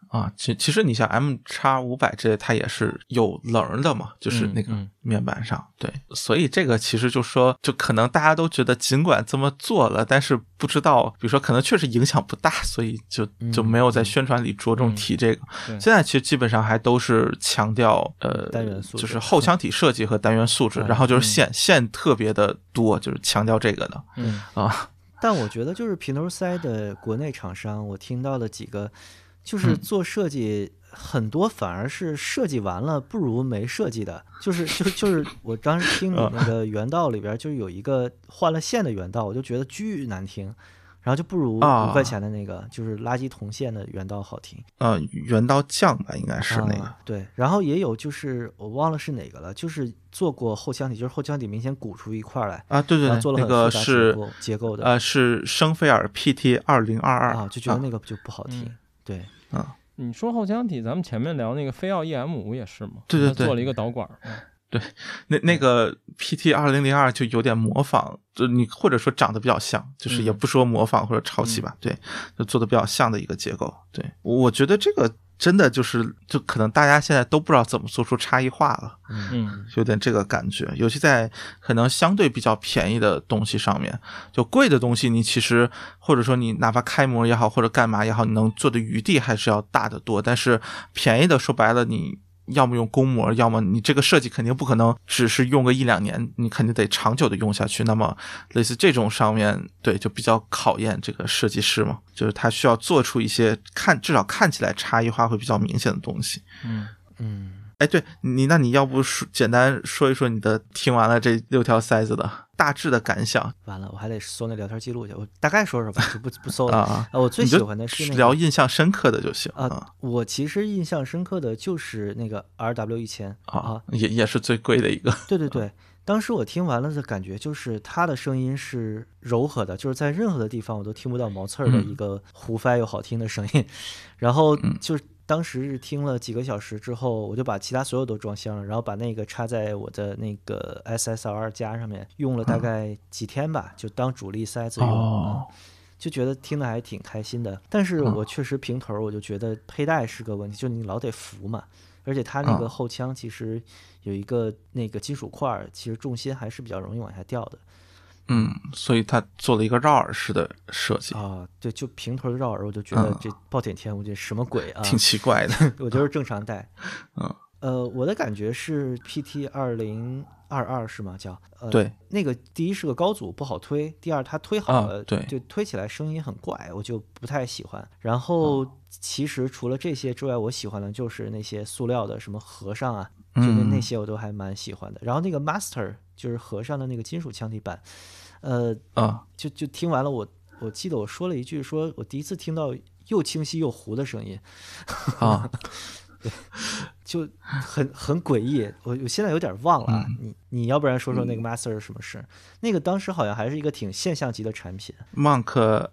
[SPEAKER 4] 啊，其其实你像 M 叉五百这些，它也是有棱儿的嘛，就是
[SPEAKER 1] 嗯
[SPEAKER 4] 那个
[SPEAKER 1] 嗯
[SPEAKER 4] 面板上。对，所以这个其实就说，就可能大家都觉得，尽管这么做了，但是不知道，比如说可能确实影响不大，所以就
[SPEAKER 2] 嗯
[SPEAKER 4] 就没有在宣传里着重提这个。
[SPEAKER 1] 对
[SPEAKER 4] 现在其实基本上还都是强调呃
[SPEAKER 2] 单元素质
[SPEAKER 4] 就是后腔体设计和单元素质，
[SPEAKER 2] 嗯
[SPEAKER 4] 然后就是线、线特别的多，就是强调这个的
[SPEAKER 1] 嗯
[SPEAKER 4] 啊。
[SPEAKER 2] 但我觉得就是平头塞的国内厂商，我听到的几个，就是
[SPEAKER 4] 嗯
[SPEAKER 2] 做设计很多反而是设计完了不如没设计的，就是就就是我当时听你
[SPEAKER 4] 嗯
[SPEAKER 2] 那个原道里边就是有一个换了线的原道，我就觉得巨难听。然后就不如
[SPEAKER 4] 啊
[SPEAKER 2] 五块钱的那个，就是垃圾铜线的原道好听。
[SPEAKER 4] 呃，圆刀匠吧，应该是那个。
[SPEAKER 2] 啊对，然后也有就是我忘了是哪个了，就是做过后腔体，就是后腔体明显鼓出一块儿来，
[SPEAKER 4] 啊，对对
[SPEAKER 2] 然
[SPEAKER 4] 对，
[SPEAKER 2] 后做了
[SPEAKER 4] 那
[SPEAKER 2] 很
[SPEAKER 4] 个
[SPEAKER 2] 复杂结
[SPEAKER 4] 是
[SPEAKER 2] 构结构的
[SPEAKER 4] 呃，是圣菲尔 PT 二零二二
[SPEAKER 2] 啊，就觉得那个就不好听。
[SPEAKER 1] 嗯
[SPEAKER 2] 对，
[SPEAKER 1] 你说后腔体，咱们前面聊那个飞奥 EM 五也是嘛，
[SPEAKER 4] 对对
[SPEAKER 1] 它
[SPEAKER 4] 对
[SPEAKER 1] 做了一个导管儿，
[SPEAKER 4] 那那个 PT 二零零二就有点模仿，就你或者说长得比较像，就是也
[SPEAKER 2] 嗯
[SPEAKER 4] 不说模仿或者抄袭吧，对，就做的比较像的一个结构。对，我我觉得这个真的就是，就可能大家现在都不知道怎么做出差异化了，
[SPEAKER 1] 嗯
[SPEAKER 4] 有点这个感觉。尤其在可能相对比较便宜的东西上面，就贵的东西，你其实或者说你哪怕开模也好，或者干嘛也好，你能做的余地还是要大得多。但是便宜的，说白了你。要么用公模，要么你这个设计肯定不可能只是用个一两年，你肯定得长久的用下去。那么类似这种上面，对，就比较考验这个设计师嘛，就是他需要做出一些看至少看起来差异化会比较明显的东西。
[SPEAKER 1] 嗯，
[SPEAKER 2] 嗯，
[SPEAKER 4] 哎，对你，那你要不说简单说一说你的听完了这六条塞子的大致的感想
[SPEAKER 2] 完了，我还得搜那聊天记录去，我大概说说吧，就不不搜
[SPEAKER 4] 啊
[SPEAKER 2] 了。
[SPEAKER 4] 啊？
[SPEAKER 2] 呃我最
[SPEAKER 4] 你就
[SPEAKER 2] 喜欢的是那个
[SPEAKER 4] 聊印象深刻的就行
[SPEAKER 2] 啊，我其实印象深刻的就是那个 R W 一千
[SPEAKER 4] 啊，也也是最贵的一个，
[SPEAKER 2] 对对对，当时我听完了的感觉就是他的声音是柔和的，就是在任何的地方我都听不到毛刺儿的
[SPEAKER 4] 嗯
[SPEAKER 2] 一个胡翻又好听的声音。然后就是当时是听了几个小时之后，我就把其他所有都装箱了，然后把那个插在我的那个 SSR 加上面，用了大
[SPEAKER 4] 嗯
[SPEAKER 2] 概几天吧，就当主力塞子用。
[SPEAKER 4] 哦
[SPEAKER 2] 嗯就觉得听的还挺开心的，但是
[SPEAKER 4] 嗯
[SPEAKER 2] 我确实平头儿，我就觉得佩戴是个问题，就你老得扶嘛，而且它那个
[SPEAKER 4] 嗯
[SPEAKER 2] 后腔其实有一个那个金属块儿，其实重心还是比较容易往下掉的
[SPEAKER 4] 嗯，所以他做了一个绕耳式的设计，
[SPEAKER 2] 啊。对，就平头儿绕耳，我就觉得
[SPEAKER 4] 嗯
[SPEAKER 2] 这暴殄天物这什么鬼啊！
[SPEAKER 4] 挺奇怪 的
[SPEAKER 2] 我就是正常戴。
[SPEAKER 4] 嗯，
[SPEAKER 2] 呃，我的感觉是 PT 二零二二是吗？叫呃，
[SPEAKER 4] 对，
[SPEAKER 2] 那个第一是个高阻不好推，第二它推好
[SPEAKER 4] 啊
[SPEAKER 2] 了，
[SPEAKER 4] 对
[SPEAKER 2] 就推起来声音很怪，我就不太喜欢。然后
[SPEAKER 4] 啊
[SPEAKER 2] 其实除了这些之外，我喜欢的就是那些塑料的什么和尚啊，就那
[SPEAKER 4] 嗯
[SPEAKER 2] 那些我都还蛮喜欢的。然后那个 Master 就是和尚的那个金属腔体板，呃，
[SPEAKER 4] 啊，
[SPEAKER 2] 就就听完了我，我记得我说了一句，说我第一次听到又清晰又糊的声音，
[SPEAKER 4] 啊，
[SPEAKER 2] 就很很诡异。我我现在有点忘了啊，你你要不然说说那个 Master 是什么事？那个当时好像还是一个挺现象级的产品，
[SPEAKER 4] Monk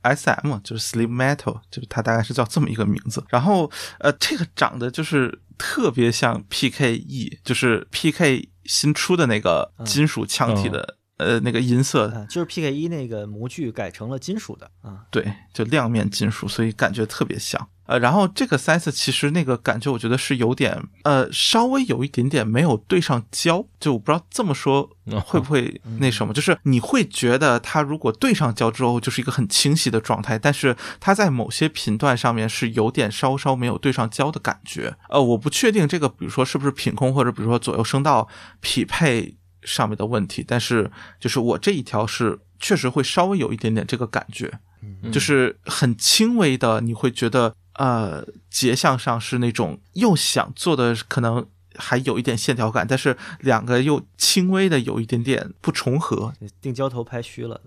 [SPEAKER 4] SM 就是 Sleep Metal，就是它大概是叫这么一个名字。然后呃，这个长得就是特别像 PKE，就是 PK 新出的那个金属腔体的、呃那个音色，
[SPEAKER 2] 嗯，就是 PK 一那个模具改成了金属的啊，
[SPEAKER 4] 对，就亮面金属，所以感觉特别像。呃，然后这个 s i z e 其实那个感觉，我觉得是有点，呃，稍微有一点点没有对上焦，就我不知道这么说
[SPEAKER 1] 嗯
[SPEAKER 4] 会不会那什么，就是你会觉得它如果对上焦之后，就是一个很清晰的状态，但是它在某些频段上面是有点稍稍没有对上焦的感觉。呃，我不确定这个，比如说是不是品控或者比如说左右声道匹配上面的问题，但是就是我这一条是确实会稍微有一点点这个感觉。
[SPEAKER 2] 嗯
[SPEAKER 4] 就是很轻微的，你会觉得呃，节相上是那种呃又想做的可能还有一点线条感，但是两个又轻微的有一点点不重合
[SPEAKER 2] 定焦头拍虚了，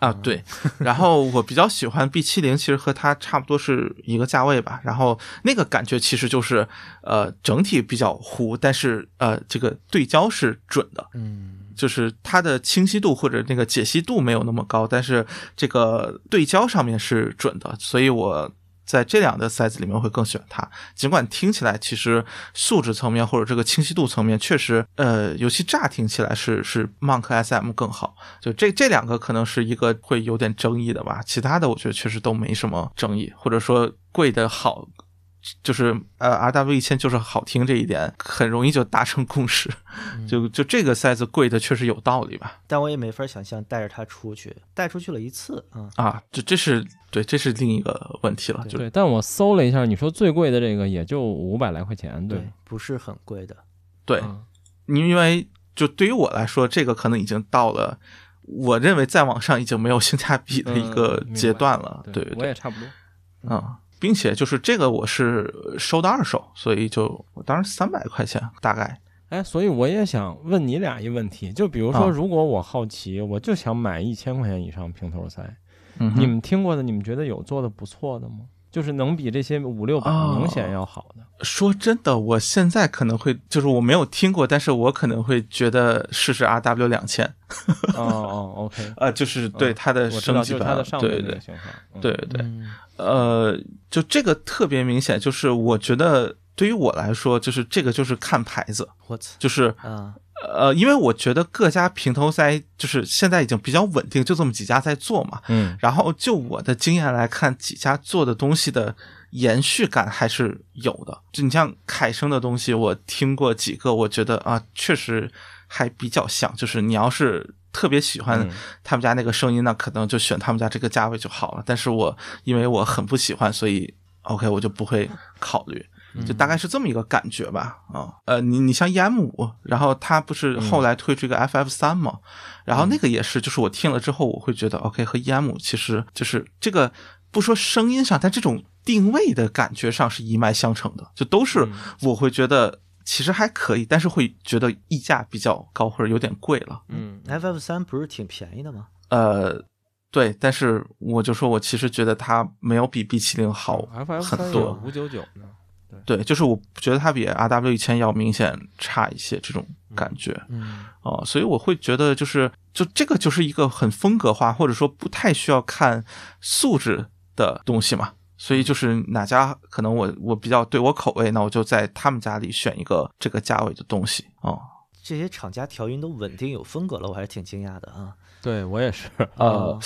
[SPEAKER 4] 啊， 对。然后我比较喜欢 B 七零，其实和它差不多是一个价位吧。然后那个感觉其实就是呃，整体比较糊，但是呃，这个对焦是准的。
[SPEAKER 2] 嗯
[SPEAKER 4] 就是它的清晰度或者那个解析度没有那么高，但是这个对焦上面是准的，所以我在这两个 size 里面会更喜欢它。尽管听起来其实素质层面或者这个清晰度层面确实，呃，尤其乍听起来是是 Monk SM 更好，就这这两个可能是一个会有点争议的吧，其他的我觉得确实都没什么争议，或者说贵的好。就是呃，R W 一千就是好听这一点，很容易就达成共识。就就这个 size 贵的确实有道理吧？
[SPEAKER 2] 但我也没法想象带着它出去，带出去了一次啊，
[SPEAKER 4] 啊，这这是对，这是另一个问题了。就
[SPEAKER 1] 对，但我搜了一下，你说最贵的这个也就五百来块钱，对
[SPEAKER 2] 对，不是很贵的，
[SPEAKER 4] 对，
[SPEAKER 1] 嗯
[SPEAKER 4] 因为就对于我来说，这个可能已经到了我认为再往上已经没有性价比的一个
[SPEAKER 1] 嗯
[SPEAKER 4] 阶段了。
[SPEAKER 1] 对
[SPEAKER 4] 对对
[SPEAKER 1] 我
[SPEAKER 4] 对，
[SPEAKER 1] 也差不多。
[SPEAKER 4] 嗯，并且就是这个我是呃收的二手，所以就我当时三百块钱大概。
[SPEAKER 1] 哎，所以我也想问你俩一问题，就比如说，
[SPEAKER 4] 啊
[SPEAKER 1] 如果我好奇，我就想买一千块钱以上平头塞，
[SPEAKER 4] 嗯哼，
[SPEAKER 1] 你们听过的，你们觉得有做的不错的吗？就是能比这些五六百
[SPEAKER 4] 哦
[SPEAKER 1] 明显要好 的。
[SPEAKER 4] 说真的，我现在可能会就是我没有听过，但是我可能会觉得试试 R W 两千，
[SPEAKER 1] 哦哦，OK，
[SPEAKER 4] 呃，就是对
[SPEAKER 1] 嗯
[SPEAKER 4] 它的
[SPEAKER 1] 我知道，
[SPEAKER 4] 升
[SPEAKER 1] 就
[SPEAKER 4] 级
[SPEAKER 1] 是
[SPEAKER 4] 版，
[SPEAKER 1] 它的上
[SPEAKER 4] 对
[SPEAKER 1] 面那
[SPEAKER 4] 对
[SPEAKER 1] 个型号。嗯
[SPEAKER 4] 对对。
[SPEAKER 2] 嗯
[SPEAKER 4] 呃，就这个特别明显，就是我觉得对于我来说，就是这个就是看牌子，
[SPEAKER 2] 我操，
[SPEAKER 4] 就是
[SPEAKER 2] 啊，
[SPEAKER 4] 呃，因为我觉得各家平头塞就是现在已经比较稳定，就这么几家在做嘛。
[SPEAKER 1] 嗯
[SPEAKER 4] 然后就我的经验来看，几家做的东西的延续感还是有的。就你像凯生的东西，我听过几个，我觉得啊，确实还比较像。就是你要是特别喜欢
[SPEAKER 1] 嗯
[SPEAKER 4] 他们家那个声音，那可能就选他们家这个价位就好了。但是我因为我很不喜欢，所以 OK 我就不会考虑。就
[SPEAKER 1] 嗯
[SPEAKER 4] 大概是这么一个感觉吧，啊、呃，你你像 EM 五，然后它不是
[SPEAKER 1] 嗯
[SPEAKER 4] 后来推出一个 FF 三嘛，然后那个也是，就是我听了之后，我会觉得 OK 和 EM 五其实就是这个不说声音上，但这种定位的感觉上是一脉相承的，就都
[SPEAKER 1] 嗯
[SPEAKER 4] 是我会觉得其实还可以，但是会觉得溢价比较高或者有点贵了，
[SPEAKER 1] 嗯
[SPEAKER 2] FF 三不是挺便宜的吗？
[SPEAKER 4] 呃，对，但是我就说我其实觉得它没有比 B 七零好
[SPEAKER 1] ，FF
[SPEAKER 4] 很
[SPEAKER 1] 嗯三
[SPEAKER 4] 多
[SPEAKER 1] 有五九九呢，
[SPEAKER 4] 对，就是我觉得它比 R W 一千要明显差一些这种感觉
[SPEAKER 2] 嗯
[SPEAKER 4] 啊、所以我会觉得就是就这个就是一个很风格化，或者说不太需要看素质的东西嘛。所以就是哪家可能我我比较对我口味，那我就在他们家里选一个这个价位的东西啊、
[SPEAKER 2] 这些厂家调音都稳定有风格了，我还是挺惊讶的啊。哦
[SPEAKER 1] 对我也是，哦
[SPEAKER 4] 呃，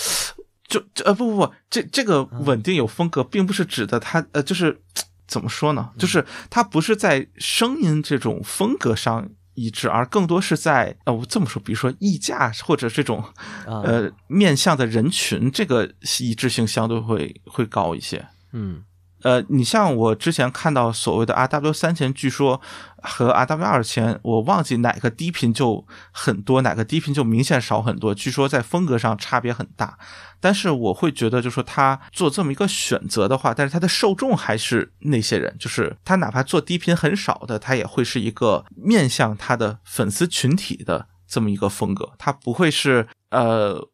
[SPEAKER 4] 就这呃不不不，这这个稳定有风格，并不是指的它呃，就是怎么说呢？就是它不是在声音这种风格上一致，而更多是在呃，我这么说，比如说溢价或者这种
[SPEAKER 2] 啊，
[SPEAKER 4] 呃面向的人群，这个一致性相对会会高一些。
[SPEAKER 2] 嗯
[SPEAKER 4] 呃，你像我之前看到所谓的 R W 三千，据说和 R W 二千，我忘记哪个低频就很多，哪个低频就明显少很多。据说在风格上差别很大，但是我会觉得，就说他做这么一个选择的话，但是他的受众还是那些人，就是他哪怕做低频很少的，他也会是一个面向他的粉丝群体的这么一个风格，他不会是呃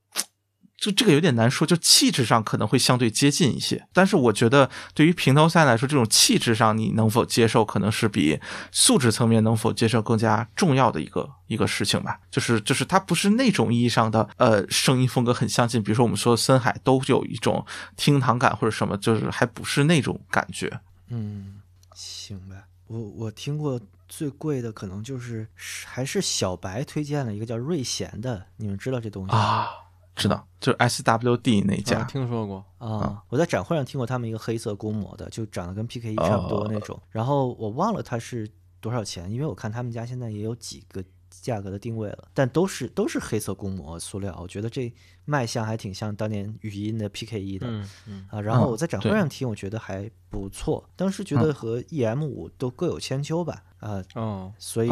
[SPEAKER 4] 就这个有点难说，就气质上可能会相对接近一些，但是我觉得对于平头赛来说，这种气质上你能否接受，可能是比素质层面能否接受更加重要的一个一个事情吧。就是就是它不是那种意义上的呃声音风格很相近，比如说我们说森海都有一种厅堂感或者什么，就是还不是那种感觉。
[SPEAKER 2] 嗯，行吧。我我听过最贵的可能就是还是小白推荐了一个叫瑞贤的，你们知道这东西吗？
[SPEAKER 4] 啊，知道，就是 S W D 那
[SPEAKER 1] 啊
[SPEAKER 4] 家，嗯
[SPEAKER 1] 听说过，
[SPEAKER 2] 啊，我在展会上听过他们一个黑色公模的，就长得跟 PK 一差不多那种。然后我忘了它是多少钱，因为我看他们家现在也有几个价格的定位了，但都是都是黑色公模塑料，我觉得这卖相还挺像当年语音的 PK 一的。
[SPEAKER 1] 嗯，
[SPEAKER 2] 啊，然后
[SPEAKER 4] 嗯
[SPEAKER 2] 我在展会
[SPEAKER 4] 对
[SPEAKER 2] 上听，我觉得还不错，当时觉得和 EM 五都各有千秋吧，啊，
[SPEAKER 1] 哦，
[SPEAKER 2] 所以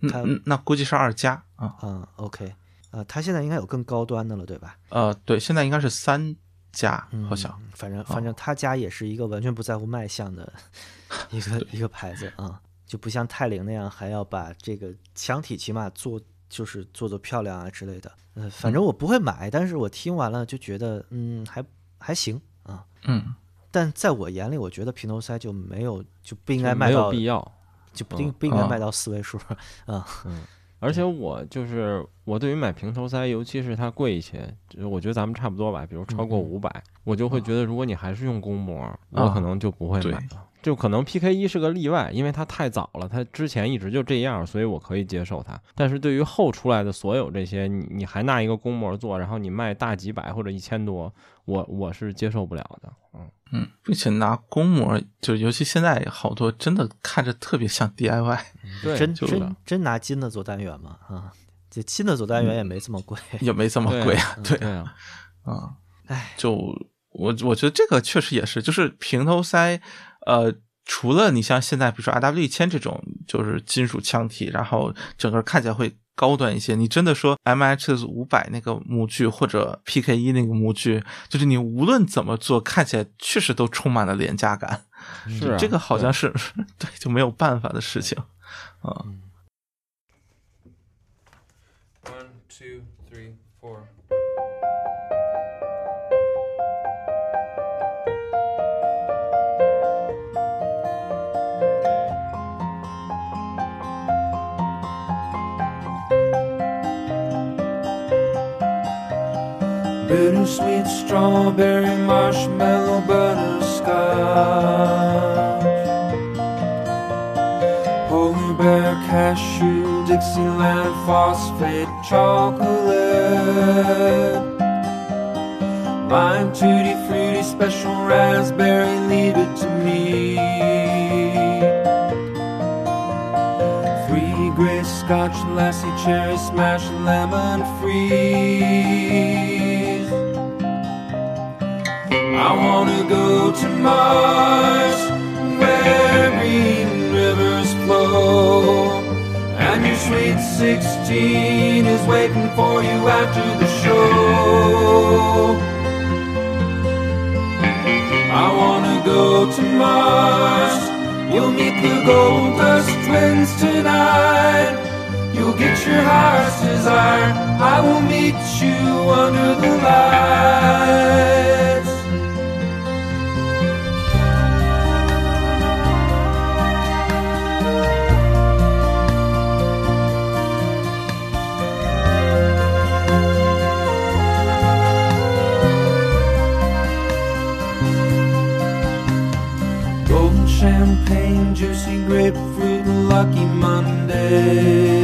[SPEAKER 4] 嗯
[SPEAKER 2] 它
[SPEAKER 4] 那
[SPEAKER 2] 啊
[SPEAKER 4] 那估计是二家啊，
[SPEAKER 2] OK，啊，它现在应该有更高端的了，对吧？
[SPEAKER 4] 呃，对，现在应该是三家，好像。
[SPEAKER 2] 嗯反
[SPEAKER 1] 啊
[SPEAKER 2] 正反正他家也是一个完全不在乎卖相的一 个、一个牌子啊，就不像泰凌那样还要把这个墙体起码做就是做做漂亮啊之类的。呃，反
[SPEAKER 1] 嗯
[SPEAKER 2] 正我不会买，但是我听完了就觉得嗯还还行啊。
[SPEAKER 4] 嗯，
[SPEAKER 2] 但在我眼里，我觉得平头塞就没有就不应该
[SPEAKER 1] 就
[SPEAKER 2] 卖
[SPEAKER 1] 没有
[SPEAKER 2] 到，
[SPEAKER 1] 必要。
[SPEAKER 2] 就不应
[SPEAKER 1] 嗯
[SPEAKER 2] 不应该
[SPEAKER 4] 啊
[SPEAKER 2] 卖到四位数啊。
[SPEAKER 1] 而且我就是我对于买平头塞，尤其是它贵一些，就是我觉得咱们差不多吧，比如超过五百、我就会觉得如果你还是用公模，我可能就不会买了。就可能 PK 一是个例外，因为它太早了，它之前一直就这样，所以我可以接受它。但是对于后出来的所有这些，你你还拿一个公模做，然后你卖大几百或者一千多，我我是接受不了的。嗯，
[SPEAKER 4] 嗯，并且拿公模，就尤其现在好多真的看着特别像 DIY，
[SPEAKER 1] 对，
[SPEAKER 2] 真
[SPEAKER 1] 就是的嗯
[SPEAKER 2] 真真拿金的做单元吗？啊，这金的做单元也没这么贵。
[SPEAKER 4] 也没这么贵啊。对
[SPEAKER 1] 对啊，
[SPEAKER 4] 啊，
[SPEAKER 2] 哎，
[SPEAKER 4] 就我我觉得这个确实也是，就是平头塞，呃，除了你像现在比如说 RW 一千这种，就是金属腔体，然后整个看起来会高端一些。你真的说 MH 五百那个模具或者 PK 一那个模具，就是你无论怎么做，看起来确实都充满了廉价感。
[SPEAKER 1] 是啊
[SPEAKER 4] 这个好
[SPEAKER 1] 对
[SPEAKER 4] 像是 对，就没有办法的事情。
[SPEAKER 2] 嗯
[SPEAKER 5] One, two, three, four.
[SPEAKER 6] Bittersweet strawberry marshmallow butterscotch. Dixieland phosphate chocolate. Lime tutti fruity special raspberry, leave it to me. Three gray scotch and lassie cherry smash lemon freeze. I wanna go to Mars where green rivers flow. And your sweet 16 is waiting for you after the show. I wanna go to Mars. You'll meet the Gold Dust Twins tonight. You'll get your heart's desire. I will meet you under the lights. Golden champagne, juicy grapefruit, and lucky Monday.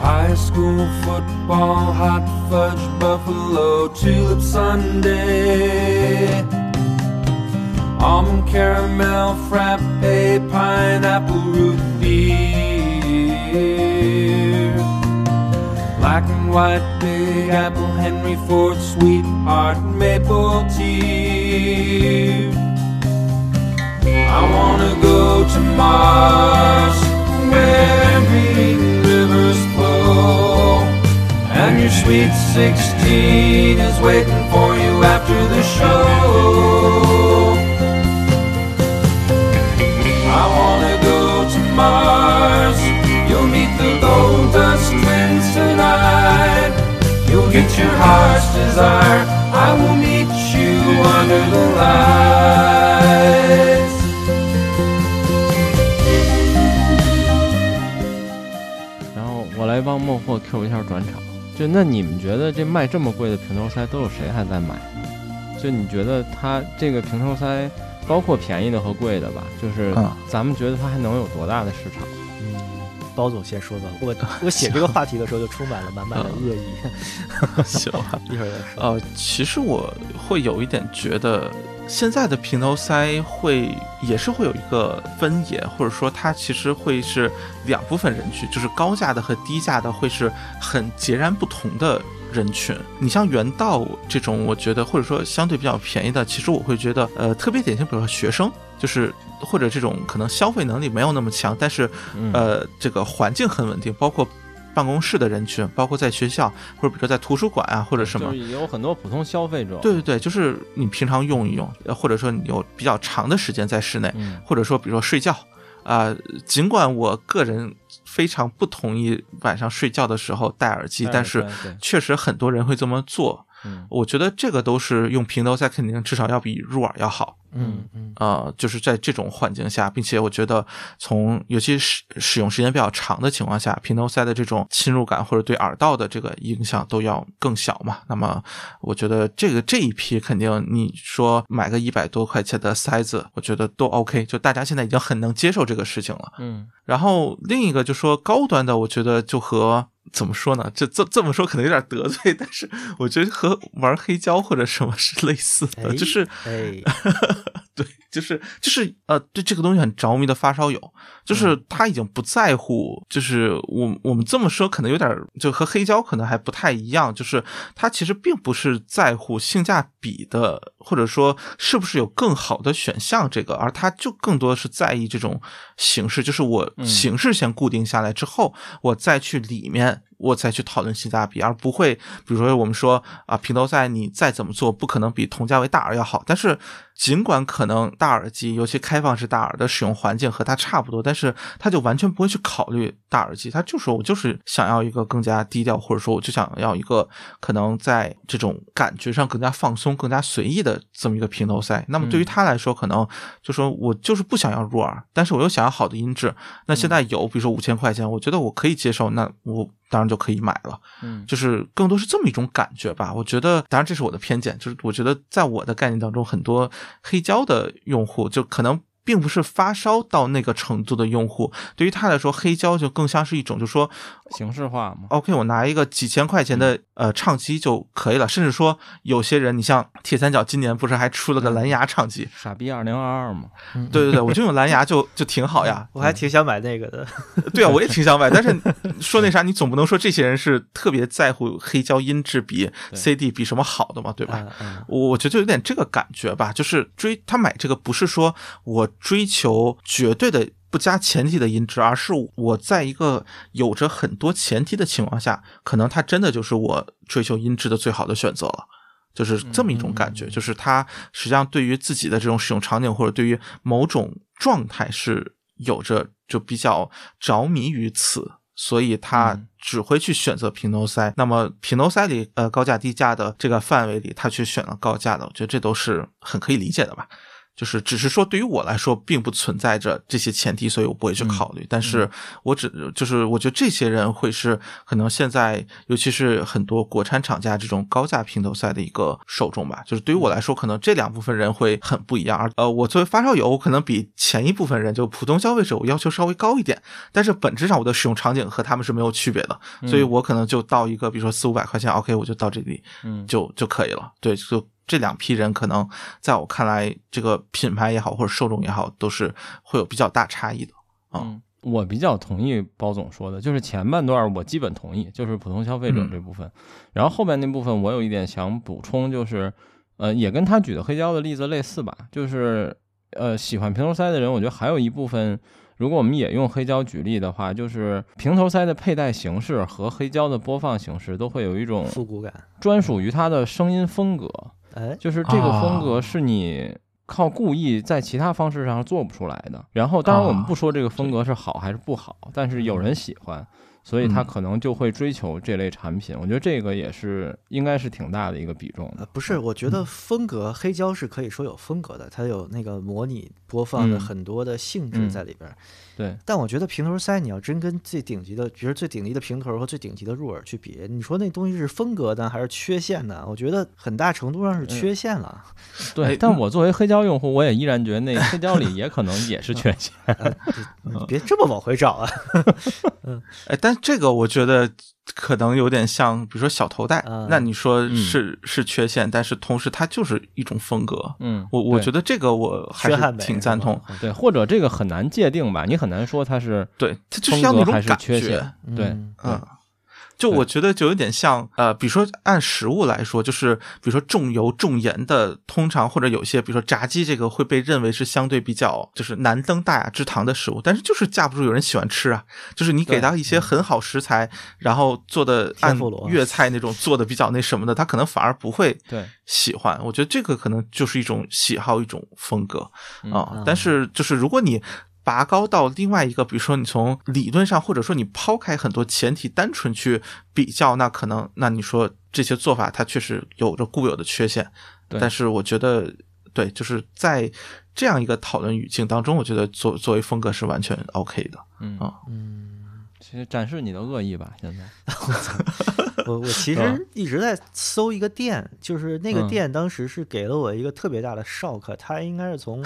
[SPEAKER 6] High school football, hot fudge, buffalo, tulip Sunday. Almond caramel, frappe, pineapple root beer. Black and white, big apple, Henry Ford, sweetheart, maple tea. I wanna go to Mars, where green rivers flow, and your sweet sixteen is waiting for you after the show. I wanna go to Mars. You'll meet the gold dust twins tonight. You'll get your heart's desire. I will meet you under the lights.
[SPEAKER 1] 然后我来帮孟获 Q 一下转场。就那你们觉得这卖这么贵的平头塞都有谁还在买呢？就你觉得它这个平头塞，包括便宜的和贵的吧，就是
[SPEAKER 4] 嗯
[SPEAKER 1] 咱们觉得它还能有多大的市场？
[SPEAKER 2] 包总先说吧，我我写这个话题的时候就充满了满满的恶意，
[SPEAKER 4] 行吧。
[SPEAKER 2] 一会儿再说。
[SPEAKER 4] 呃，其实我会有一点觉得，现在的平头塞会也是会有一个分野，或者说它其实会是两部分人群，就是高价的和低价的会是很截然不同的人群。你像原道这种，我觉得或者说相对比较便宜的，其实我会觉得，呃，特别典型，比如说学生，就是或者这种可能消费能力没有那么强，但是
[SPEAKER 1] 嗯，
[SPEAKER 4] 呃，这个环境很稳定，包括办公室的人群，包括在学校，或者比如说在图书馆啊，或者什
[SPEAKER 1] 就，
[SPEAKER 4] 么
[SPEAKER 1] 是有很多普通消费者。
[SPEAKER 4] 对，对对，就是你平常用一用，呃或者说你有比较长的时间在室内，
[SPEAKER 1] 嗯，
[SPEAKER 4] 或者说比如说睡觉啊、尽管我个人非常不同意晚上睡觉的时候戴耳机，但是
[SPEAKER 1] 对对
[SPEAKER 4] 确实很多人会这么做。
[SPEAKER 1] 嗯
[SPEAKER 4] 我觉得这个都是用平头塞，肯定至少要比入耳要好。
[SPEAKER 1] 嗯
[SPEAKER 2] 嗯，
[SPEAKER 4] 呃，就是在这种环境下，并且我觉得从尤其使使用时间比较长的情况下，平头塞的这种侵入感或者对耳道的这个影响都要更小嘛。那么我觉得这个这一批肯定你说买个一百多块钱的塞子，我觉得都 OK，就大家现在已经很能接受这个事情了。
[SPEAKER 1] 嗯，
[SPEAKER 4] 然后另一个就说高端的，我觉得就和怎么说呢？这这这么说可能有点得罪，但是我觉得和玩黑胶或者什么是类似的，
[SPEAKER 2] 哎
[SPEAKER 4] 就是
[SPEAKER 2] 哎，
[SPEAKER 4] 对，就是就是呃，对这个东西很着迷的发烧友，就是他已经不在乎，就是我我们这么说可能有点儿就和黑胶可能还不太一样，就是他其实并不是在乎性价比的，或者说是不是有更好的选项这个，而他就更多是在意这种形式，就是我
[SPEAKER 1] 嗯
[SPEAKER 4] 形式先固定下来之后，我再去里面。我再去讨论性价比，而不会，比如说我们说啊，平头塞你再怎么做，不可能比同价位大耳要好。但是，尽管可能大耳机，尤其开放式大耳的使用环境和它差不多，但是他就完全不会去考虑大耳机，他就说我就是想要一个更加低调，或者说我就想要一个可能在这种感觉上更加放松、更加随意的这么一个平头塞。那么对于他来说，可能就说我就是不想要入耳，但是我又想要好的音质。那现在有，比如说五千块钱，我觉得我可以接受，那我当然就可以买了。
[SPEAKER 1] 嗯
[SPEAKER 4] 就是更多是这么一种感觉吧。我觉得，当然这是我的偏见，就是我觉得在我的概念当中，很多黑胶的用户就可能。并不是发烧到那个程度的用户，对于他来说，黑胶就更像是一种，就说
[SPEAKER 1] 形式化嘛。
[SPEAKER 4] OK，我拿一个几千块钱的呃唱机就可以了，甚至说有些人，你像铁三角今年不是还出了个蓝牙唱机？
[SPEAKER 1] 傻逼二零二二嘛，
[SPEAKER 4] 对对对，我就用蓝牙就就挺好呀。
[SPEAKER 2] 我还挺想买那个的。
[SPEAKER 4] 对啊，我也挺想买，但是说那啥，你总不能说这些人是特别在乎黑胶音质比 CD 比什么好的嘛，对吧？
[SPEAKER 2] 嗯嗯
[SPEAKER 4] 我我觉得就有点这个感觉吧，就是追他买这个不是说我追求绝对的不加前提的音质，而是我在一个有着很多前提的情况下，可能它真的就是我追求音质的最好的选择了。就是这么一种感觉，就是它实际上对于自己的这种使用场景或者对于某种状态是有着就比较着迷于此，所以他只会去选择平头塞。那么平头塞里呃高价低价的这个范围里，他去选了高价的，我觉得这都是很可以理解的吧。就是只是说对于我来说，并不存在着这些前提，所以我不会去考虑。但是我只就是我觉得这些人会是可能现在，尤其是很多国产厂家这种高价平头赛的一个受众吧。就是对于我来说，可能这两部分人会很不一样。而呃，我作为发烧友，我可能比前一部分人就普通消费者，我要求稍微高一点，但是本质上我的使用场景和他们是没有区别的，所以我可能就到一个比如说四五百块钱，OK，我就到这里，
[SPEAKER 1] 嗯
[SPEAKER 4] 就就可以了。对，就这两批人，可能在我看来，这个品牌也好，或者受众也好，都是会有比较大差异的。
[SPEAKER 1] 嗯，我比较同意包总说的，就是前半段我基本同意，就是普通消费者这部分，然后后面那部分我有一点想补充，就是呃，也跟他举的黑胶的例子类似吧，就是呃，喜欢平头塞的人，我觉得还有一部分。如果我们也用黑胶举例的话，就是平头塞的佩戴形式和黑胶的播放形式都会有一种
[SPEAKER 2] 复古感，
[SPEAKER 1] 专属于它的声音风格。
[SPEAKER 2] 哎，
[SPEAKER 1] 就是这个风格
[SPEAKER 4] 啊
[SPEAKER 1] 是你靠故意在其他方式上做不出来的。然后，当然我们
[SPEAKER 4] 啊
[SPEAKER 1] 不说这个风格是好还是不好，但是有人喜欢，所以他
[SPEAKER 4] 嗯
[SPEAKER 1] 可能就会追求这类产品。我觉得这个也是应该是挺大的一个比重
[SPEAKER 2] 呃
[SPEAKER 1] 的。
[SPEAKER 2] 不是，我觉得风格黑胶是可以说有风格的，它有那个模拟播放的
[SPEAKER 1] 嗯
[SPEAKER 2] 很多的性质
[SPEAKER 1] 嗯
[SPEAKER 2] 在里边儿。
[SPEAKER 1] 对，
[SPEAKER 2] 但我觉得平头塞，你要真跟最顶级的，比如最顶级的平头和最顶级的入耳去比，你说那东西是风格呢，还是缺陷呢？我觉得很大程度上是缺陷了。
[SPEAKER 1] 对。但我作为黑胶用户，我也依然觉得那黑胶里也可能也是 缺陷。
[SPEAKER 2] 你别这么往回找啊！
[SPEAKER 4] 哎，但这个我觉得可能有点像，比如说小头戴，
[SPEAKER 1] 嗯
[SPEAKER 2] 啊
[SPEAKER 4] 那你说是、是缺陷，但是同时它就是一种风格。
[SPEAKER 1] 嗯，
[SPEAKER 4] 我我
[SPEAKER 1] 对
[SPEAKER 4] 觉得这个我还
[SPEAKER 2] 缺
[SPEAKER 4] 是
[SPEAKER 2] 憾美
[SPEAKER 4] 挺赞同，
[SPEAKER 1] 对，或者这个很难界定吧，你很难说它是
[SPEAKER 4] 对，它就是
[SPEAKER 1] 风
[SPEAKER 4] 要那
[SPEAKER 1] 格
[SPEAKER 4] 种
[SPEAKER 1] 还是
[SPEAKER 4] 感
[SPEAKER 1] 缺
[SPEAKER 4] 觉。
[SPEAKER 1] 陷。对，
[SPEAKER 2] 嗯
[SPEAKER 1] 对
[SPEAKER 4] 嗯，就我觉得就有点像，呃，比如说按食物来说，就是比如说重油重盐的，通常或者有些，比如说炸鸡这个会被认为是相对比较就是难登大雅之堂的食物，但是就是架不住有人喜欢吃啊。就是你给他一些很好食材，然后做的
[SPEAKER 2] 嗯
[SPEAKER 4] 按
[SPEAKER 2] 天妇罗
[SPEAKER 4] 粤菜那种做的比较那什么的，他可能反而不会
[SPEAKER 1] 对
[SPEAKER 4] 喜欢。我觉得这个可能就是一种喜好，一种风格。
[SPEAKER 1] 嗯
[SPEAKER 4] 啊、
[SPEAKER 2] 嗯
[SPEAKER 4] 但是就是如果你拔高到另外一个，比如说你从理论上，或者说你抛开很多前提，单纯去比较，那可能那你说这些做法它确实有着固有的缺陷，
[SPEAKER 1] 对
[SPEAKER 4] 但是我觉得对，就是在这样一个讨论语境当中，我觉得作作为风格是完全 OK 的。
[SPEAKER 1] 嗯
[SPEAKER 4] 啊
[SPEAKER 1] 其实展示你的恶意吧，现在。
[SPEAKER 2] 我我其
[SPEAKER 4] 吧
[SPEAKER 2] 实一直在搜一个店，就是那个
[SPEAKER 1] 嗯
[SPEAKER 2] 店当时是给了我一个特别大的 shock，它应该 是从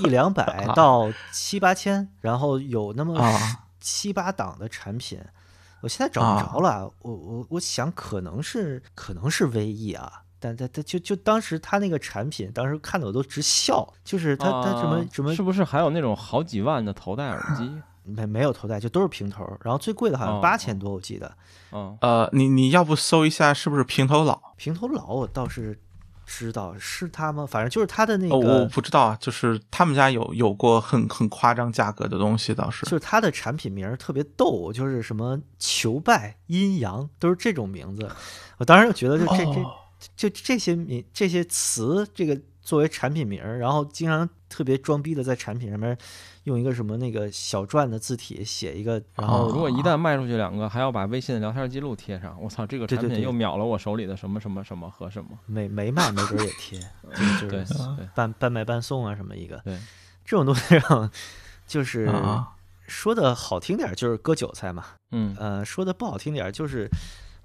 [SPEAKER 2] 一两百
[SPEAKER 1] 啊
[SPEAKER 2] 到七八千，然后有那么
[SPEAKER 4] 啊
[SPEAKER 2] 十七八档的产品，我现在找不着
[SPEAKER 1] 啊
[SPEAKER 2] 了。我我我想可能是可能是 VE 啊。但但但就就当时它那个产品，当时看的我都直笑，就是它它什么
[SPEAKER 1] 啊
[SPEAKER 2] 什么
[SPEAKER 1] 是不是还有那种好几万的头戴耳 机？
[SPEAKER 2] 没没有头戴，就都是平头儿，然后最贵的好
[SPEAKER 1] 哦
[SPEAKER 2] 像八千多，我记得，
[SPEAKER 1] 嗯，
[SPEAKER 4] 呃，你你要不搜一下是不是平头佬？
[SPEAKER 2] 平头佬我倒是知道是他吗？反正就是他的那
[SPEAKER 4] 哦，我
[SPEAKER 2] 个，
[SPEAKER 4] 不知道啊，就是他们家有有过很很夸张价格的东西，倒是
[SPEAKER 2] 就是他的产品名儿特别逗，就是什么求败、阴阳，都是这种名字。我当时就觉得就这这、
[SPEAKER 4] 哦
[SPEAKER 2] 就这些名这些词，这个作为产品名儿，然后经常特别装逼的在产品上面用一个什么那个小篆的字体写一个，然后
[SPEAKER 1] 哦，如果一旦卖出去两个，还要把微信的聊天记录贴上，我操，这个
[SPEAKER 2] 啊对
[SPEAKER 1] 产
[SPEAKER 2] 对
[SPEAKER 1] 品
[SPEAKER 2] 对
[SPEAKER 1] 又秒了我手里的什么什么什么和什么。
[SPEAKER 2] 没没卖，没准儿也 贴，就
[SPEAKER 1] 对
[SPEAKER 2] 就是
[SPEAKER 1] 对
[SPEAKER 2] 半半卖半送啊什么一个
[SPEAKER 1] 对，
[SPEAKER 2] 这种东西让就是。
[SPEAKER 4] 啊
[SPEAKER 2] 说的好听点儿就是割韭菜嘛，
[SPEAKER 1] 嗯
[SPEAKER 2] 呃，说的不好听点儿就是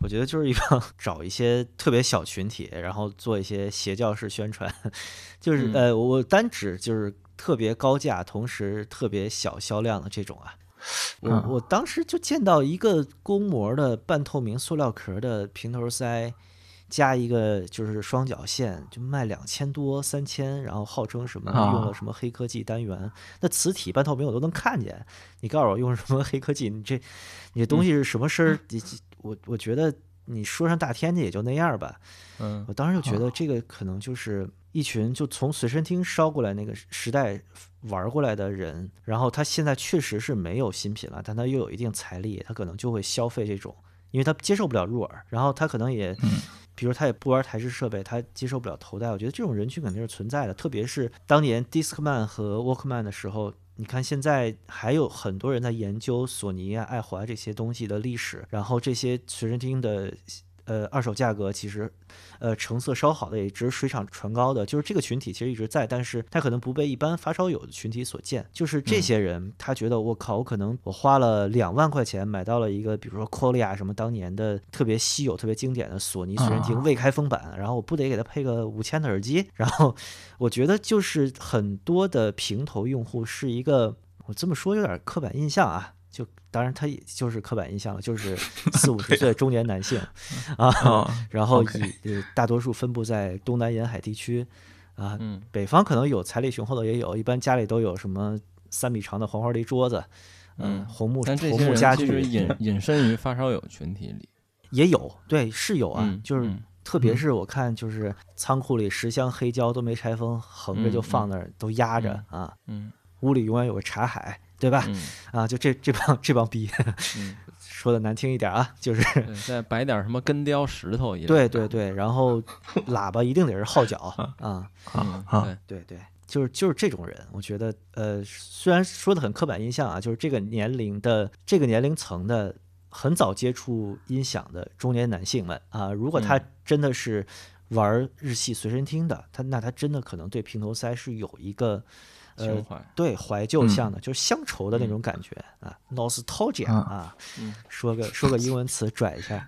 [SPEAKER 2] 我觉得就是一帮 找一些特别小群体，然后做一些邪教式宣传， 就是、
[SPEAKER 4] 嗯
[SPEAKER 2] 呃，我单指就是特别高价，同时特别小销量的这种啊。我
[SPEAKER 4] 嗯
[SPEAKER 2] 我当时就见到一个公模的半透明塑料壳的平头塞，加一个就是双绞线，就卖两千多三千，然后号称什么
[SPEAKER 4] 啊
[SPEAKER 2] 用了什么黑科技单元，那磁体半透明我都能看见，你告诉我用什么黑科技？你这你这
[SPEAKER 4] 嗯
[SPEAKER 2] 东西是什么声儿？你我我觉得你说上大天去也就那样吧。
[SPEAKER 1] 嗯
[SPEAKER 2] 我当时就觉得这个可能就是一群就从随身听捎过来那个时代玩过来的人，然后他现在确实是没有新品了，但他又有一定财力，他可能就会消费这种，因为他接受不了入耳，然后他可能也，比如他也不玩台式设备，他接受不了头戴，我觉得这种人群肯定是存在的，特别是当年 Discman 和 Walkman 的时候。你看，现在还有很多人在研究索尼啊、爱华这些东西的历史，然后这些随身听的呃二手价格其实呃成色稍好的，也只是水涨船高的，就是这个群体其实一直在，但是他可能不被一般发烧友的群体所见。就是
[SPEAKER 4] 嗯
[SPEAKER 2] 这些人，他觉得我靠，我可能我花了两万块钱买到了一个，比如说 c o l i a 什么当年的特别稀有、特别经典的索尼随身听
[SPEAKER 4] 啊
[SPEAKER 2] 未开封版，然后我不得给他配个五千的耳机？然后我觉得就是很多的平头用户是一个，我这么说有点刻板印象啊。就当然，他也就是刻板印象了，就是 四五十岁的中年男性，啊，
[SPEAKER 4] 哦
[SPEAKER 2] 然后以
[SPEAKER 4] OK
[SPEAKER 2] 呃大多数分布在东南沿海地区，啊，
[SPEAKER 1] 嗯
[SPEAKER 2] 北方可能有财力雄厚的也有，一般家里都有什么三米长的黄花梨桌子，呃
[SPEAKER 1] 嗯
[SPEAKER 2] 红木
[SPEAKER 1] 但这
[SPEAKER 2] 红
[SPEAKER 1] 些
[SPEAKER 2] 木家
[SPEAKER 1] 人其实
[SPEAKER 2] 具
[SPEAKER 1] 隐隐身于发烧友群体里。
[SPEAKER 2] 也有，对，是有啊，
[SPEAKER 1] 嗯
[SPEAKER 2] 就是
[SPEAKER 1] 嗯
[SPEAKER 2] 特别是我看就是仓库里十箱黑胶都没拆封，横着就
[SPEAKER 1] 嗯
[SPEAKER 2] 放那儿、都压着啊，
[SPEAKER 1] 嗯
[SPEAKER 2] 屋里永远有个茶海，对吧？
[SPEAKER 1] 嗯，
[SPEAKER 2] 啊，就这这帮这帮逼，
[SPEAKER 1] 嗯
[SPEAKER 2] 说的难听一点啊，就是
[SPEAKER 1] 对，再摆点什么根雕石头一类。
[SPEAKER 2] 对对对，然后喇叭一定得是号角啊。
[SPEAKER 1] 嗯，
[SPEAKER 4] 啊
[SPEAKER 1] 对，
[SPEAKER 2] 对对，就是就是这种人，我觉得呃，虽然说的很刻板印象啊，就是这个年龄的这个年龄层的很早接触音响的中年男性们啊，如果他真的是玩日系随身听的，他那他真的可能对平头塞是有一个呃
[SPEAKER 1] 情怀。
[SPEAKER 2] 对怀旧向的，就是乡愁的那种感觉、啊，nostalgia
[SPEAKER 4] 啊
[SPEAKER 2] 啊，
[SPEAKER 1] 嗯
[SPEAKER 2] 说个说个英文词拽一下，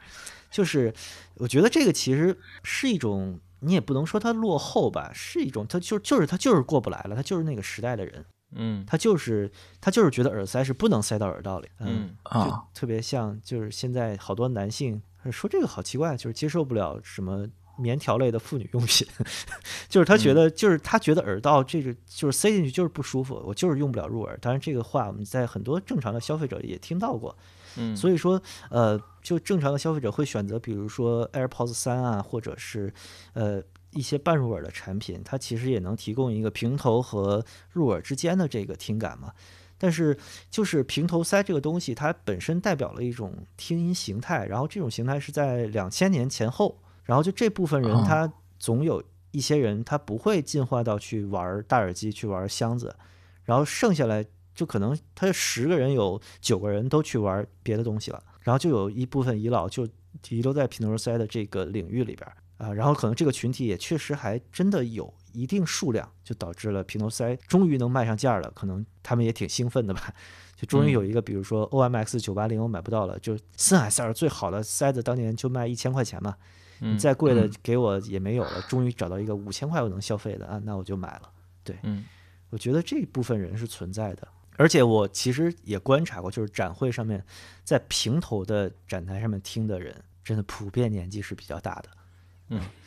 [SPEAKER 2] 就是我觉得这个其实是一种，你也不能说它落后吧，是一种，它就就是它就是过不来了，他就是那个时代的人，
[SPEAKER 1] 嗯
[SPEAKER 2] 他就是他就是觉得耳塞是不能塞到耳道里，嗯
[SPEAKER 1] 嗯
[SPEAKER 2] 就
[SPEAKER 4] 啊，
[SPEAKER 2] 特别像就是现在好多男性说这个好奇怪，就是接受不了什么棉条类的妇女用品， 就是他觉得、就是他觉得耳道这个就是塞进去就是不舒服，我就是用不了入耳。当然这个话我们在很多正常的消费者也听到过，
[SPEAKER 1] 嗯，
[SPEAKER 2] 所以说，呃，就正常的消费者会选择，比如说 AirPods 三啊，或者是呃一些半入耳的产品，它其实也能提供一个平头和入耳之间的这个听感嘛。但是，就是平头塞这个东西，它本身代表了一种听音形态，然后这种形态是在两千年前后，然后就这部分人
[SPEAKER 4] 哦
[SPEAKER 2] 他总有一些人他不会进化到去玩大耳机、去玩箱子，然后剩下来就可能他十个人有九个人都去玩别的东西了，然后就有一部分遗老就遗留在皮诺塞的这个领域里边儿啊，然后可能这个群体也确实还真的有一定数量，就导致了皮诺塞终于能卖上价儿了，可能他们也挺兴奋的吧。就终于有一个，比如说 O M X 九八零我买不到了，就森海塞尔最好的塞子当年就卖一千块钱嘛，你
[SPEAKER 1] 嗯
[SPEAKER 2] 再贵的
[SPEAKER 4] 嗯
[SPEAKER 2] 给我也没有了，终于找到一个五千块我能消费的啊，那我就买了。对，
[SPEAKER 1] 嗯
[SPEAKER 2] 我觉得这部分人是存在的。而且我其实也观察过，就是展会上面，在平头的展台上面听的人，真的普遍年纪是比较大的。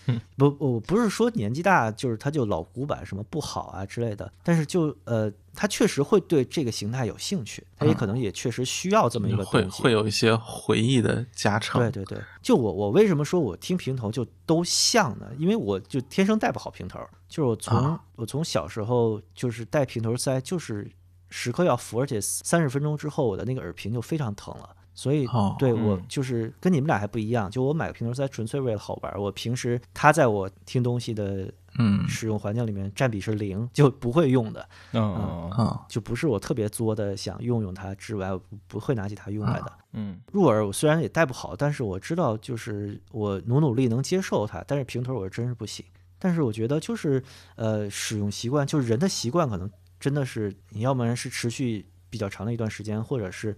[SPEAKER 2] 嗯， 不，我不是说年纪大就是他就老古板什么不好啊之类的，但是就呃，他确实会对这个形态有兴趣，他也可能也确实需要这么一个东
[SPEAKER 4] 嗯会
[SPEAKER 2] 西。
[SPEAKER 4] 会有一些回忆的加成。
[SPEAKER 2] 对对对，就我我为什么说我听平头就都像呢？因为我就天生戴不好平头，就是我从、
[SPEAKER 4] 啊
[SPEAKER 2] 我从小时候就是戴平头塞，就是时刻要扶，而且三十分钟之后我的那个耳屏就非常疼了。所以
[SPEAKER 4] 哦
[SPEAKER 2] 对我
[SPEAKER 1] 嗯
[SPEAKER 2] 就是跟你们俩还不一样，就我买个平头塞纯粹为了好玩儿。我平时它在我听东西的
[SPEAKER 4] 嗯
[SPEAKER 2] 使用环境里面占比是零，就不会用的。
[SPEAKER 1] 嗯嗯
[SPEAKER 4] 啊
[SPEAKER 2] 就不是我特别作的想用用它之外，我不不会拿起它用来的。
[SPEAKER 1] 嗯
[SPEAKER 2] 入耳我虽然也戴不好，但是我知道就是我努努力能接受它，但是平头我真是不行。但是我觉得就是呃，使用习惯就是人的习惯，可能真的是你要不然是持续比较长的一段时间，或者是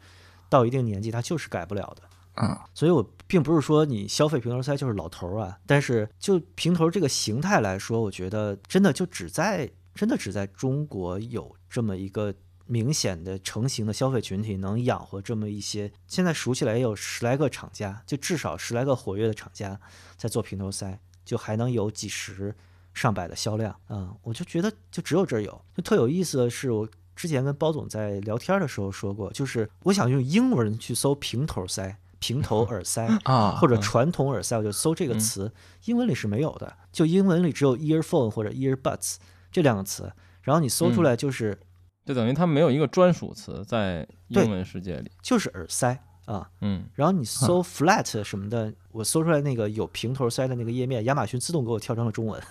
[SPEAKER 2] 到一定年纪它就是改不了的。
[SPEAKER 4] 嗯，
[SPEAKER 2] 所以我并不是说你消费平头塞就是老头儿啊，但是就平头这个形态来说，我觉得真的就只在真的只在中国有这么一个明显的成型的消费群体，能养活这么一些。现在数起来也有十来个厂家，就至少十来个活跃的厂家在做平头塞，就还能有几十上百的销量啊、嗯我就觉得就只有这儿有。就特有意思的是，我之前跟包总在聊天的时候说过，就是我想用英文去搜平头塞、平头耳塞
[SPEAKER 4] 啊
[SPEAKER 2] 或者传统耳塞，我就搜这个词，英文里是没有的，就英文里只有 earphone 或者 earbuds 这两个词，然后你搜出来就是、
[SPEAKER 1] 就等于它没有一个专属词在
[SPEAKER 2] 对
[SPEAKER 1] 英文世界里。
[SPEAKER 2] 就是耳塞啊。
[SPEAKER 1] 嗯，
[SPEAKER 2] 然后你搜 flat 什么的，我搜出来那个有平头塞的那个页面，亚马逊自动给我跳成了中文。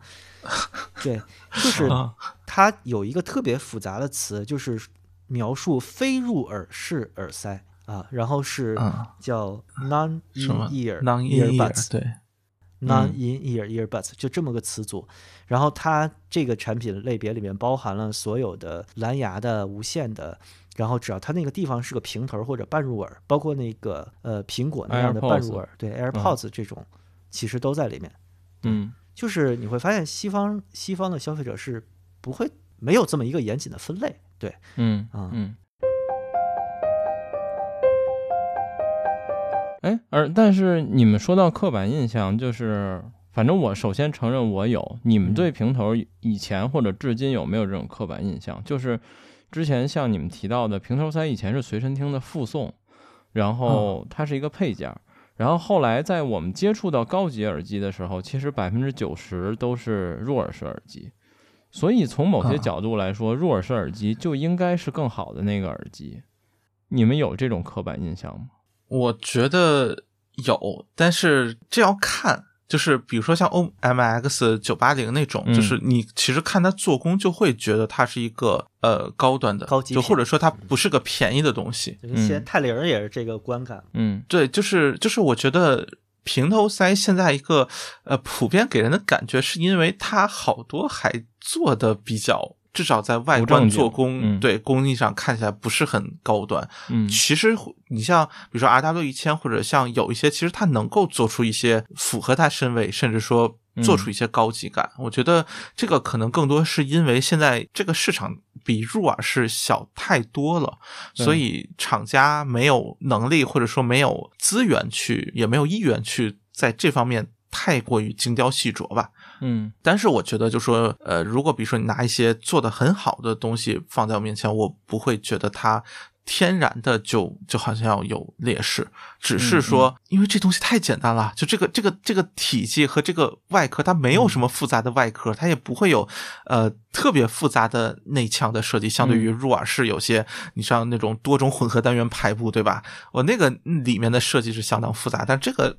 [SPEAKER 2] 对，就是
[SPEAKER 4] 啊
[SPEAKER 2] 它有一个特别复杂的词，就是描述非入耳式耳塞啊，然后是
[SPEAKER 4] 啊
[SPEAKER 2] 叫 non
[SPEAKER 4] 什
[SPEAKER 2] in
[SPEAKER 4] 么
[SPEAKER 2] ear
[SPEAKER 4] non in
[SPEAKER 2] earbuds
[SPEAKER 4] 对，
[SPEAKER 1] 嗯
[SPEAKER 2] non in ear earbuds 就这么个词组。然后它这个产品类别里面包含了所有的蓝牙的、无线的，然后只要它那个地方是个平头或者半入耳，包括那个呃苹果那样的
[SPEAKER 1] AirPods
[SPEAKER 2] 半入耳，对 AirPods 这种，其实都在里面。
[SPEAKER 1] 嗯，
[SPEAKER 2] 就是你会发现西方西方的消费者是不会没有这么一个严谨的分类，对，
[SPEAKER 1] 嗯
[SPEAKER 2] 啊
[SPEAKER 1] 嗯。哎，而但是你们说到刻板印象，就是反正我首先承认我有，你们对平头以前或者至今有没有这种刻板印象？就是之前像你们提到的，平头塞以前是随身听的附送，然后它是一个配件儿。然后后来在我们接触到高级耳机的时候，其实百分之九十都是入耳式耳机，所以从某些
[SPEAKER 4] 啊
[SPEAKER 1] 角度来说，入耳式耳机就应该是更好的那个耳机。你们有这种刻板印象吗？
[SPEAKER 4] 我觉得有，但是这要看，就是比如说像 O M X 九八零那种，
[SPEAKER 1] 嗯
[SPEAKER 4] 就是你其实看它做工就会觉得它是一个呃高端的，
[SPEAKER 2] 高级
[SPEAKER 4] 就
[SPEAKER 2] 品嗯
[SPEAKER 4] 或者说它不是个便宜的东西。
[SPEAKER 2] 就跟现在
[SPEAKER 1] 嗯
[SPEAKER 2] 泰铃儿也是这个观感。
[SPEAKER 1] 嗯
[SPEAKER 4] 对，就是就是我觉得。平头塞现在一个呃普遍给人的感觉，是因为它好多还做的比较，至少在外
[SPEAKER 1] 不
[SPEAKER 4] 观
[SPEAKER 1] 正经
[SPEAKER 4] 做工、
[SPEAKER 1] 嗯
[SPEAKER 4] 对工艺上看起来不是很高端，
[SPEAKER 1] 嗯
[SPEAKER 4] 其实你像比如说 R W 一千，或者像有一些，其实它能够做出一些符合它身位，甚至说
[SPEAKER 1] 嗯
[SPEAKER 4] 做出一些高级感。我觉得这个可能更多是因为现在这个市场比入耳式小太多了，
[SPEAKER 1] 对
[SPEAKER 4] 所以厂家没有能力或者说没有资源去，也没有意愿去在这方面太过于精雕细琢吧。
[SPEAKER 1] 嗯
[SPEAKER 4] 但是我觉得，就说呃，如果比如说你拿一些做的很好的东西放在我面前，我不会觉得它天然的就就好像要有劣势，只是说、因为这东西太简单了，就这个这个这个体积和这个外壳，它没有什么复杂的外壳，它也不会有呃特别复杂的内腔的设计。相对于入耳式，有些你像那种多种混合单元排布，对吧？我那个嗯里面的设计是相当复杂，但这个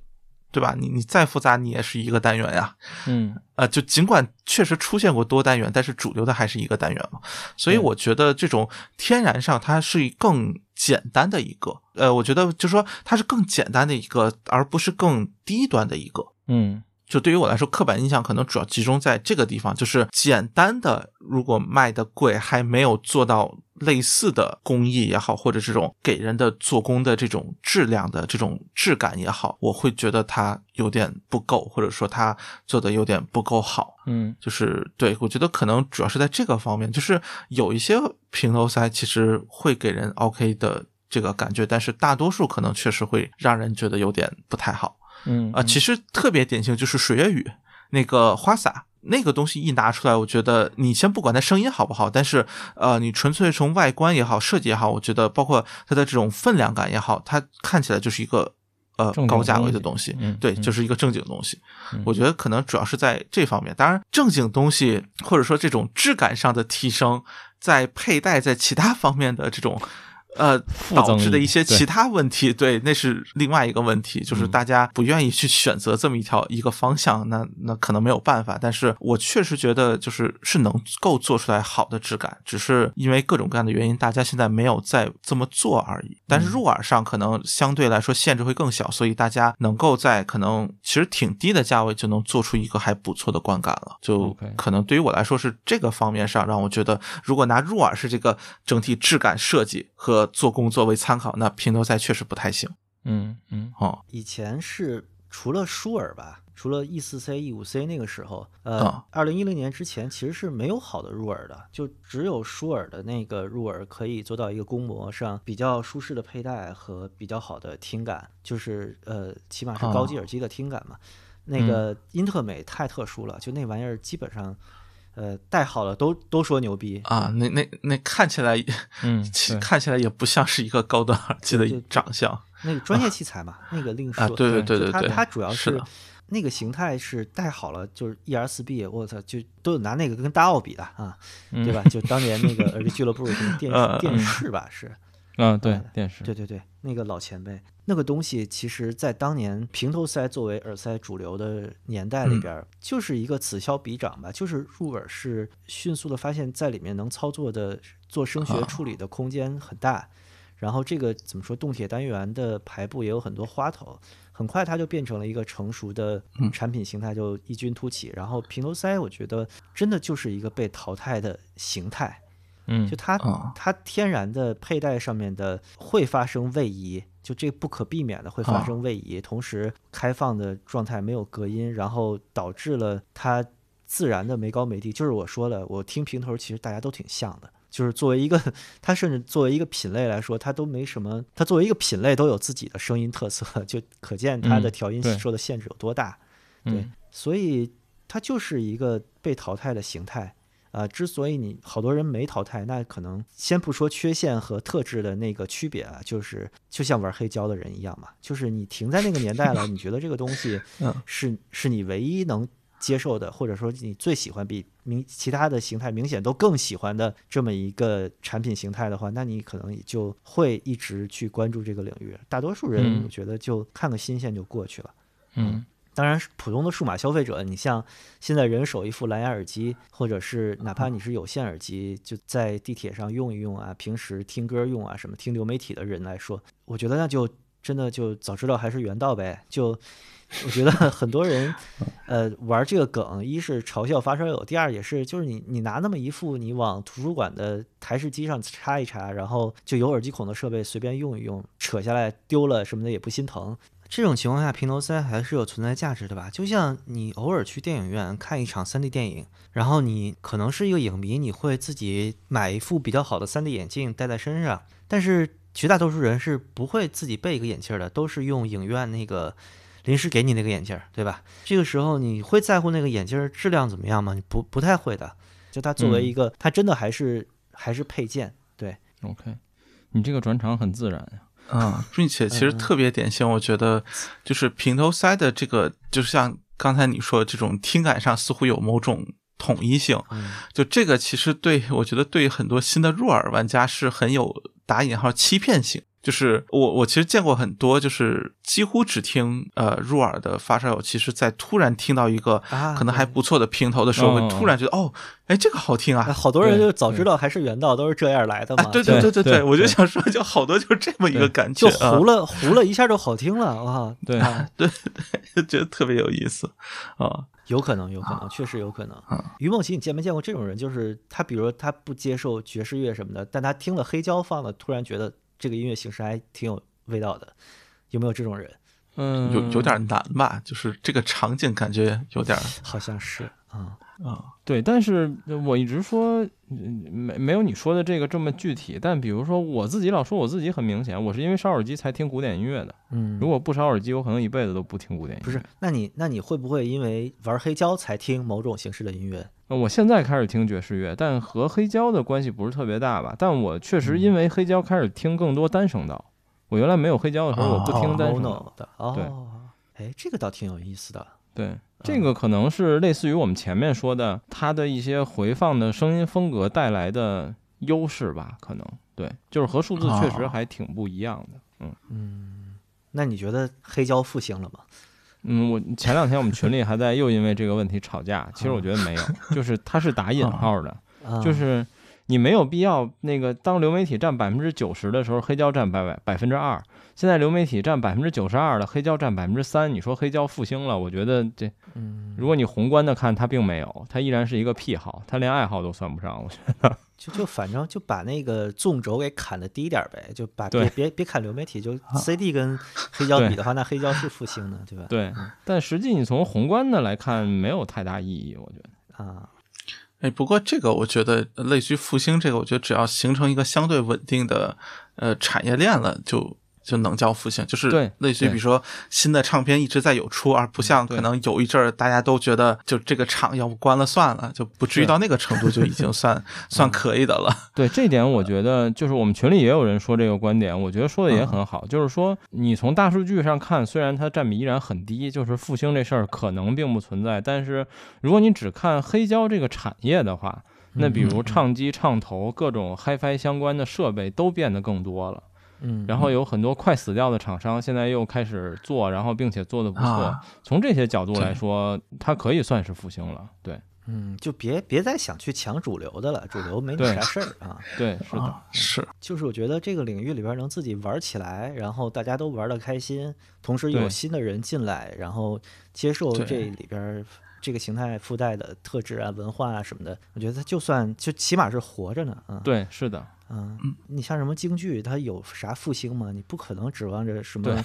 [SPEAKER 4] 对吧？你你再复杂，你也是一个单元呀、
[SPEAKER 1] 嗯
[SPEAKER 4] 呃，就尽管确实出现过多单元，但是主流的还是一个单元嘛，所以
[SPEAKER 1] 对
[SPEAKER 4] 我觉得这种天然上它是更简单的一个，呃，我觉得就说它是更简单的一个，而不是更低端的一个。
[SPEAKER 1] 嗯
[SPEAKER 4] 就对于我来说，刻板印象可能主要集中在这个地方，就是简单的，如果卖的贵，还没有做到类似的工艺也好，或者这种给人的做工的这种质量的这种质感也好，我会觉得它有点不够，或者说它做的有点不够好。
[SPEAKER 1] 嗯
[SPEAKER 4] 就是对我觉得可能主要是在这个方面，就是有一些平头塞其实会给人 OK 的这个感觉，但是大多数可能确实会让人觉得有点不太好。
[SPEAKER 1] 嗯
[SPEAKER 4] 啊，其实特别典型就是水月雨那个花洒那个东西一拿出来，我觉得你先不管它声音好不好，但是呃，你纯粹从外观也好、设计也好，我觉得包括它的这种分量感也好，它看起来就是一个呃
[SPEAKER 1] 嗯正经
[SPEAKER 4] 高价位的
[SPEAKER 1] 东
[SPEAKER 4] 东西。
[SPEAKER 1] 嗯
[SPEAKER 4] 对，
[SPEAKER 1] 嗯
[SPEAKER 4] 就是一个正经东西
[SPEAKER 1] 嗯。
[SPEAKER 4] 我觉得可能主要是在这方面。当然，正经东西或者说这种质感上的提升，在佩戴在其他方面的这种。呃，
[SPEAKER 1] 附赠
[SPEAKER 4] 导致的
[SPEAKER 1] 意
[SPEAKER 4] 一些
[SPEAKER 1] 对
[SPEAKER 4] 其他问题，对那是另外一个问题，就是
[SPEAKER 1] 嗯
[SPEAKER 4] 大家不愿意去选择这么一条一个方向，那那可能没有办法。但是我确实觉得，就是是能够做出来好的质感，只是因为各种各样的原因，大家现在没有再这么做而已。但是
[SPEAKER 1] 嗯
[SPEAKER 4] 入耳上可能相对来说限制会更小，所以大家能够在可能其实挺低的价位就能做出一个还不错的观感了。就
[SPEAKER 1] OK
[SPEAKER 4] 可能对于我来说是这个方面上让我觉得，如果拿入耳式这个整体质感设计和做工作为参考，那平头塞确实不太行。
[SPEAKER 1] 嗯嗯
[SPEAKER 4] 哦
[SPEAKER 2] 以前是除了舒尔吧，除了 E 四 C、E 五 C 那个时候，呃
[SPEAKER 4] 啊，
[SPEAKER 2] 二零一零年之前其实是没有好的入耳的，就只有舒尔的那个入耳可以做到一个公模上比较舒适的佩戴和比较好的听感，就是呃，起码是高级
[SPEAKER 4] 哦
[SPEAKER 2] 耳机的听感嘛。那个英特美太特殊了，就那玩意儿基本上，呃，戴好了都都说牛逼，
[SPEAKER 4] 啊，那那那看起来
[SPEAKER 1] 嗯，
[SPEAKER 4] 其
[SPEAKER 1] 对
[SPEAKER 4] 看起来也不像是一个高端耳机的
[SPEAKER 2] 对对
[SPEAKER 4] 长相
[SPEAKER 2] 那个专业器材嘛，那个另说。
[SPEAKER 4] 啊，对
[SPEAKER 1] 对
[SPEAKER 4] 对对对
[SPEAKER 2] 就它
[SPEAKER 4] 对，
[SPEAKER 2] 它主要
[SPEAKER 4] 是
[SPEAKER 2] 是
[SPEAKER 4] 的
[SPEAKER 2] 那个形态是带好了，就是 E R 四 B，我操，就都有拿那个跟大奥比的啊，
[SPEAKER 1] 嗯
[SPEAKER 2] 对吧？就当年 那个耳机俱乐部什么电
[SPEAKER 4] 嗯
[SPEAKER 2] 视
[SPEAKER 4] 嗯
[SPEAKER 2] 电视吧，是
[SPEAKER 1] 啊，对电视，
[SPEAKER 2] 对对对，那个老前辈，那个东西其实在当年平头塞作为耳塞主流的年代里边儿，就是一个此消彼长吧，就是入耳式迅速的发现，在里面能操作的做声学处理的空间很大，然后这个怎么说，动铁单元的排布也有很多花头。很快，它就变成了一个成熟的产品形态，就异军突起。然后平头塞，我觉得真的就是一个被淘汰的形态。
[SPEAKER 1] 嗯
[SPEAKER 2] 就它、
[SPEAKER 4] 啊
[SPEAKER 2] 它天然的佩戴上面的会发生位移，就这不可避免的会发
[SPEAKER 4] 啊
[SPEAKER 2] 生位移，同时开放的状态没有隔音，然后导致了它自然的没高没低。就是我说了，我听平头其实大家都挺像的。就是作为一个， 它甚至作为一个品类来说，它都没什么，它作为一个品类都有自己的声音特色，就可见它的
[SPEAKER 1] 嗯
[SPEAKER 2] 调音
[SPEAKER 1] 对
[SPEAKER 2] 受的限制有多大。对
[SPEAKER 1] 嗯，
[SPEAKER 2] 所以它就是一个被淘汰的形态。啊、之所以你好多人没淘汰，那可能先不说缺陷和特质的那个区别啊，就是就像玩黑胶的人一样嘛，就是你停在那个年代了，你觉得这个东 西
[SPEAKER 4] 嗯
[SPEAKER 2] 是是你唯一能接受的，或者说你最喜欢比明其他的形态明显都更喜欢的这么一个产品形态的话，那你可能也就会一直去关注这个领域。大多数人
[SPEAKER 1] 嗯
[SPEAKER 2] 我觉得就看个新鲜就过去了。
[SPEAKER 1] 嗯
[SPEAKER 2] 当然，普通的数码消费者，你像现在人手一副蓝牙耳机，或者是哪怕你是有线耳机，就在地铁上用一用啊，平时听歌用啊，什么听流媒体的人来说，我觉得那就真的就早知道还是原道呗。就我觉得 很多人，呃，玩这个梗，一是嘲笑发烧友，第二也是就是你你拿那么一副，你往图书馆的台式机上插一插，然后就有耳机孔的设备随便用一用，扯下来丢了什么的也不心疼。这种情况下，平头塞还是有存在价值的吧？就像你偶尔去电影院看一场 3D 电影，然后你可能是一个影迷，你会自己买一副比较好的 3D 眼镜戴在身上，但是绝大多数人是不会自己备一个眼镜儿的，都是用影院那个临时给你那个眼镜儿，对吧？这个时候你会在乎那个眼镜儿质量怎么样吗？你不不太会的。就它作为一个，它真的还是还是配件，对，
[SPEAKER 1] ，OK，你这个转场很自然呀，
[SPEAKER 4] 啊，并且其实
[SPEAKER 2] 嗯嗯
[SPEAKER 4] 特别典型，我觉得就是平头塞的这个，就像刚才你说的这种听感上似乎有某种统一性，
[SPEAKER 2] 嗯
[SPEAKER 4] 就这个其实对我觉得对很多新的入耳玩家是很有打引号欺骗性。就是我我其实见过很多，就是几乎只听呃入耳的发烧友，其实在突然听到一个
[SPEAKER 2] 啊
[SPEAKER 4] 可能还
[SPEAKER 2] 对
[SPEAKER 4] 不错的平头的时候，
[SPEAKER 1] 哦
[SPEAKER 4] 会突然觉得哦，哎这个好听啊
[SPEAKER 2] 啊，好多人
[SPEAKER 1] 对
[SPEAKER 2] 就早知
[SPEAKER 1] 对
[SPEAKER 2] 道还是原道都是这样来的
[SPEAKER 4] 啊
[SPEAKER 2] 嘛，
[SPEAKER 4] 对
[SPEAKER 2] 就
[SPEAKER 1] 对
[SPEAKER 4] 对对
[SPEAKER 1] 对
[SPEAKER 4] 我就
[SPEAKER 1] 对
[SPEAKER 4] 想说，就好多就是这么一个
[SPEAKER 1] 对
[SPEAKER 4] 感觉
[SPEAKER 2] 就
[SPEAKER 4] 啊，
[SPEAKER 2] 糊了，糊了一下就好听了哇！
[SPEAKER 1] 对嗯
[SPEAKER 2] 啊
[SPEAKER 4] 对对， 觉得特别有意思啊。
[SPEAKER 2] 有可能，有可能，
[SPEAKER 1] 啊
[SPEAKER 2] 确实有可能。
[SPEAKER 1] 嗯
[SPEAKER 2] 于梦琪，你见没见过这种人？就是他，比如他不接受爵士乐什么的，但他听了黑胶放的，突然觉得这个音乐形式还挺有味道的，有没有这种人？
[SPEAKER 1] 嗯，
[SPEAKER 4] 有有点难吧，就是这个场景感觉有点
[SPEAKER 2] 好像是啊、
[SPEAKER 4] 啊
[SPEAKER 1] 对，但是我一直说嗯没没有你说的这个这么具体，但比如说我自己老说我自己很明显，我是因为烧耳机才听古典音乐的，
[SPEAKER 2] 嗯，
[SPEAKER 1] 如果不烧耳机，我可能一辈子都不听古典音乐。
[SPEAKER 2] 不是，那你那你会不会因为玩黑胶才听某种形式的音乐？
[SPEAKER 1] 呃，我现在开始听爵士乐，但和黑胶的关系不是特别大吧？但我确实
[SPEAKER 2] 嗯
[SPEAKER 1] 因为黑胶开始听更多单声道。我原来没有黑胶的时候，我不听单声
[SPEAKER 2] mono
[SPEAKER 1] 道。
[SPEAKER 2] 的哦，哎，这个倒挺有意思的。
[SPEAKER 1] 对，这个可能是类似于我们前面说的，它的一些回放的声音风格带来的优势吧？可能对，就是和数字确实
[SPEAKER 4] 哦
[SPEAKER 1] 还挺不一样的。嗯
[SPEAKER 2] 那你觉得黑胶复兴了吗？
[SPEAKER 1] 嗯，我前两天我们群里还在 又因为这个问题吵架，其实我觉得没有，就是它是打引号的，
[SPEAKER 2] 啊、
[SPEAKER 1] 就是你没有必要那个当流媒体占百分之九十的时候，黑胶占百百百分之二。现在流媒体占百分之九十二了，黑胶占百分之三。你说黑胶复兴了，我觉得这
[SPEAKER 2] 嗯，
[SPEAKER 1] 如果你宏观的看，它并没有，它依然是一个癖好，它连爱好都算不上。我觉得
[SPEAKER 2] 就就反正就把那个纵轴给砍的低一点儿呗，就把
[SPEAKER 1] 对啊
[SPEAKER 2] 别别别砍流媒体，就 CD 跟黑胶比的话，那黑胶是复兴的，对吧？
[SPEAKER 1] 对，但实际你从宏观的来看，没有太大意义。我觉得，
[SPEAKER 2] 啊，
[SPEAKER 4] 哎，不过这个我觉得呃类似于复兴这个，我觉得只要形成一个相对稳定的呃产业链了，就就能叫复兴。就是
[SPEAKER 1] 对
[SPEAKER 4] 类似于
[SPEAKER 1] 对嗯
[SPEAKER 4] 比如说新的唱片一直在有出，而不像
[SPEAKER 1] 对
[SPEAKER 4] 可能有一阵儿大家都觉得就这个厂要不关了算了，就不至于
[SPEAKER 1] 是嗯
[SPEAKER 4] 到那个程度，就已经算算可以的了。
[SPEAKER 1] 对这点，我觉得就是我们群里也有人说这个观点，我觉得说的也
[SPEAKER 4] 嗯
[SPEAKER 1] 很好。就是说，你从大数据上看，虽然它占比依然很低，就是复兴这事儿可能并不存在，但是如果你只看黑胶这个产业的话，那
[SPEAKER 4] 嗯
[SPEAKER 1] 比如唱机、唱头各种 HiFi 相关的设备都变得更多了。
[SPEAKER 2] 嗯，
[SPEAKER 1] 然后有很多快死掉的厂商现在又开始做，然后并且做得不错
[SPEAKER 4] 啊。
[SPEAKER 1] 从这些角度来
[SPEAKER 4] 对
[SPEAKER 1] 说，它可以算是复兴了。对
[SPEAKER 2] 嗯，就别别再想去抢主流的了，主流没你
[SPEAKER 1] 对
[SPEAKER 2] 啥事儿啊。
[SPEAKER 1] 对，是的，
[SPEAKER 4] 啊是，
[SPEAKER 2] 就是我觉得这个领域里边能自己玩起来，然后大家都玩的开心，同时
[SPEAKER 1] 对
[SPEAKER 2] 有新的人进来，然后接受
[SPEAKER 4] 对
[SPEAKER 2] 这里边这个形态附带的特质啊、文化啊什么的，我觉得它就算就起码是活着呢，啊，
[SPEAKER 1] 对，是的，
[SPEAKER 2] 啊，
[SPEAKER 4] 嗯
[SPEAKER 2] 你像什么京剧，它有啥复兴吗？你不可能指望着什么
[SPEAKER 1] 对，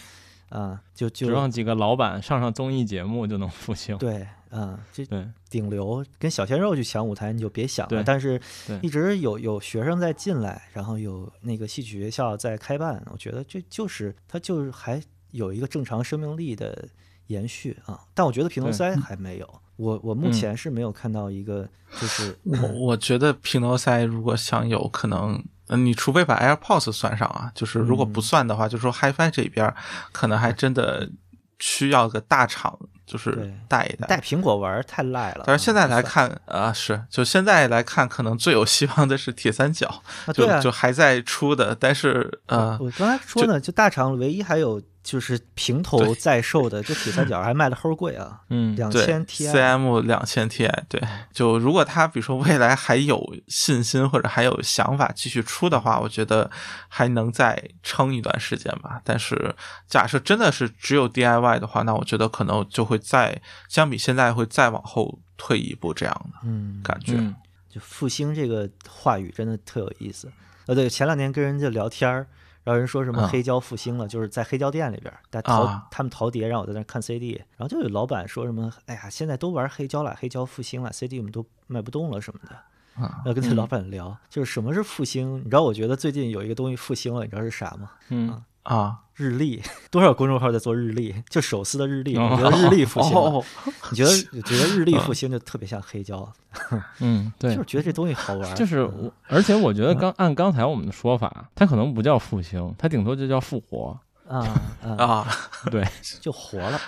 [SPEAKER 2] 啊，就
[SPEAKER 1] 指
[SPEAKER 2] 就
[SPEAKER 1] 望几个老板上上综艺节目就能复兴。
[SPEAKER 2] 对，啊，这
[SPEAKER 1] 对
[SPEAKER 2] 顶流跟小鲜肉去抢舞台，你就别想了。
[SPEAKER 1] 对
[SPEAKER 2] 但是
[SPEAKER 1] 对
[SPEAKER 2] 一直有有学生在进来，然后有那个戏曲学校在开办，我觉得这就是它就是还有一个正常生命力的延续啊。但我觉得平头
[SPEAKER 1] 对
[SPEAKER 4] 嗯
[SPEAKER 2] 塞还没有，我我目
[SPEAKER 1] 嗯
[SPEAKER 2] 前是没有看到一个就是
[SPEAKER 4] 我我觉得平头塞如果想有可能，呃你除非把 AirPods 算上啊，就是
[SPEAKER 2] 嗯
[SPEAKER 4] 如果不算的话，就说 HiFi 这边儿可能还真的需要个大厂，就是
[SPEAKER 2] 对
[SPEAKER 4] 带一带。
[SPEAKER 2] 带苹果玩儿太赖了啊。
[SPEAKER 4] 但是现在来
[SPEAKER 2] 不算，
[SPEAKER 4] 看啊、是就现在来看，可能最有希望的是铁三角，
[SPEAKER 2] 啊
[SPEAKER 4] 就、
[SPEAKER 2] 对啊
[SPEAKER 4] 就还在出的，但是呃，
[SPEAKER 2] 我刚才说呢，就大厂唯一还有就是平头在售的，就铁三角还卖的齁贵啊，
[SPEAKER 1] 嗯，
[SPEAKER 2] 两
[SPEAKER 4] 对
[SPEAKER 2] 千 Ti。
[SPEAKER 4] CM 两千 Ti，对，就如果他比如说未来还有信心或者还有想法继续出的话，我觉得还能再撑一段时间吧。但是假设真的是只有 DIY 的话，那我觉得可能就会再相比现在会再往后退一步这样
[SPEAKER 2] 嗯
[SPEAKER 4] 的，感觉。
[SPEAKER 1] 嗯，
[SPEAKER 2] 就复兴这个话语真的特有意思。呃，对，前两天跟人家聊天儿，然后人说什么
[SPEAKER 4] 嗯
[SPEAKER 2] 黑胶复兴了，就是在黑胶店里边儿，在淘、
[SPEAKER 4] 啊
[SPEAKER 2] 他们淘碟，让我在那儿看 CD，然后就有老板说什么，哎呀，现在都玩黑胶了，黑胶复兴了，CD 我们都卖不动了什么的。
[SPEAKER 4] 啊
[SPEAKER 2] 然后跟那老板聊，就是什么是复兴？你知道，我觉得最近有一个东西复兴了，你知道是啥吗？
[SPEAKER 1] 嗯，
[SPEAKER 4] 啊，
[SPEAKER 2] 日历，多少公众号在做日历，就手撕的日历，
[SPEAKER 1] 哦
[SPEAKER 2] 我觉得日历复兴了。
[SPEAKER 4] 哦，
[SPEAKER 2] 你觉得？ 你觉得日历复兴就特别像黑胶啊，
[SPEAKER 1] 嗯，对
[SPEAKER 2] 就，是觉得这东西好玩儿，
[SPEAKER 1] 就是我，而且我觉得刚按刚才我们的说法，它可能不叫复兴，它顶多就叫复活。
[SPEAKER 2] 啊啊，
[SPEAKER 4] 啊，
[SPEAKER 1] 对
[SPEAKER 2] 就活了。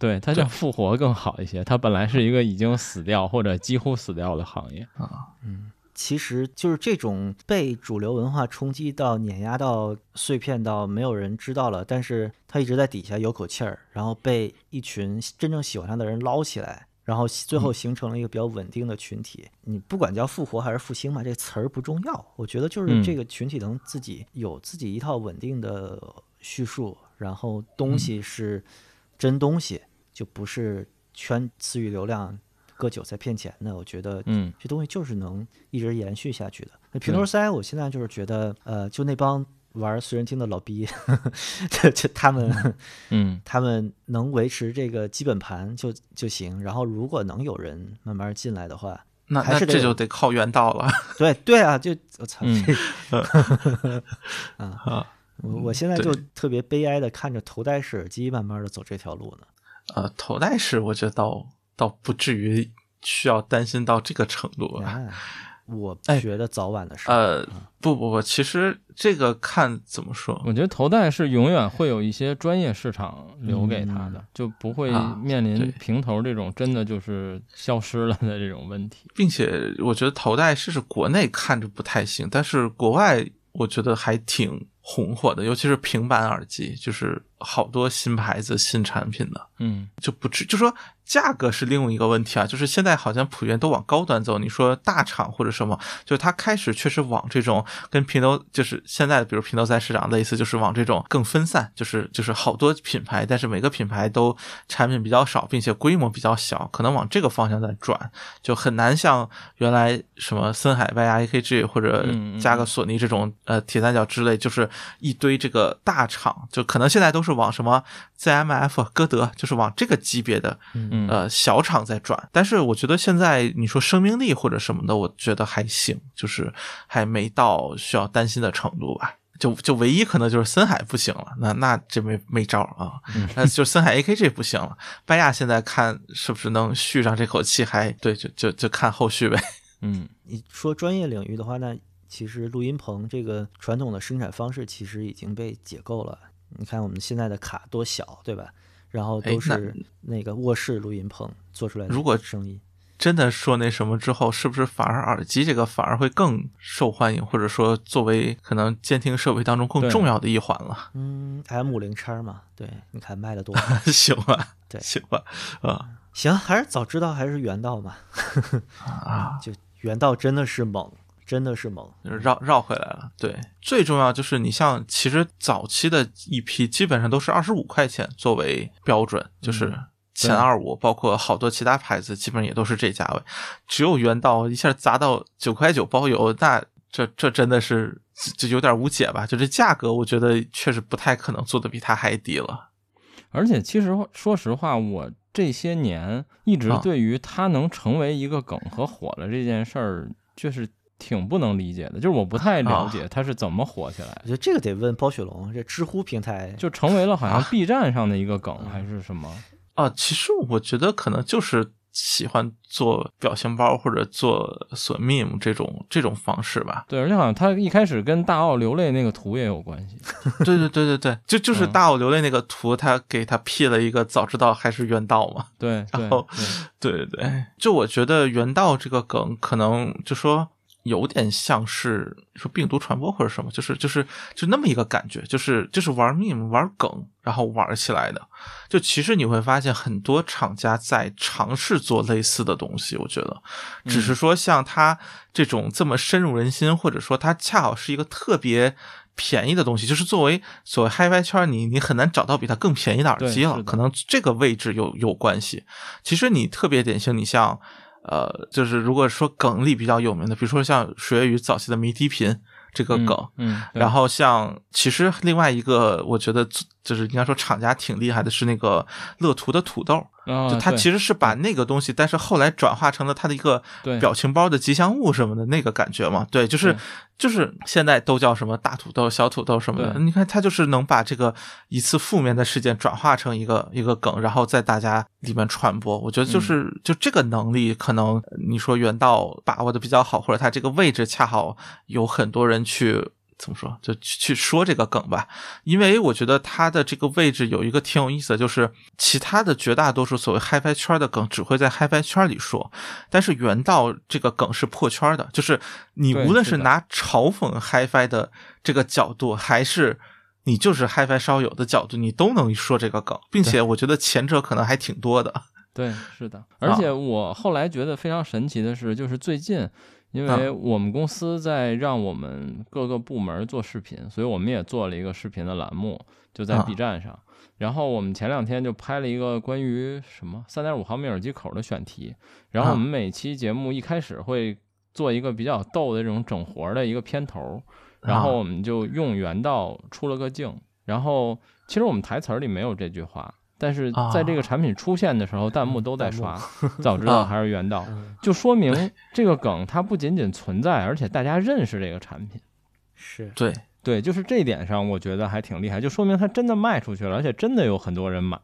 [SPEAKER 1] 对，它叫复活更好一些。它本来是一个已经死掉或者几乎死掉的行业。
[SPEAKER 2] 其实就是这种被主流文化冲击到、碾压到、碎片到没有人知道了，但是他一直在底下有口气儿，然后被一群真正喜欢他的人捞起来，然后最后形成了一个比较稳定的群体。你不管叫复活还是复兴嘛，这词儿不重要，我觉得就是
[SPEAKER 1] 嗯
[SPEAKER 2] 这个群体能自己有自己一套稳定的叙述，然后东西是真东西，就不是圈词语流量。割韭菜骗钱的，我觉得
[SPEAKER 1] 嗯
[SPEAKER 2] 这东西就是能一直延续下去的。那平头塞，我现在就是觉得，呃，就那帮玩随身听的老逼， 这这他们
[SPEAKER 1] 嗯，
[SPEAKER 2] 他们能维持这个基本盘就就行。然后如果能有人慢慢进来的话，
[SPEAKER 4] 那
[SPEAKER 2] 还
[SPEAKER 4] 那
[SPEAKER 2] 是得
[SPEAKER 4] 这
[SPEAKER 2] 有
[SPEAKER 4] 就得靠原道了。
[SPEAKER 2] 对对啊，就我操，
[SPEAKER 1] 嗯
[SPEAKER 2] 这
[SPEAKER 4] 啊
[SPEAKER 2] 我我现在
[SPEAKER 4] 呃对
[SPEAKER 2] 就特别悲哀的看着头戴式耳机慢慢的走这条路呢。
[SPEAKER 4] 呃，头戴式我觉得倒倒不至于需要担心到这个程度吧。
[SPEAKER 2] 哎我
[SPEAKER 4] 哎
[SPEAKER 2] 觉得早晚的事儿。啊
[SPEAKER 4] 呃，不不不，其实这个看怎么说，
[SPEAKER 1] 我觉得头戴是永远会有一些专业市场留给它的，就不会
[SPEAKER 4] 啊
[SPEAKER 1] 面
[SPEAKER 4] 对
[SPEAKER 1] 临平头这种真的就是消失了的这种问题。
[SPEAKER 4] 并且我觉得头戴式是国内看着不太行，但是国外我觉得还挺红火的，尤其是平板耳机，就是好多新牌子、新产品的，
[SPEAKER 1] 嗯，
[SPEAKER 4] 就不至就说价格是另一个问题啊，就是现在好像普遍都往高端走。你说大厂或者什么，就是它开始确实往这种跟平头，就是现在比如平头赛市场类似，就是往这种更分散，就是就是好多品牌，但是每个品牌都产品比较少，并且规模比较小，可能往这个方向在转，就很难像原来什么森海外啊、AKG 或者
[SPEAKER 1] 嗯嗯
[SPEAKER 4] 加个索尼这种呃铁三角之类，就是一堆这个大厂，就可能现在都是往什么 ZMF、歌德，就是往这个级别的
[SPEAKER 1] 嗯
[SPEAKER 4] 呃小厂在转。但是我觉得现在你说生命力或者什么的，我觉得还行，就是还没到需要担心的程度吧。就就唯一可能就是森海不行了，那那这没没招儿啊，
[SPEAKER 1] 嗯
[SPEAKER 4] 那就森海 AKG 不行了。拜亚现在看是不是能续上这口气还，对，就就就看后续呗。
[SPEAKER 1] 嗯
[SPEAKER 2] 你说专业领域的话，那其实录音棚这个传统的生产方式其实已经被解构了。你看我们现在的卡多小，对吧？然后
[SPEAKER 4] 哎
[SPEAKER 2] 都
[SPEAKER 4] 那
[SPEAKER 2] 是那个卧室录音棚做出来的
[SPEAKER 4] 如果
[SPEAKER 2] 声音，
[SPEAKER 4] 真的说那什么之后，是不是反而耳机这个反而会更受欢迎，或者说作为可能监听设备当中更
[SPEAKER 1] 对
[SPEAKER 4] 重要的一环了？
[SPEAKER 2] 嗯，M 五零叉嘛，对，你看卖的多。
[SPEAKER 4] 行吧，
[SPEAKER 2] 对
[SPEAKER 4] 行吧，啊、
[SPEAKER 2] 行，还是早知道还是原道嘛，
[SPEAKER 4] 啊，
[SPEAKER 2] 就原道真的是猛，真的是猛。
[SPEAKER 4] 就是绕绕回来了。对，最重要就是你像其实早期的一批基本上都是二十五块钱作为标准，就是前二五，包括好多其他牌子基本上也都是这价位，只有原道一下砸到九块九包邮，那这这真的是这有点无解吧？就这价格，我觉得确实不太可能做的比它还低了。
[SPEAKER 1] 而且其实说实话，我这些年一直
[SPEAKER 4] 啊
[SPEAKER 1] 对于它能成为一个梗和火了这件事儿，就是挺不能理解的，就是我不太
[SPEAKER 4] 啊
[SPEAKER 1] 了解它是怎么火起来的
[SPEAKER 2] 我，觉得这个得问包雪龙，这知乎平台
[SPEAKER 1] 就成为了好像
[SPEAKER 4] 啊
[SPEAKER 1] B 站上的一个梗还是什么？
[SPEAKER 4] 啊，其实我觉得可能就是喜欢做表情包或者做损 meme 这种这种方式吧。
[SPEAKER 1] 对，而且好像它一开始跟大奥流泪那个图也有关系。
[SPEAKER 4] 对对对对对，就就是
[SPEAKER 1] 嗯
[SPEAKER 4] 大奥流泪那个图，他给他 P 了一个早知道还是原道嘛。
[SPEAKER 1] 对对
[SPEAKER 4] 然后
[SPEAKER 1] 对
[SPEAKER 4] 对对对，就我觉得原道这个梗可能就说有点像是说病毒传播或者什么，就是就是就那么一个感觉，就是就是玩命玩梗，然后玩起来的。就其实你会发现很多厂家在尝试做类似的东西，我觉得，只是说像它这种这么深入人心，或者说它恰好是一个特别。便宜的东西，就是作为所谓 HiFi 圈，你你很难找到比它更便宜的耳
[SPEAKER 1] 对
[SPEAKER 4] 机
[SPEAKER 1] 是，
[SPEAKER 4] 了
[SPEAKER 1] 的
[SPEAKER 4] 可能这个位置有有关系。其实你特别典型，你像呃，就是如果说梗里比较有名的，比如说像水月雨早期的迷笛频这个梗，
[SPEAKER 1] 嗯，嗯
[SPEAKER 4] 然后像其实另外一个，我觉得就是应该说厂家挺厉害的是那个乐图的土豆，
[SPEAKER 1] 后
[SPEAKER 4] 就它其
[SPEAKER 1] 实
[SPEAKER 4] 实是把那个东西，但是后来转化成了它的一个
[SPEAKER 1] 嗯对
[SPEAKER 4] 表情包的吉祥物什么的那个感觉嘛。对，就是
[SPEAKER 1] 对
[SPEAKER 4] 就是现在都叫什么大土豆、小土豆什么的。
[SPEAKER 1] 对
[SPEAKER 4] 你看，它就是能把这个一次负面的事件转化成一个一个梗，然后在大家里面传播。我觉
[SPEAKER 1] 嗯
[SPEAKER 4] 得就是、就这个能力，可能呃你说原道把握的比较好，或者它这个位置恰好有很多人去。怎么说？就去去说这个梗吧，因为我觉得它的这个位置有一个挺有意思的，就是其他的绝大多数所谓 HiFi 圈的梗只会在 HiFi 圈里说，但是原道这个梗是破圈的，就是你
[SPEAKER 1] 对
[SPEAKER 4] 无论
[SPEAKER 1] 是
[SPEAKER 4] 是
[SPEAKER 1] 的
[SPEAKER 4] 拿嘲讽 HiFi 的这个角度，还是你就是 HiFi 烧友的角度，你都能说这个梗，并且我觉得前者可能还挺多的。
[SPEAKER 1] 对是的。而且我后来觉得非常神奇的是，就是最近。因为
[SPEAKER 4] 啊
[SPEAKER 1] 我们公司在让我们各个部门做视频，所以我们也做了一个视频的栏目，就在
[SPEAKER 4] 啊
[SPEAKER 1] B 站上。然后我们前两天就拍了一个关于什么三点五毫米耳机口的选题。然后我们每期节目一开始会做一个比较逗的这种整活儿的一个片头，然后我们就用原道出了个镜。然后其实我们台词儿里没有这句话，但是
[SPEAKER 4] 啊
[SPEAKER 1] 在这个产品出现的时候，弹幕都在刷， 早知道还是原 道，
[SPEAKER 4] 嗯
[SPEAKER 1] 就说明这个梗它不仅仅存在，而且大家认识这个产品。
[SPEAKER 2] 是
[SPEAKER 4] 对，
[SPEAKER 1] 对，就是这一点上，我觉得还挺厉害，就说明它真的卖出去了，而且真的有很多人买，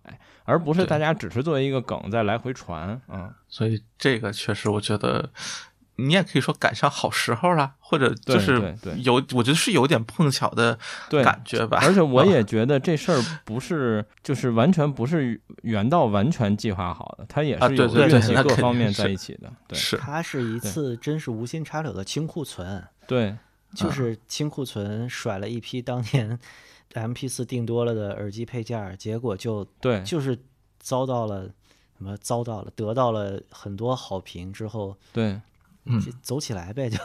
[SPEAKER 1] 而不是
[SPEAKER 4] 对啊
[SPEAKER 1] 大家只是作为一个梗在来回传。 嗯，
[SPEAKER 4] 所以这个确实，我觉得你也可以说赶上好时候了，或者就
[SPEAKER 1] 对
[SPEAKER 4] 是
[SPEAKER 1] 对对
[SPEAKER 4] 有，我觉得是有点碰巧的
[SPEAKER 1] 对
[SPEAKER 4] 感觉吧。
[SPEAKER 1] 而且我
[SPEAKER 4] 啊
[SPEAKER 1] 也觉得这事儿不是，就是完全不是原道完全计划好的，它也
[SPEAKER 4] 啊
[SPEAKER 1] 是
[SPEAKER 4] 对
[SPEAKER 1] 有
[SPEAKER 4] 对
[SPEAKER 1] 运气
[SPEAKER 4] 对那
[SPEAKER 1] 各
[SPEAKER 4] 肯
[SPEAKER 1] 方
[SPEAKER 4] 定
[SPEAKER 1] 面在
[SPEAKER 4] 是
[SPEAKER 1] 一起的。对
[SPEAKER 4] 是
[SPEAKER 2] 它是一次真是无心插柳的清库存，
[SPEAKER 1] 对
[SPEAKER 4] 嗯
[SPEAKER 2] 就是清库存甩了一批当年 MP 四定多了的耳机配件儿，结果就
[SPEAKER 1] 对，
[SPEAKER 2] 就是遭到了什么遭到了得到了很多好评之后，
[SPEAKER 1] 对，
[SPEAKER 7] 嗯
[SPEAKER 2] 就走起来呗，就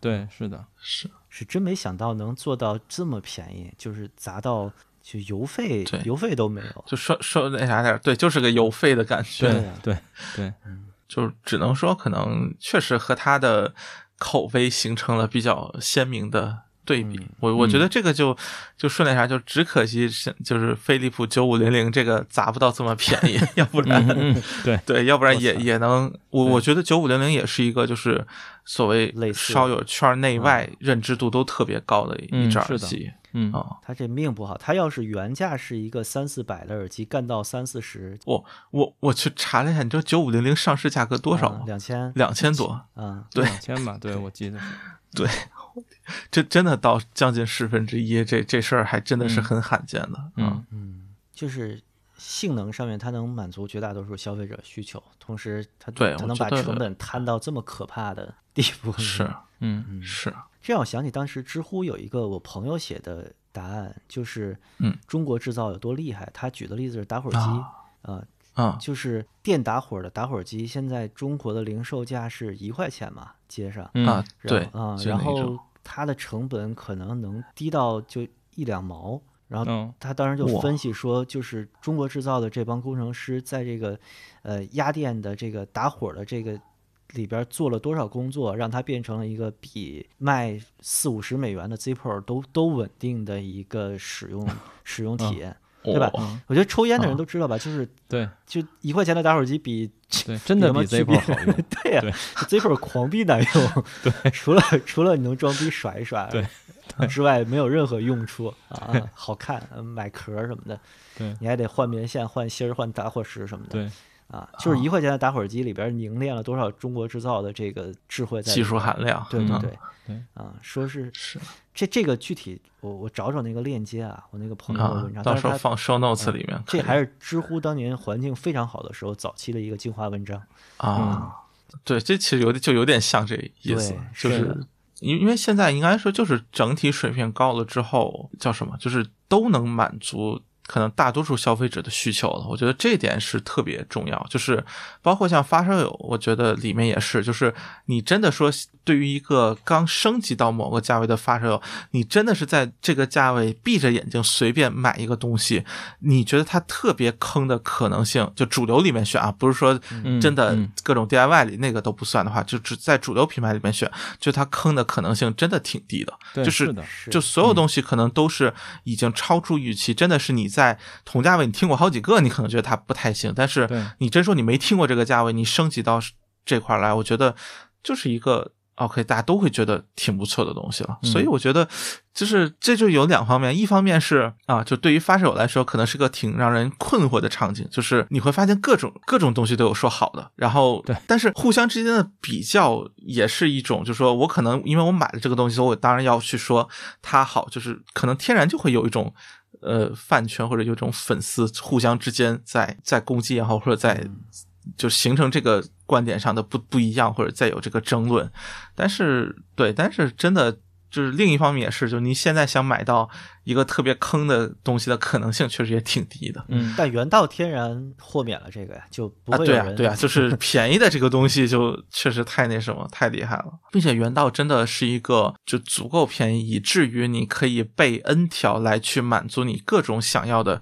[SPEAKER 1] 对，是的，
[SPEAKER 4] 是
[SPEAKER 2] 是真没想到能做到这么便宜，就是砸到就邮费
[SPEAKER 4] 对
[SPEAKER 2] 邮费都没有，
[SPEAKER 4] 就说说那啥点儿，对，就是个邮费的感觉，
[SPEAKER 2] 对啊
[SPEAKER 1] 嗯对，对，
[SPEAKER 4] 就只能说可能确实和他的口碑形成了比较鲜明的对比。
[SPEAKER 1] 嗯
[SPEAKER 4] 我我觉得这个就就顺那啥，就只可惜是就是飞利浦九五零零这个砸不到这么便宜， 要不然、
[SPEAKER 1] 嗯，对，
[SPEAKER 4] 对，要不然也
[SPEAKER 2] 我操
[SPEAKER 4] 也能，我
[SPEAKER 1] 对
[SPEAKER 4] 我觉得九五零零也是一个就是所谓
[SPEAKER 2] 类似
[SPEAKER 4] 稍有圈内外认知度都特别高的一
[SPEAKER 1] 嗯
[SPEAKER 4] 只
[SPEAKER 1] 是
[SPEAKER 4] 耳
[SPEAKER 1] 的
[SPEAKER 4] 机
[SPEAKER 1] 嗯，
[SPEAKER 4] 啊。
[SPEAKER 2] 他这命不好，他要是原价是一个三四百的耳机，干到三四十，
[SPEAKER 4] 我我我去查了一下，你知道九五零零上市价格多少吗？
[SPEAKER 2] 嗯
[SPEAKER 4] 啊
[SPEAKER 2] 两千，
[SPEAKER 4] 两千多，
[SPEAKER 2] 嗯，
[SPEAKER 4] 对
[SPEAKER 1] 两千吧，对我记得是，
[SPEAKER 4] 这真的到将近十分之一，这这事儿还真的是很罕见的。啊
[SPEAKER 1] 嗯，
[SPEAKER 2] 就是性能上面它能满足绝大多数消费者需求，同时它
[SPEAKER 4] 对
[SPEAKER 2] 它
[SPEAKER 4] 我
[SPEAKER 2] 能
[SPEAKER 4] 觉
[SPEAKER 2] 把
[SPEAKER 4] 得
[SPEAKER 2] 成本摊到这么可怕的地步，
[SPEAKER 4] 是
[SPEAKER 1] 嗯，
[SPEAKER 4] 是，
[SPEAKER 2] 这让我想起当时知乎有一个我朋友写的答案，就是
[SPEAKER 4] 嗯
[SPEAKER 2] 中国制造有多厉害。他举的例子是打火机，呃，
[SPEAKER 4] 嗯，
[SPEAKER 2] 就是电打火的打火机，现在中国的零售价是一块钱嘛，街上，
[SPEAKER 1] 嗯
[SPEAKER 4] 啊，
[SPEAKER 2] 然
[SPEAKER 4] 对
[SPEAKER 2] 后啊、
[SPEAKER 4] 就
[SPEAKER 2] 然
[SPEAKER 4] 那种
[SPEAKER 2] 后它的成本可能能低到就一两毛，然后
[SPEAKER 1] 嗯，
[SPEAKER 2] 他当时就
[SPEAKER 4] 哇
[SPEAKER 2] 分析说，就是中国制造的这帮工程师在这个呃压电的这个打火的这个里边做了多少工作，让它变成了一个比卖四五十美元的 Zippo 都都稳定的一个使用使用体验。对吧
[SPEAKER 4] 哦
[SPEAKER 2] 我觉得抽烟的人都知道吧，就是
[SPEAKER 1] 对，
[SPEAKER 2] 就一块钱的打火机比
[SPEAKER 1] 对，真的
[SPEAKER 2] 有
[SPEAKER 1] 比
[SPEAKER 2] 没有
[SPEAKER 1] z
[SPEAKER 2] 区
[SPEAKER 1] p
[SPEAKER 2] 别
[SPEAKER 1] o 好用，
[SPEAKER 2] 对呀、
[SPEAKER 1] 对
[SPEAKER 2] z i p p o 狂逼难用，对， 除了除了你能装逼耍一耍，
[SPEAKER 1] 对
[SPEAKER 2] 之外没有任何用处啊， 好看，嗯买壳儿什么的，
[SPEAKER 1] 对
[SPEAKER 2] 你还得换棉线、换芯儿、换打火石什么的，
[SPEAKER 1] 对，
[SPEAKER 2] 啊，就是一块钱的打火机里边凝练了多少中国制造的这个智慧在里
[SPEAKER 4] 技术
[SPEAKER 2] 边
[SPEAKER 4] 含量，
[SPEAKER 2] 对对
[SPEAKER 4] 嗯
[SPEAKER 2] 对，
[SPEAKER 1] 对
[SPEAKER 2] 啊，说是
[SPEAKER 4] 是
[SPEAKER 2] 这这个具体，我我找找那个链接啊，我那个朋友的
[SPEAKER 4] 啊
[SPEAKER 2] 文章，，
[SPEAKER 4] 到
[SPEAKER 2] 但
[SPEAKER 4] 时
[SPEAKER 2] 是
[SPEAKER 4] 候
[SPEAKER 2] 他
[SPEAKER 4] 放 show notes 里面可以，
[SPEAKER 2] 嗯这还是知乎当年环境非常好的时候早期的一个精华文章，
[SPEAKER 4] 啊，对，这其实有点就有点像这意思
[SPEAKER 2] 对，
[SPEAKER 4] 就是是
[SPEAKER 2] 的
[SPEAKER 4] 因因为现在应该说就是整体水平高了之后，叫什么，就是都能满足。可能大多数消费者的需求了，我觉得这点是特别重要。就是包括像发烧友，我觉得里面也是，就是你真的说对于一个刚升级到某个价位的发烧友，你真的是在这个价位闭着眼睛随便买一个东西，你觉得它特别坑的可能性，就主流里面选啊，不是说
[SPEAKER 1] 嗯
[SPEAKER 4] 真的
[SPEAKER 1] 嗯
[SPEAKER 4] 各种 DIY 里那个都不算的话，就只在主流品牌里面选，就它坑的可能性真的挺低的。
[SPEAKER 1] 对，
[SPEAKER 4] 就是是
[SPEAKER 1] 的，
[SPEAKER 2] 是
[SPEAKER 4] 就所有东西可能都是已经超出预期，真的是你在同价位你听过好几个，你可能觉得它不太行，但是
[SPEAKER 1] 对
[SPEAKER 4] 你真说你没听过这个价位，你升级到这块儿来，我觉得就是一个 OK，大家都会觉得挺不错的东西了。
[SPEAKER 1] 嗯
[SPEAKER 4] 所以我觉得就是这就有两方面，一方面是啊，就对于发烧友来说，可能是个挺让人困惑的场景，就是你会发现各种各种东西都有说好的，然后
[SPEAKER 1] 对，
[SPEAKER 4] 但是互相之间的比较也是一种，就是说我可能因为我买了这个东西，所以我当然要去说它好，就是可能天然就会有一种。呃，饭圈或者有一种粉丝互相之间在在攻击也好，或者在
[SPEAKER 1] 嗯
[SPEAKER 4] 就形成这个观点上的不不一样，或者再有这个争论。但是对，但是真的就是另一方面也是，就是你现在想买到一个特别坑的东西的可能性，确实也挺低的。
[SPEAKER 1] 嗯，
[SPEAKER 2] 但原道天然豁免了这个呀，就不
[SPEAKER 4] 啊，
[SPEAKER 2] 会有
[SPEAKER 4] 对啊
[SPEAKER 2] 人，
[SPEAKER 4] 对啊，就是便宜的这个东西就确实太那什么，太厉害了，并且原道真的是一个就足够便宜，以至于你可以备 n 条来去满足你各种想要的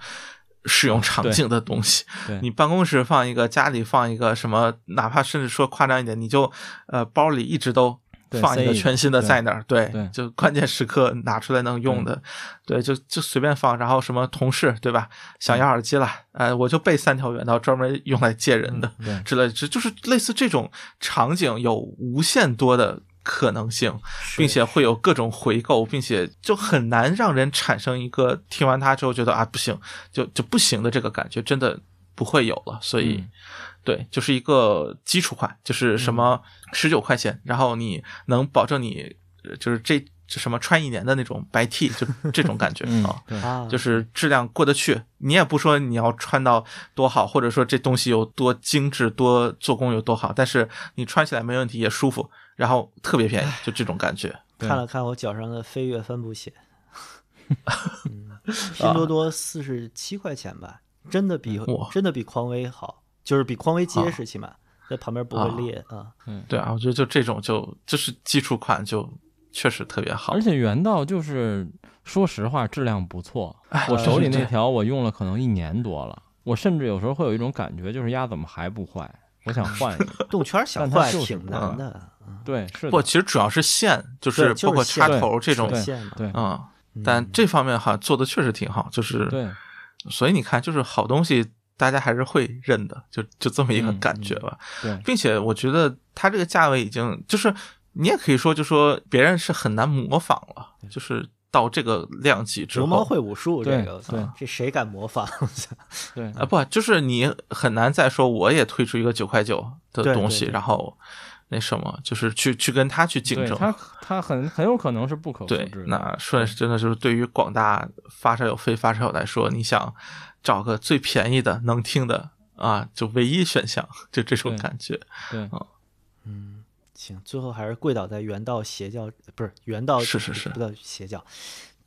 [SPEAKER 4] 使用场景的东西
[SPEAKER 1] 对对。
[SPEAKER 4] 你办公室放一个，家里放一个，什么哪怕甚至说夸张一点，你就呃包里一直都。
[SPEAKER 1] 对
[SPEAKER 4] 放
[SPEAKER 1] 塞
[SPEAKER 4] 一
[SPEAKER 1] 一
[SPEAKER 4] 个
[SPEAKER 1] 个
[SPEAKER 4] 全新的
[SPEAKER 1] 对
[SPEAKER 4] 在那儿，对
[SPEAKER 1] 对
[SPEAKER 4] 就关键时刻拿出来能用的，对，就就随便放。然后什么同事，对吧？想要耳机了，呃，我就备三条原道，专门用来借人的
[SPEAKER 1] 嗯对
[SPEAKER 4] 之类，就就是类似这种场景有无限多的可能性，并且会有各种回购，并且就很难让人产生一个听完它之后觉得啊不行，就就不行的这个感觉，真的不会有了。所以，
[SPEAKER 1] 嗯
[SPEAKER 4] 对，就是一个基础款，就是什么
[SPEAKER 1] 嗯
[SPEAKER 4] 十九块钱，然后你能保证你呃就是这这什么穿一年的那种白 T，就这种感觉啊。
[SPEAKER 1] 嗯，对，
[SPEAKER 2] 啊，
[SPEAKER 4] 就是质量过得去。你也不说你要穿到多好，或者说这东西有多精致、多做工有多好，但是你穿起来没问题，也舒服，然后特别便宜，就这种感觉。
[SPEAKER 1] 对
[SPEAKER 2] 看了看我脚上的飞跃帆布 鞋，嗯，拼多多四十七块钱吧，真的比
[SPEAKER 4] 哇
[SPEAKER 2] 真的比匡威好，就是比匡威结实，起码在旁边不会
[SPEAKER 4] 啊
[SPEAKER 2] 裂啊。
[SPEAKER 4] 对啊，我觉得就这种就就是基础款就确实特别好
[SPEAKER 1] 而。且原道就是说实话质量不错，
[SPEAKER 4] 哎
[SPEAKER 1] 我手里那
[SPEAKER 4] 真是
[SPEAKER 1] 条我用了可能一年多了，我甚至有时候会有一种感觉，就是压怎么还不坏，我想换一 个。
[SPEAKER 2] 动圈想
[SPEAKER 1] 但它
[SPEAKER 2] 坏
[SPEAKER 1] 就是
[SPEAKER 2] 挺
[SPEAKER 1] 不
[SPEAKER 2] 难
[SPEAKER 4] 好
[SPEAKER 2] 的，
[SPEAKER 1] 对，是
[SPEAKER 4] 不，
[SPEAKER 1] 的，
[SPEAKER 4] 其实主要是线，就是
[SPEAKER 2] 对就是
[SPEAKER 4] 包括插
[SPEAKER 1] 线
[SPEAKER 4] 头哦这种
[SPEAKER 1] 对
[SPEAKER 2] 线嘛，
[SPEAKER 1] 对
[SPEAKER 4] 啊、
[SPEAKER 2] 嗯
[SPEAKER 4] 但这方面哈做的确实挺好，就是
[SPEAKER 1] 对，
[SPEAKER 4] 所以你看，就是好东西大家还是会认的，就就这么一个
[SPEAKER 1] 嗯
[SPEAKER 4] 感觉吧。
[SPEAKER 1] 对
[SPEAKER 4] 并且我觉得它这个价位已经就是你也可以说，就说别人是很难模仿了，就是到这个量级之
[SPEAKER 2] 茹毛
[SPEAKER 4] 后。
[SPEAKER 2] 会武术这
[SPEAKER 1] 对
[SPEAKER 2] 个，
[SPEAKER 1] 对
[SPEAKER 2] 这谁敢模仿？
[SPEAKER 1] 对，
[SPEAKER 4] 啊，不，就是你很难再说我也推出一个九块九的
[SPEAKER 2] 对
[SPEAKER 4] 东
[SPEAKER 2] 对
[SPEAKER 4] 西，
[SPEAKER 2] 对
[SPEAKER 4] 然后那什么，就是去去跟他去竞
[SPEAKER 1] 对
[SPEAKER 4] 争。
[SPEAKER 1] 它它很很有可能是不可复
[SPEAKER 4] 对
[SPEAKER 1] 制，的。
[SPEAKER 4] 那顺势真的就是对于广大发烧友、非发烧友来说，你想找个最便宜的、能听的啊，就唯一选项，就这种
[SPEAKER 1] 对
[SPEAKER 4] 感觉。
[SPEAKER 1] 对，
[SPEAKER 2] 嗯，行，最后还是跪倒在原道邪教，不是原道
[SPEAKER 4] 是是是
[SPEAKER 2] 不叫邪教，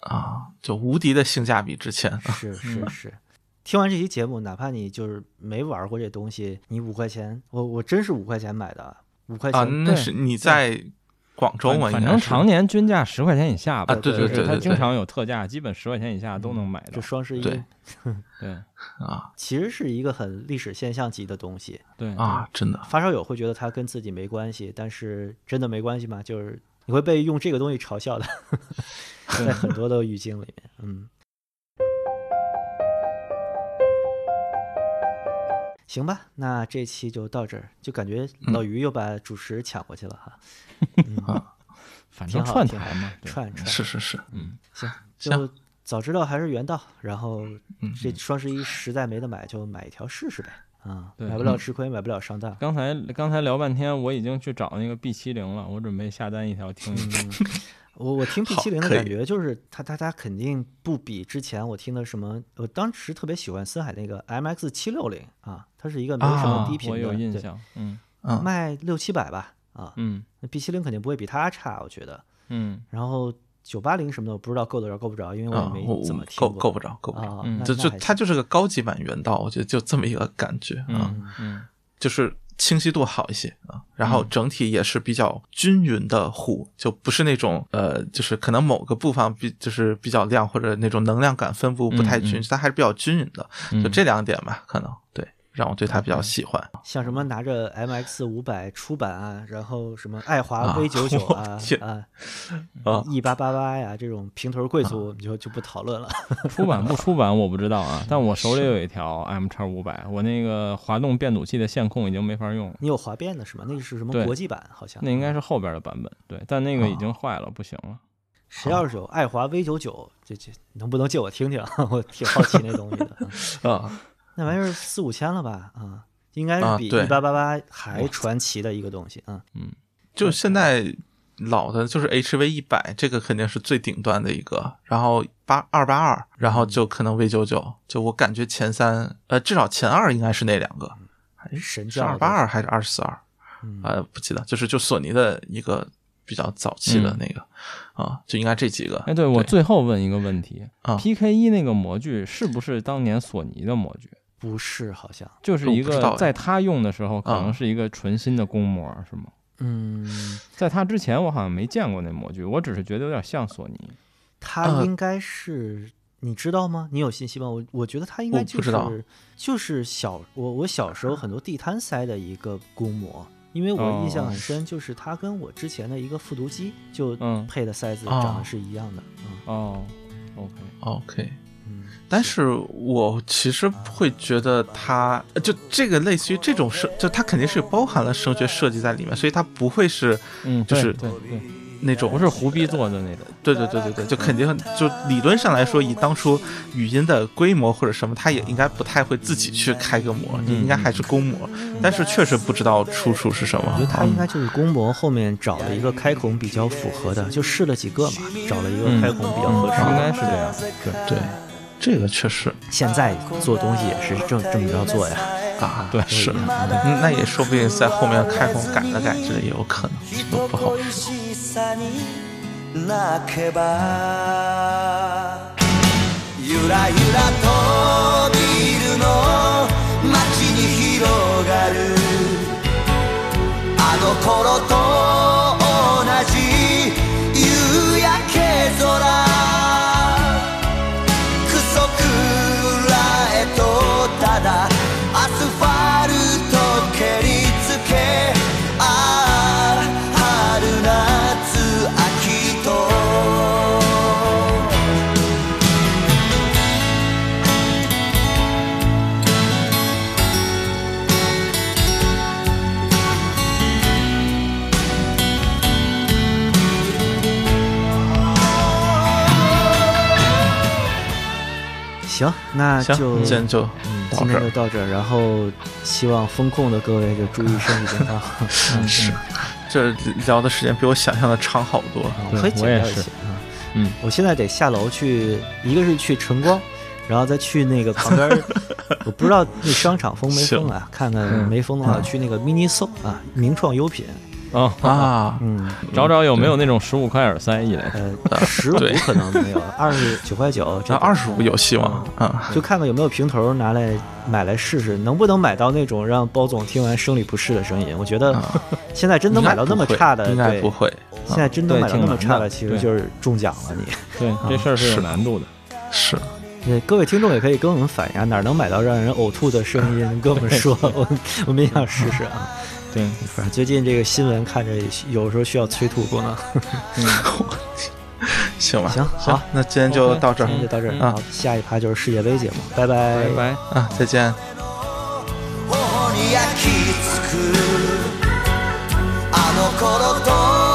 [SPEAKER 4] 啊，就无敌的性价比之前，
[SPEAKER 2] 是
[SPEAKER 4] 嗯
[SPEAKER 2] 是是。听完这期节目，哪怕你就是没玩过这东西，你五块钱，我我真是五块钱买的啊，五块
[SPEAKER 4] 啊，
[SPEAKER 2] 钱。
[SPEAKER 4] 那是你在广州嘛？
[SPEAKER 1] 反
[SPEAKER 4] 应
[SPEAKER 1] 正
[SPEAKER 4] 该是
[SPEAKER 1] 常年均价十块钱以下吧。
[SPEAKER 4] 啊对
[SPEAKER 1] 就
[SPEAKER 2] 对
[SPEAKER 1] 是
[SPEAKER 4] 对
[SPEAKER 1] 它
[SPEAKER 4] 对嗯
[SPEAKER 1] 经
[SPEAKER 4] 对
[SPEAKER 1] 常有特价，基本十块钱以下都能买
[SPEAKER 2] 这
[SPEAKER 1] 到。
[SPEAKER 2] 双十一
[SPEAKER 4] 对
[SPEAKER 1] 对
[SPEAKER 4] 啊
[SPEAKER 2] 其实是一个很历史现象级的东西，
[SPEAKER 1] 对，
[SPEAKER 4] 啊，真的
[SPEAKER 2] 发烧友会觉得它跟自己没关系，但是真的没关系吗？就是你会被用这个东西嘲笑的， 在很多的语境里面，嗯。行吧，那这期就到这儿，就感觉
[SPEAKER 4] 嗯
[SPEAKER 2] 老于又把主持抢过去了 哈，
[SPEAKER 1] 反
[SPEAKER 2] 挺
[SPEAKER 1] 正
[SPEAKER 2] 好
[SPEAKER 1] 串
[SPEAKER 2] 挺
[SPEAKER 1] 台
[SPEAKER 2] 好
[SPEAKER 1] 嘛，对
[SPEAKER 2] 串串
[SPEAKER 4] 啊是是是，
[SPEAKER 2] 行，
[SPEAKER 4] 行
[SPEAKER 2] 就早知道还是原道，然后
[SPEAKER 4] 嗯
[SPEAKER 2] 这双十一实在没得买，就买一条试试呗，啊、
[SPEAKER 1] 对
[SPEAKER 2] 买
[SPEAKER 4] 嗯
[SPEAKER 2] 不了吃亏，买不了上当，
[SPEAKER 1] 刚才刚才聊半天，我已经去找那个 B 七零了，我准备下单一条听一听。
[SPEAKER 2] 嗯我我听 P
[SPEAKER 4] 好
[SPEAKER 2] 七零的
[SPEAKER 4] 可
[SPEAKER 2] 感
[SPEAKER 4] 以
[SPEAKER 2] 觉就是它它它肯定不比之前我听的什么，我当时特别喜欢森海那个 MX 七六零 啊，它是一个没有什么
[SPEAKER 1] 啊
[SPEAKER 2] 低频
[SPEAKER 1] 我
[SPEAKER 2] 的，
[SPEAKER 1] 有
[SPEAKER 2] 对
[SPEAKER 1] 印，象，嗯
[SPEAKER 4] 嗯
[SPEAKER 2] 卖六七百吧啊，
[SPEAKER 1] 嗯
[SPEAKER 2] 那 B 七零肯定不会比它差，我觉得。
[SPEAKER 1] 嗯，
[SPEAKER 2] 然后九八零什么的我不知道够得着够不着，因为我也
[SPEAKER 4] 啊，
[SPEAKER 2] 没
[SPEAKER 4] 我
[SPEAKER 2] 怎么
[SPEAKER 4] 我
[SPEAKER 2] 听
[SPEAKER 4] 够
[SPEAKER 2] 过。
[SPEAKER 4] 够不着，够不着。
[SPEAKER 2] 啊，
[SPEAKER 1] 嗯
[SPEAKER 2] 那
[SPEAKER 4] 就
[SPEAKER 2] 那
[SPEAKER 4] 就
[SPEAKER 2] 还
[SPEAKER 4] 它
[SPEAKER 2] 行
[SPEAKER 4] 就是个高级版原道，我觉得就这么一个感觉啊，
[SPEAKER 1] 嗯嗯
[SPEAKER 4] 就是清晰度好一些啊，
[SPEAKER 2] 嗯
[SPEAKER 4] 然后整体也是比较均匀的糊，就不是那种呃，就是可能某个部分比就是比较亮或者那种能量感分布不太均，
[SPEAKER 1] 嗯嗯
[SPEAKER 4] 它还是比较均匀的，
[SPEAKER 1] 嗯
[SPEAKER 4] 就这两点吧，可能对让我对它比
[SPEAKER 2] 嗯
[SPEAKER 4] 较喜欢。
[SPEAKER 2] 像什么拿着 MX 五百出版啊，然后什么爱华
[SPEAKER 4] 啊
[SPEAKER 2] V 九九
[SPEAKER 4] 我
[SPEAKER 2] 啊
[SPEAKER 4] 天
[SPEAKER 2] 啊
[SPEAKER 4] 啊
[SPEAKER 2] ，E 八八八呀这种平头贵族我们就就不讨论了。
[SPEAKER 1] 出版不出版我不知道啊，但我手里有一条 M 叉五百，我那个滑动变阻器的线控已经没法用了，
[SPEAKER 2] 你有滑变的是吗？那个是什么
[SPEAKER 1] 对
[SPEAKER 2] 国际版？好像啊
[SPEAKER 1] 那应该是后边的版本，对，但那个已经坏了，不行了。
[SPEAKER 2] 谁要是有爱华 V 九九，这这能不能借我听 听？我挺好奇那东西的。嗯
[SPEAKER 4] 啊，
[SPEAKER 2] 那玩意儿四五千了吧？啊，应该
[SPEAKER 4] 啊
[SPEAKER 2] 是比
[SPEAKER 4] 对
[SPEAKER 2] 一八八八还传奇的一个东西啊。
[SPEAKER 4] 就现在老的就是 HV 一百，这个肯定是最顶端的一个，然后八二八二，然
[SPEAKER 1] 嗯
[SPEAKER 4] 后就可能 V 九九，就我感觉前三，呃，至少前二应该是那两个，
[SPEAKER 1] 嗯
[SPEAKER 2] 神
[SPEAKER 4] 是
[SPEAKER 2] 教
[SPEAKER 4] 二
[SPEAKER 2] 的
[SPEAKER 4] 八二还是二四二？
[SPEAKER 2] 嗯
[SPEAKER 4] 呃，不记得，就是就索尼的一个比较早期的
[SPEAKER 1] 嗯
[SPEAKER 4] 那个啊，就应该这几个。
[SPEAKER 1] 哎，对我最后问一个问题
[SPEAKER 4] 啊
[SPEAKER 1] ，PK 一那个模具是不是当年索尼的模具？
[SPEAKER 2] 不是好像，
[SPEAKER 1] 就是一
[SPEAKER 4] 我不知道
[SPEAKER 1] 个
[SPEAKER 4] 哎
[SPEAKER 1] 在他用的时候可能
[SPEAKER 4] 啊
[SPEAKER 1] 是一个纯新的公模是吗？
[SPEAKER 2] 嗯，
[SPEAKER 1] 在他之前我好像没见过那模具，我只是觉得有点像索尼。
[SPEAKER 2] 它
[SPEAKER 4] 呃
[SPEAKER 2] 应该是。你知道吗？你有信息吗？我我觉得它应
[SPEAKER 4] 我
[SPEAKER 2] 该就
[SPEAKER 4] 不知道
[SPEAKER 2] 是就是小我我小时候很多地摊塞的一个公模，因为我
[SPEAKER 1] 哦
[SPEAKER 2] 印象
[SPEAKER 1] 哦
[SPEAKER 2] 很深，就是它跟我之前的一个复读机就
[SPEAKER 1] 嗯
[SPEAKER 2] 配的塞子长得
[SPEAKER 4] 哦
[SPEAKER 2] 是一样的。嗯
[SPEAKER 1] 哦，OK，
[SPEAKER 4] OK，
[SPEAKER 2] 嗯，
[SPEAKER 4] 但是我其实会觉得它呃就这个类似于这种设，就它肯定是包含了声学设计在里面，所以它不会是
[SPEAKER 1] 嗯，
[SPEAKER 4] 就
[SPEAKER 1] 对
[SPEAKER 4] 是
[SPEAKER 1] 对对，
[SPEAKER 4] 那种
[SPEAKER 1] 不是胡逼做的那种。
[SPEAKER 4] 对对对对对，就肯定就理论上来说，以当初语音的规模或者什么，他也应该不太会自己去开个模，应该还是公模，但是确实不知道出处是什么。
[SPEAKER 2] 我觉得他应该就是公模后面找了一个开孔比较符合的，就试了几个嘛，找了一
[SPEAKER 4] 嗯
[SPEAKER 2] 个开孔比较合适
[SPEAKER 1] 应该
[SPEAKER 2] 的。
[SPEAKER 1] 是这样。对
[SPEAKER 4] 对，这个确实
[SPEAKER 2] 现在做东西也是这这么着做呀，
[SPEAKER 4] 啊，
[SPEAKER 1] 对
[SPEAKER 4] 是，嗯那也说不定在后面开孔改了改之类也有可能，这个不好。
[SPEAKER 7] 恋しさに泣けばゆらゆらとビルの街に広がるあの頃と同じ夕焼け空くそくらえとただアスファルト蹴りつけああ春夏秋と
[SPEAKER 2] 行，那
[SPEAKER 4] 行，
[SPEAKER 2] 就
[SPEAKER 4] 今天就
[SPEAKER 2] 嗯
[SPEAKER 4] 到
[SPEAKER 2] 今天
[SPEAKER 4] 这
[SPEAKER 2] 就
[SPEAKER 4] 儿。
[SPEAKER 2] 到这儿，然后希望风控的各位就注意身体健 康。
[SPEAKER 4] 嗯
[SPEAKER 2] 嗯
[SPEAKER 4] 是，这聊的时间比我想象的长好 多。
[SPEAKER 1] 对
[SPEAKER 2] 可以简
[SPEAKER 1] 我也
[SPEAKER 2] 单一
[SPEAKER 1] 是
[SPEAKER 2] 些啊。
[SPEAKER 1] 嗯，
[SPEAKER 2] 我现在得下楼去，一个是去晨光，然后再去那个旁 边儿，我不知道那商场封没封啊？看看没封的
[SPEAKER 4] 嗯
[SPEAKER 2] 话，去那个 mini so 啊，名创优品。
[SPEAKER 1] 哦，
[SPEAKER 4] 啊，
[SPEAKER 2] 嗯，
[SPEAKER 1] 找找有没有那种十五块耳塞一类的。
[SPEAKER 2] 呃，十五
[SPEAKER 4] 对
[SPEAKER 2] 可能没 有，二十九块九，这
[SPEAKER 4] 那
[SPEAKER 2] 个
[SPEAKER 4] 二十五有希望啊！
[SPEAKER 2] 就看看有没有平头拿来买来试试，能不能买到那种让包总听完生理不适的声音？我觉得现在真能买到那么差的，
[SPEAKER 4] 啊应该
[SPEAKER 2] 对
[SPEAKER 4] 不会，
[SPEAKER 2] 现在真能
[SPEAKER 1] 对
[SPEAKER 2] 买到
[SPEAKER 1] 挺
[SPEAKER 2] 那么
[SPEAKER 1] 难
[SPEAKER 2] 差
[SPEAKER 1] 的
[SPEAKER 2] 的，其实
[SPEAKER 1] 对
[SPEAKER 2] 就是中奖了你。
[SPEAKER 1] 对，这事儿是有
[SPEAKER 4] 是
[SPEAKER 1] 难度的。
[SPEAKER 4] 是
[SPEAKER 2] 对，各位听众也可以跟我们反映啊，哪儿能买到让人呕吐的声音，跟我们 说，我我们也想试试啊。
[SPEAKER 1] 对，
[SPEAKER 2] 反正最近这个新闻看着有时候需要催吐功能。
[SPEAKER 4] 行吧？
[SPEAKER 2] 行好
[SPEAKER 4] 好，那今天就到这儿
[SPEAKER 2] 今天就到这儿，
[SPEAKER 4] 啊
[SPEAKER 2] 好，下一趴就是世界杯节目，拜拜
[SPEAKER 1] 拜拜。
[SPEAKER 4] 啊！再见。
[SPEAKER 7] 頬に焼き付くあの頃と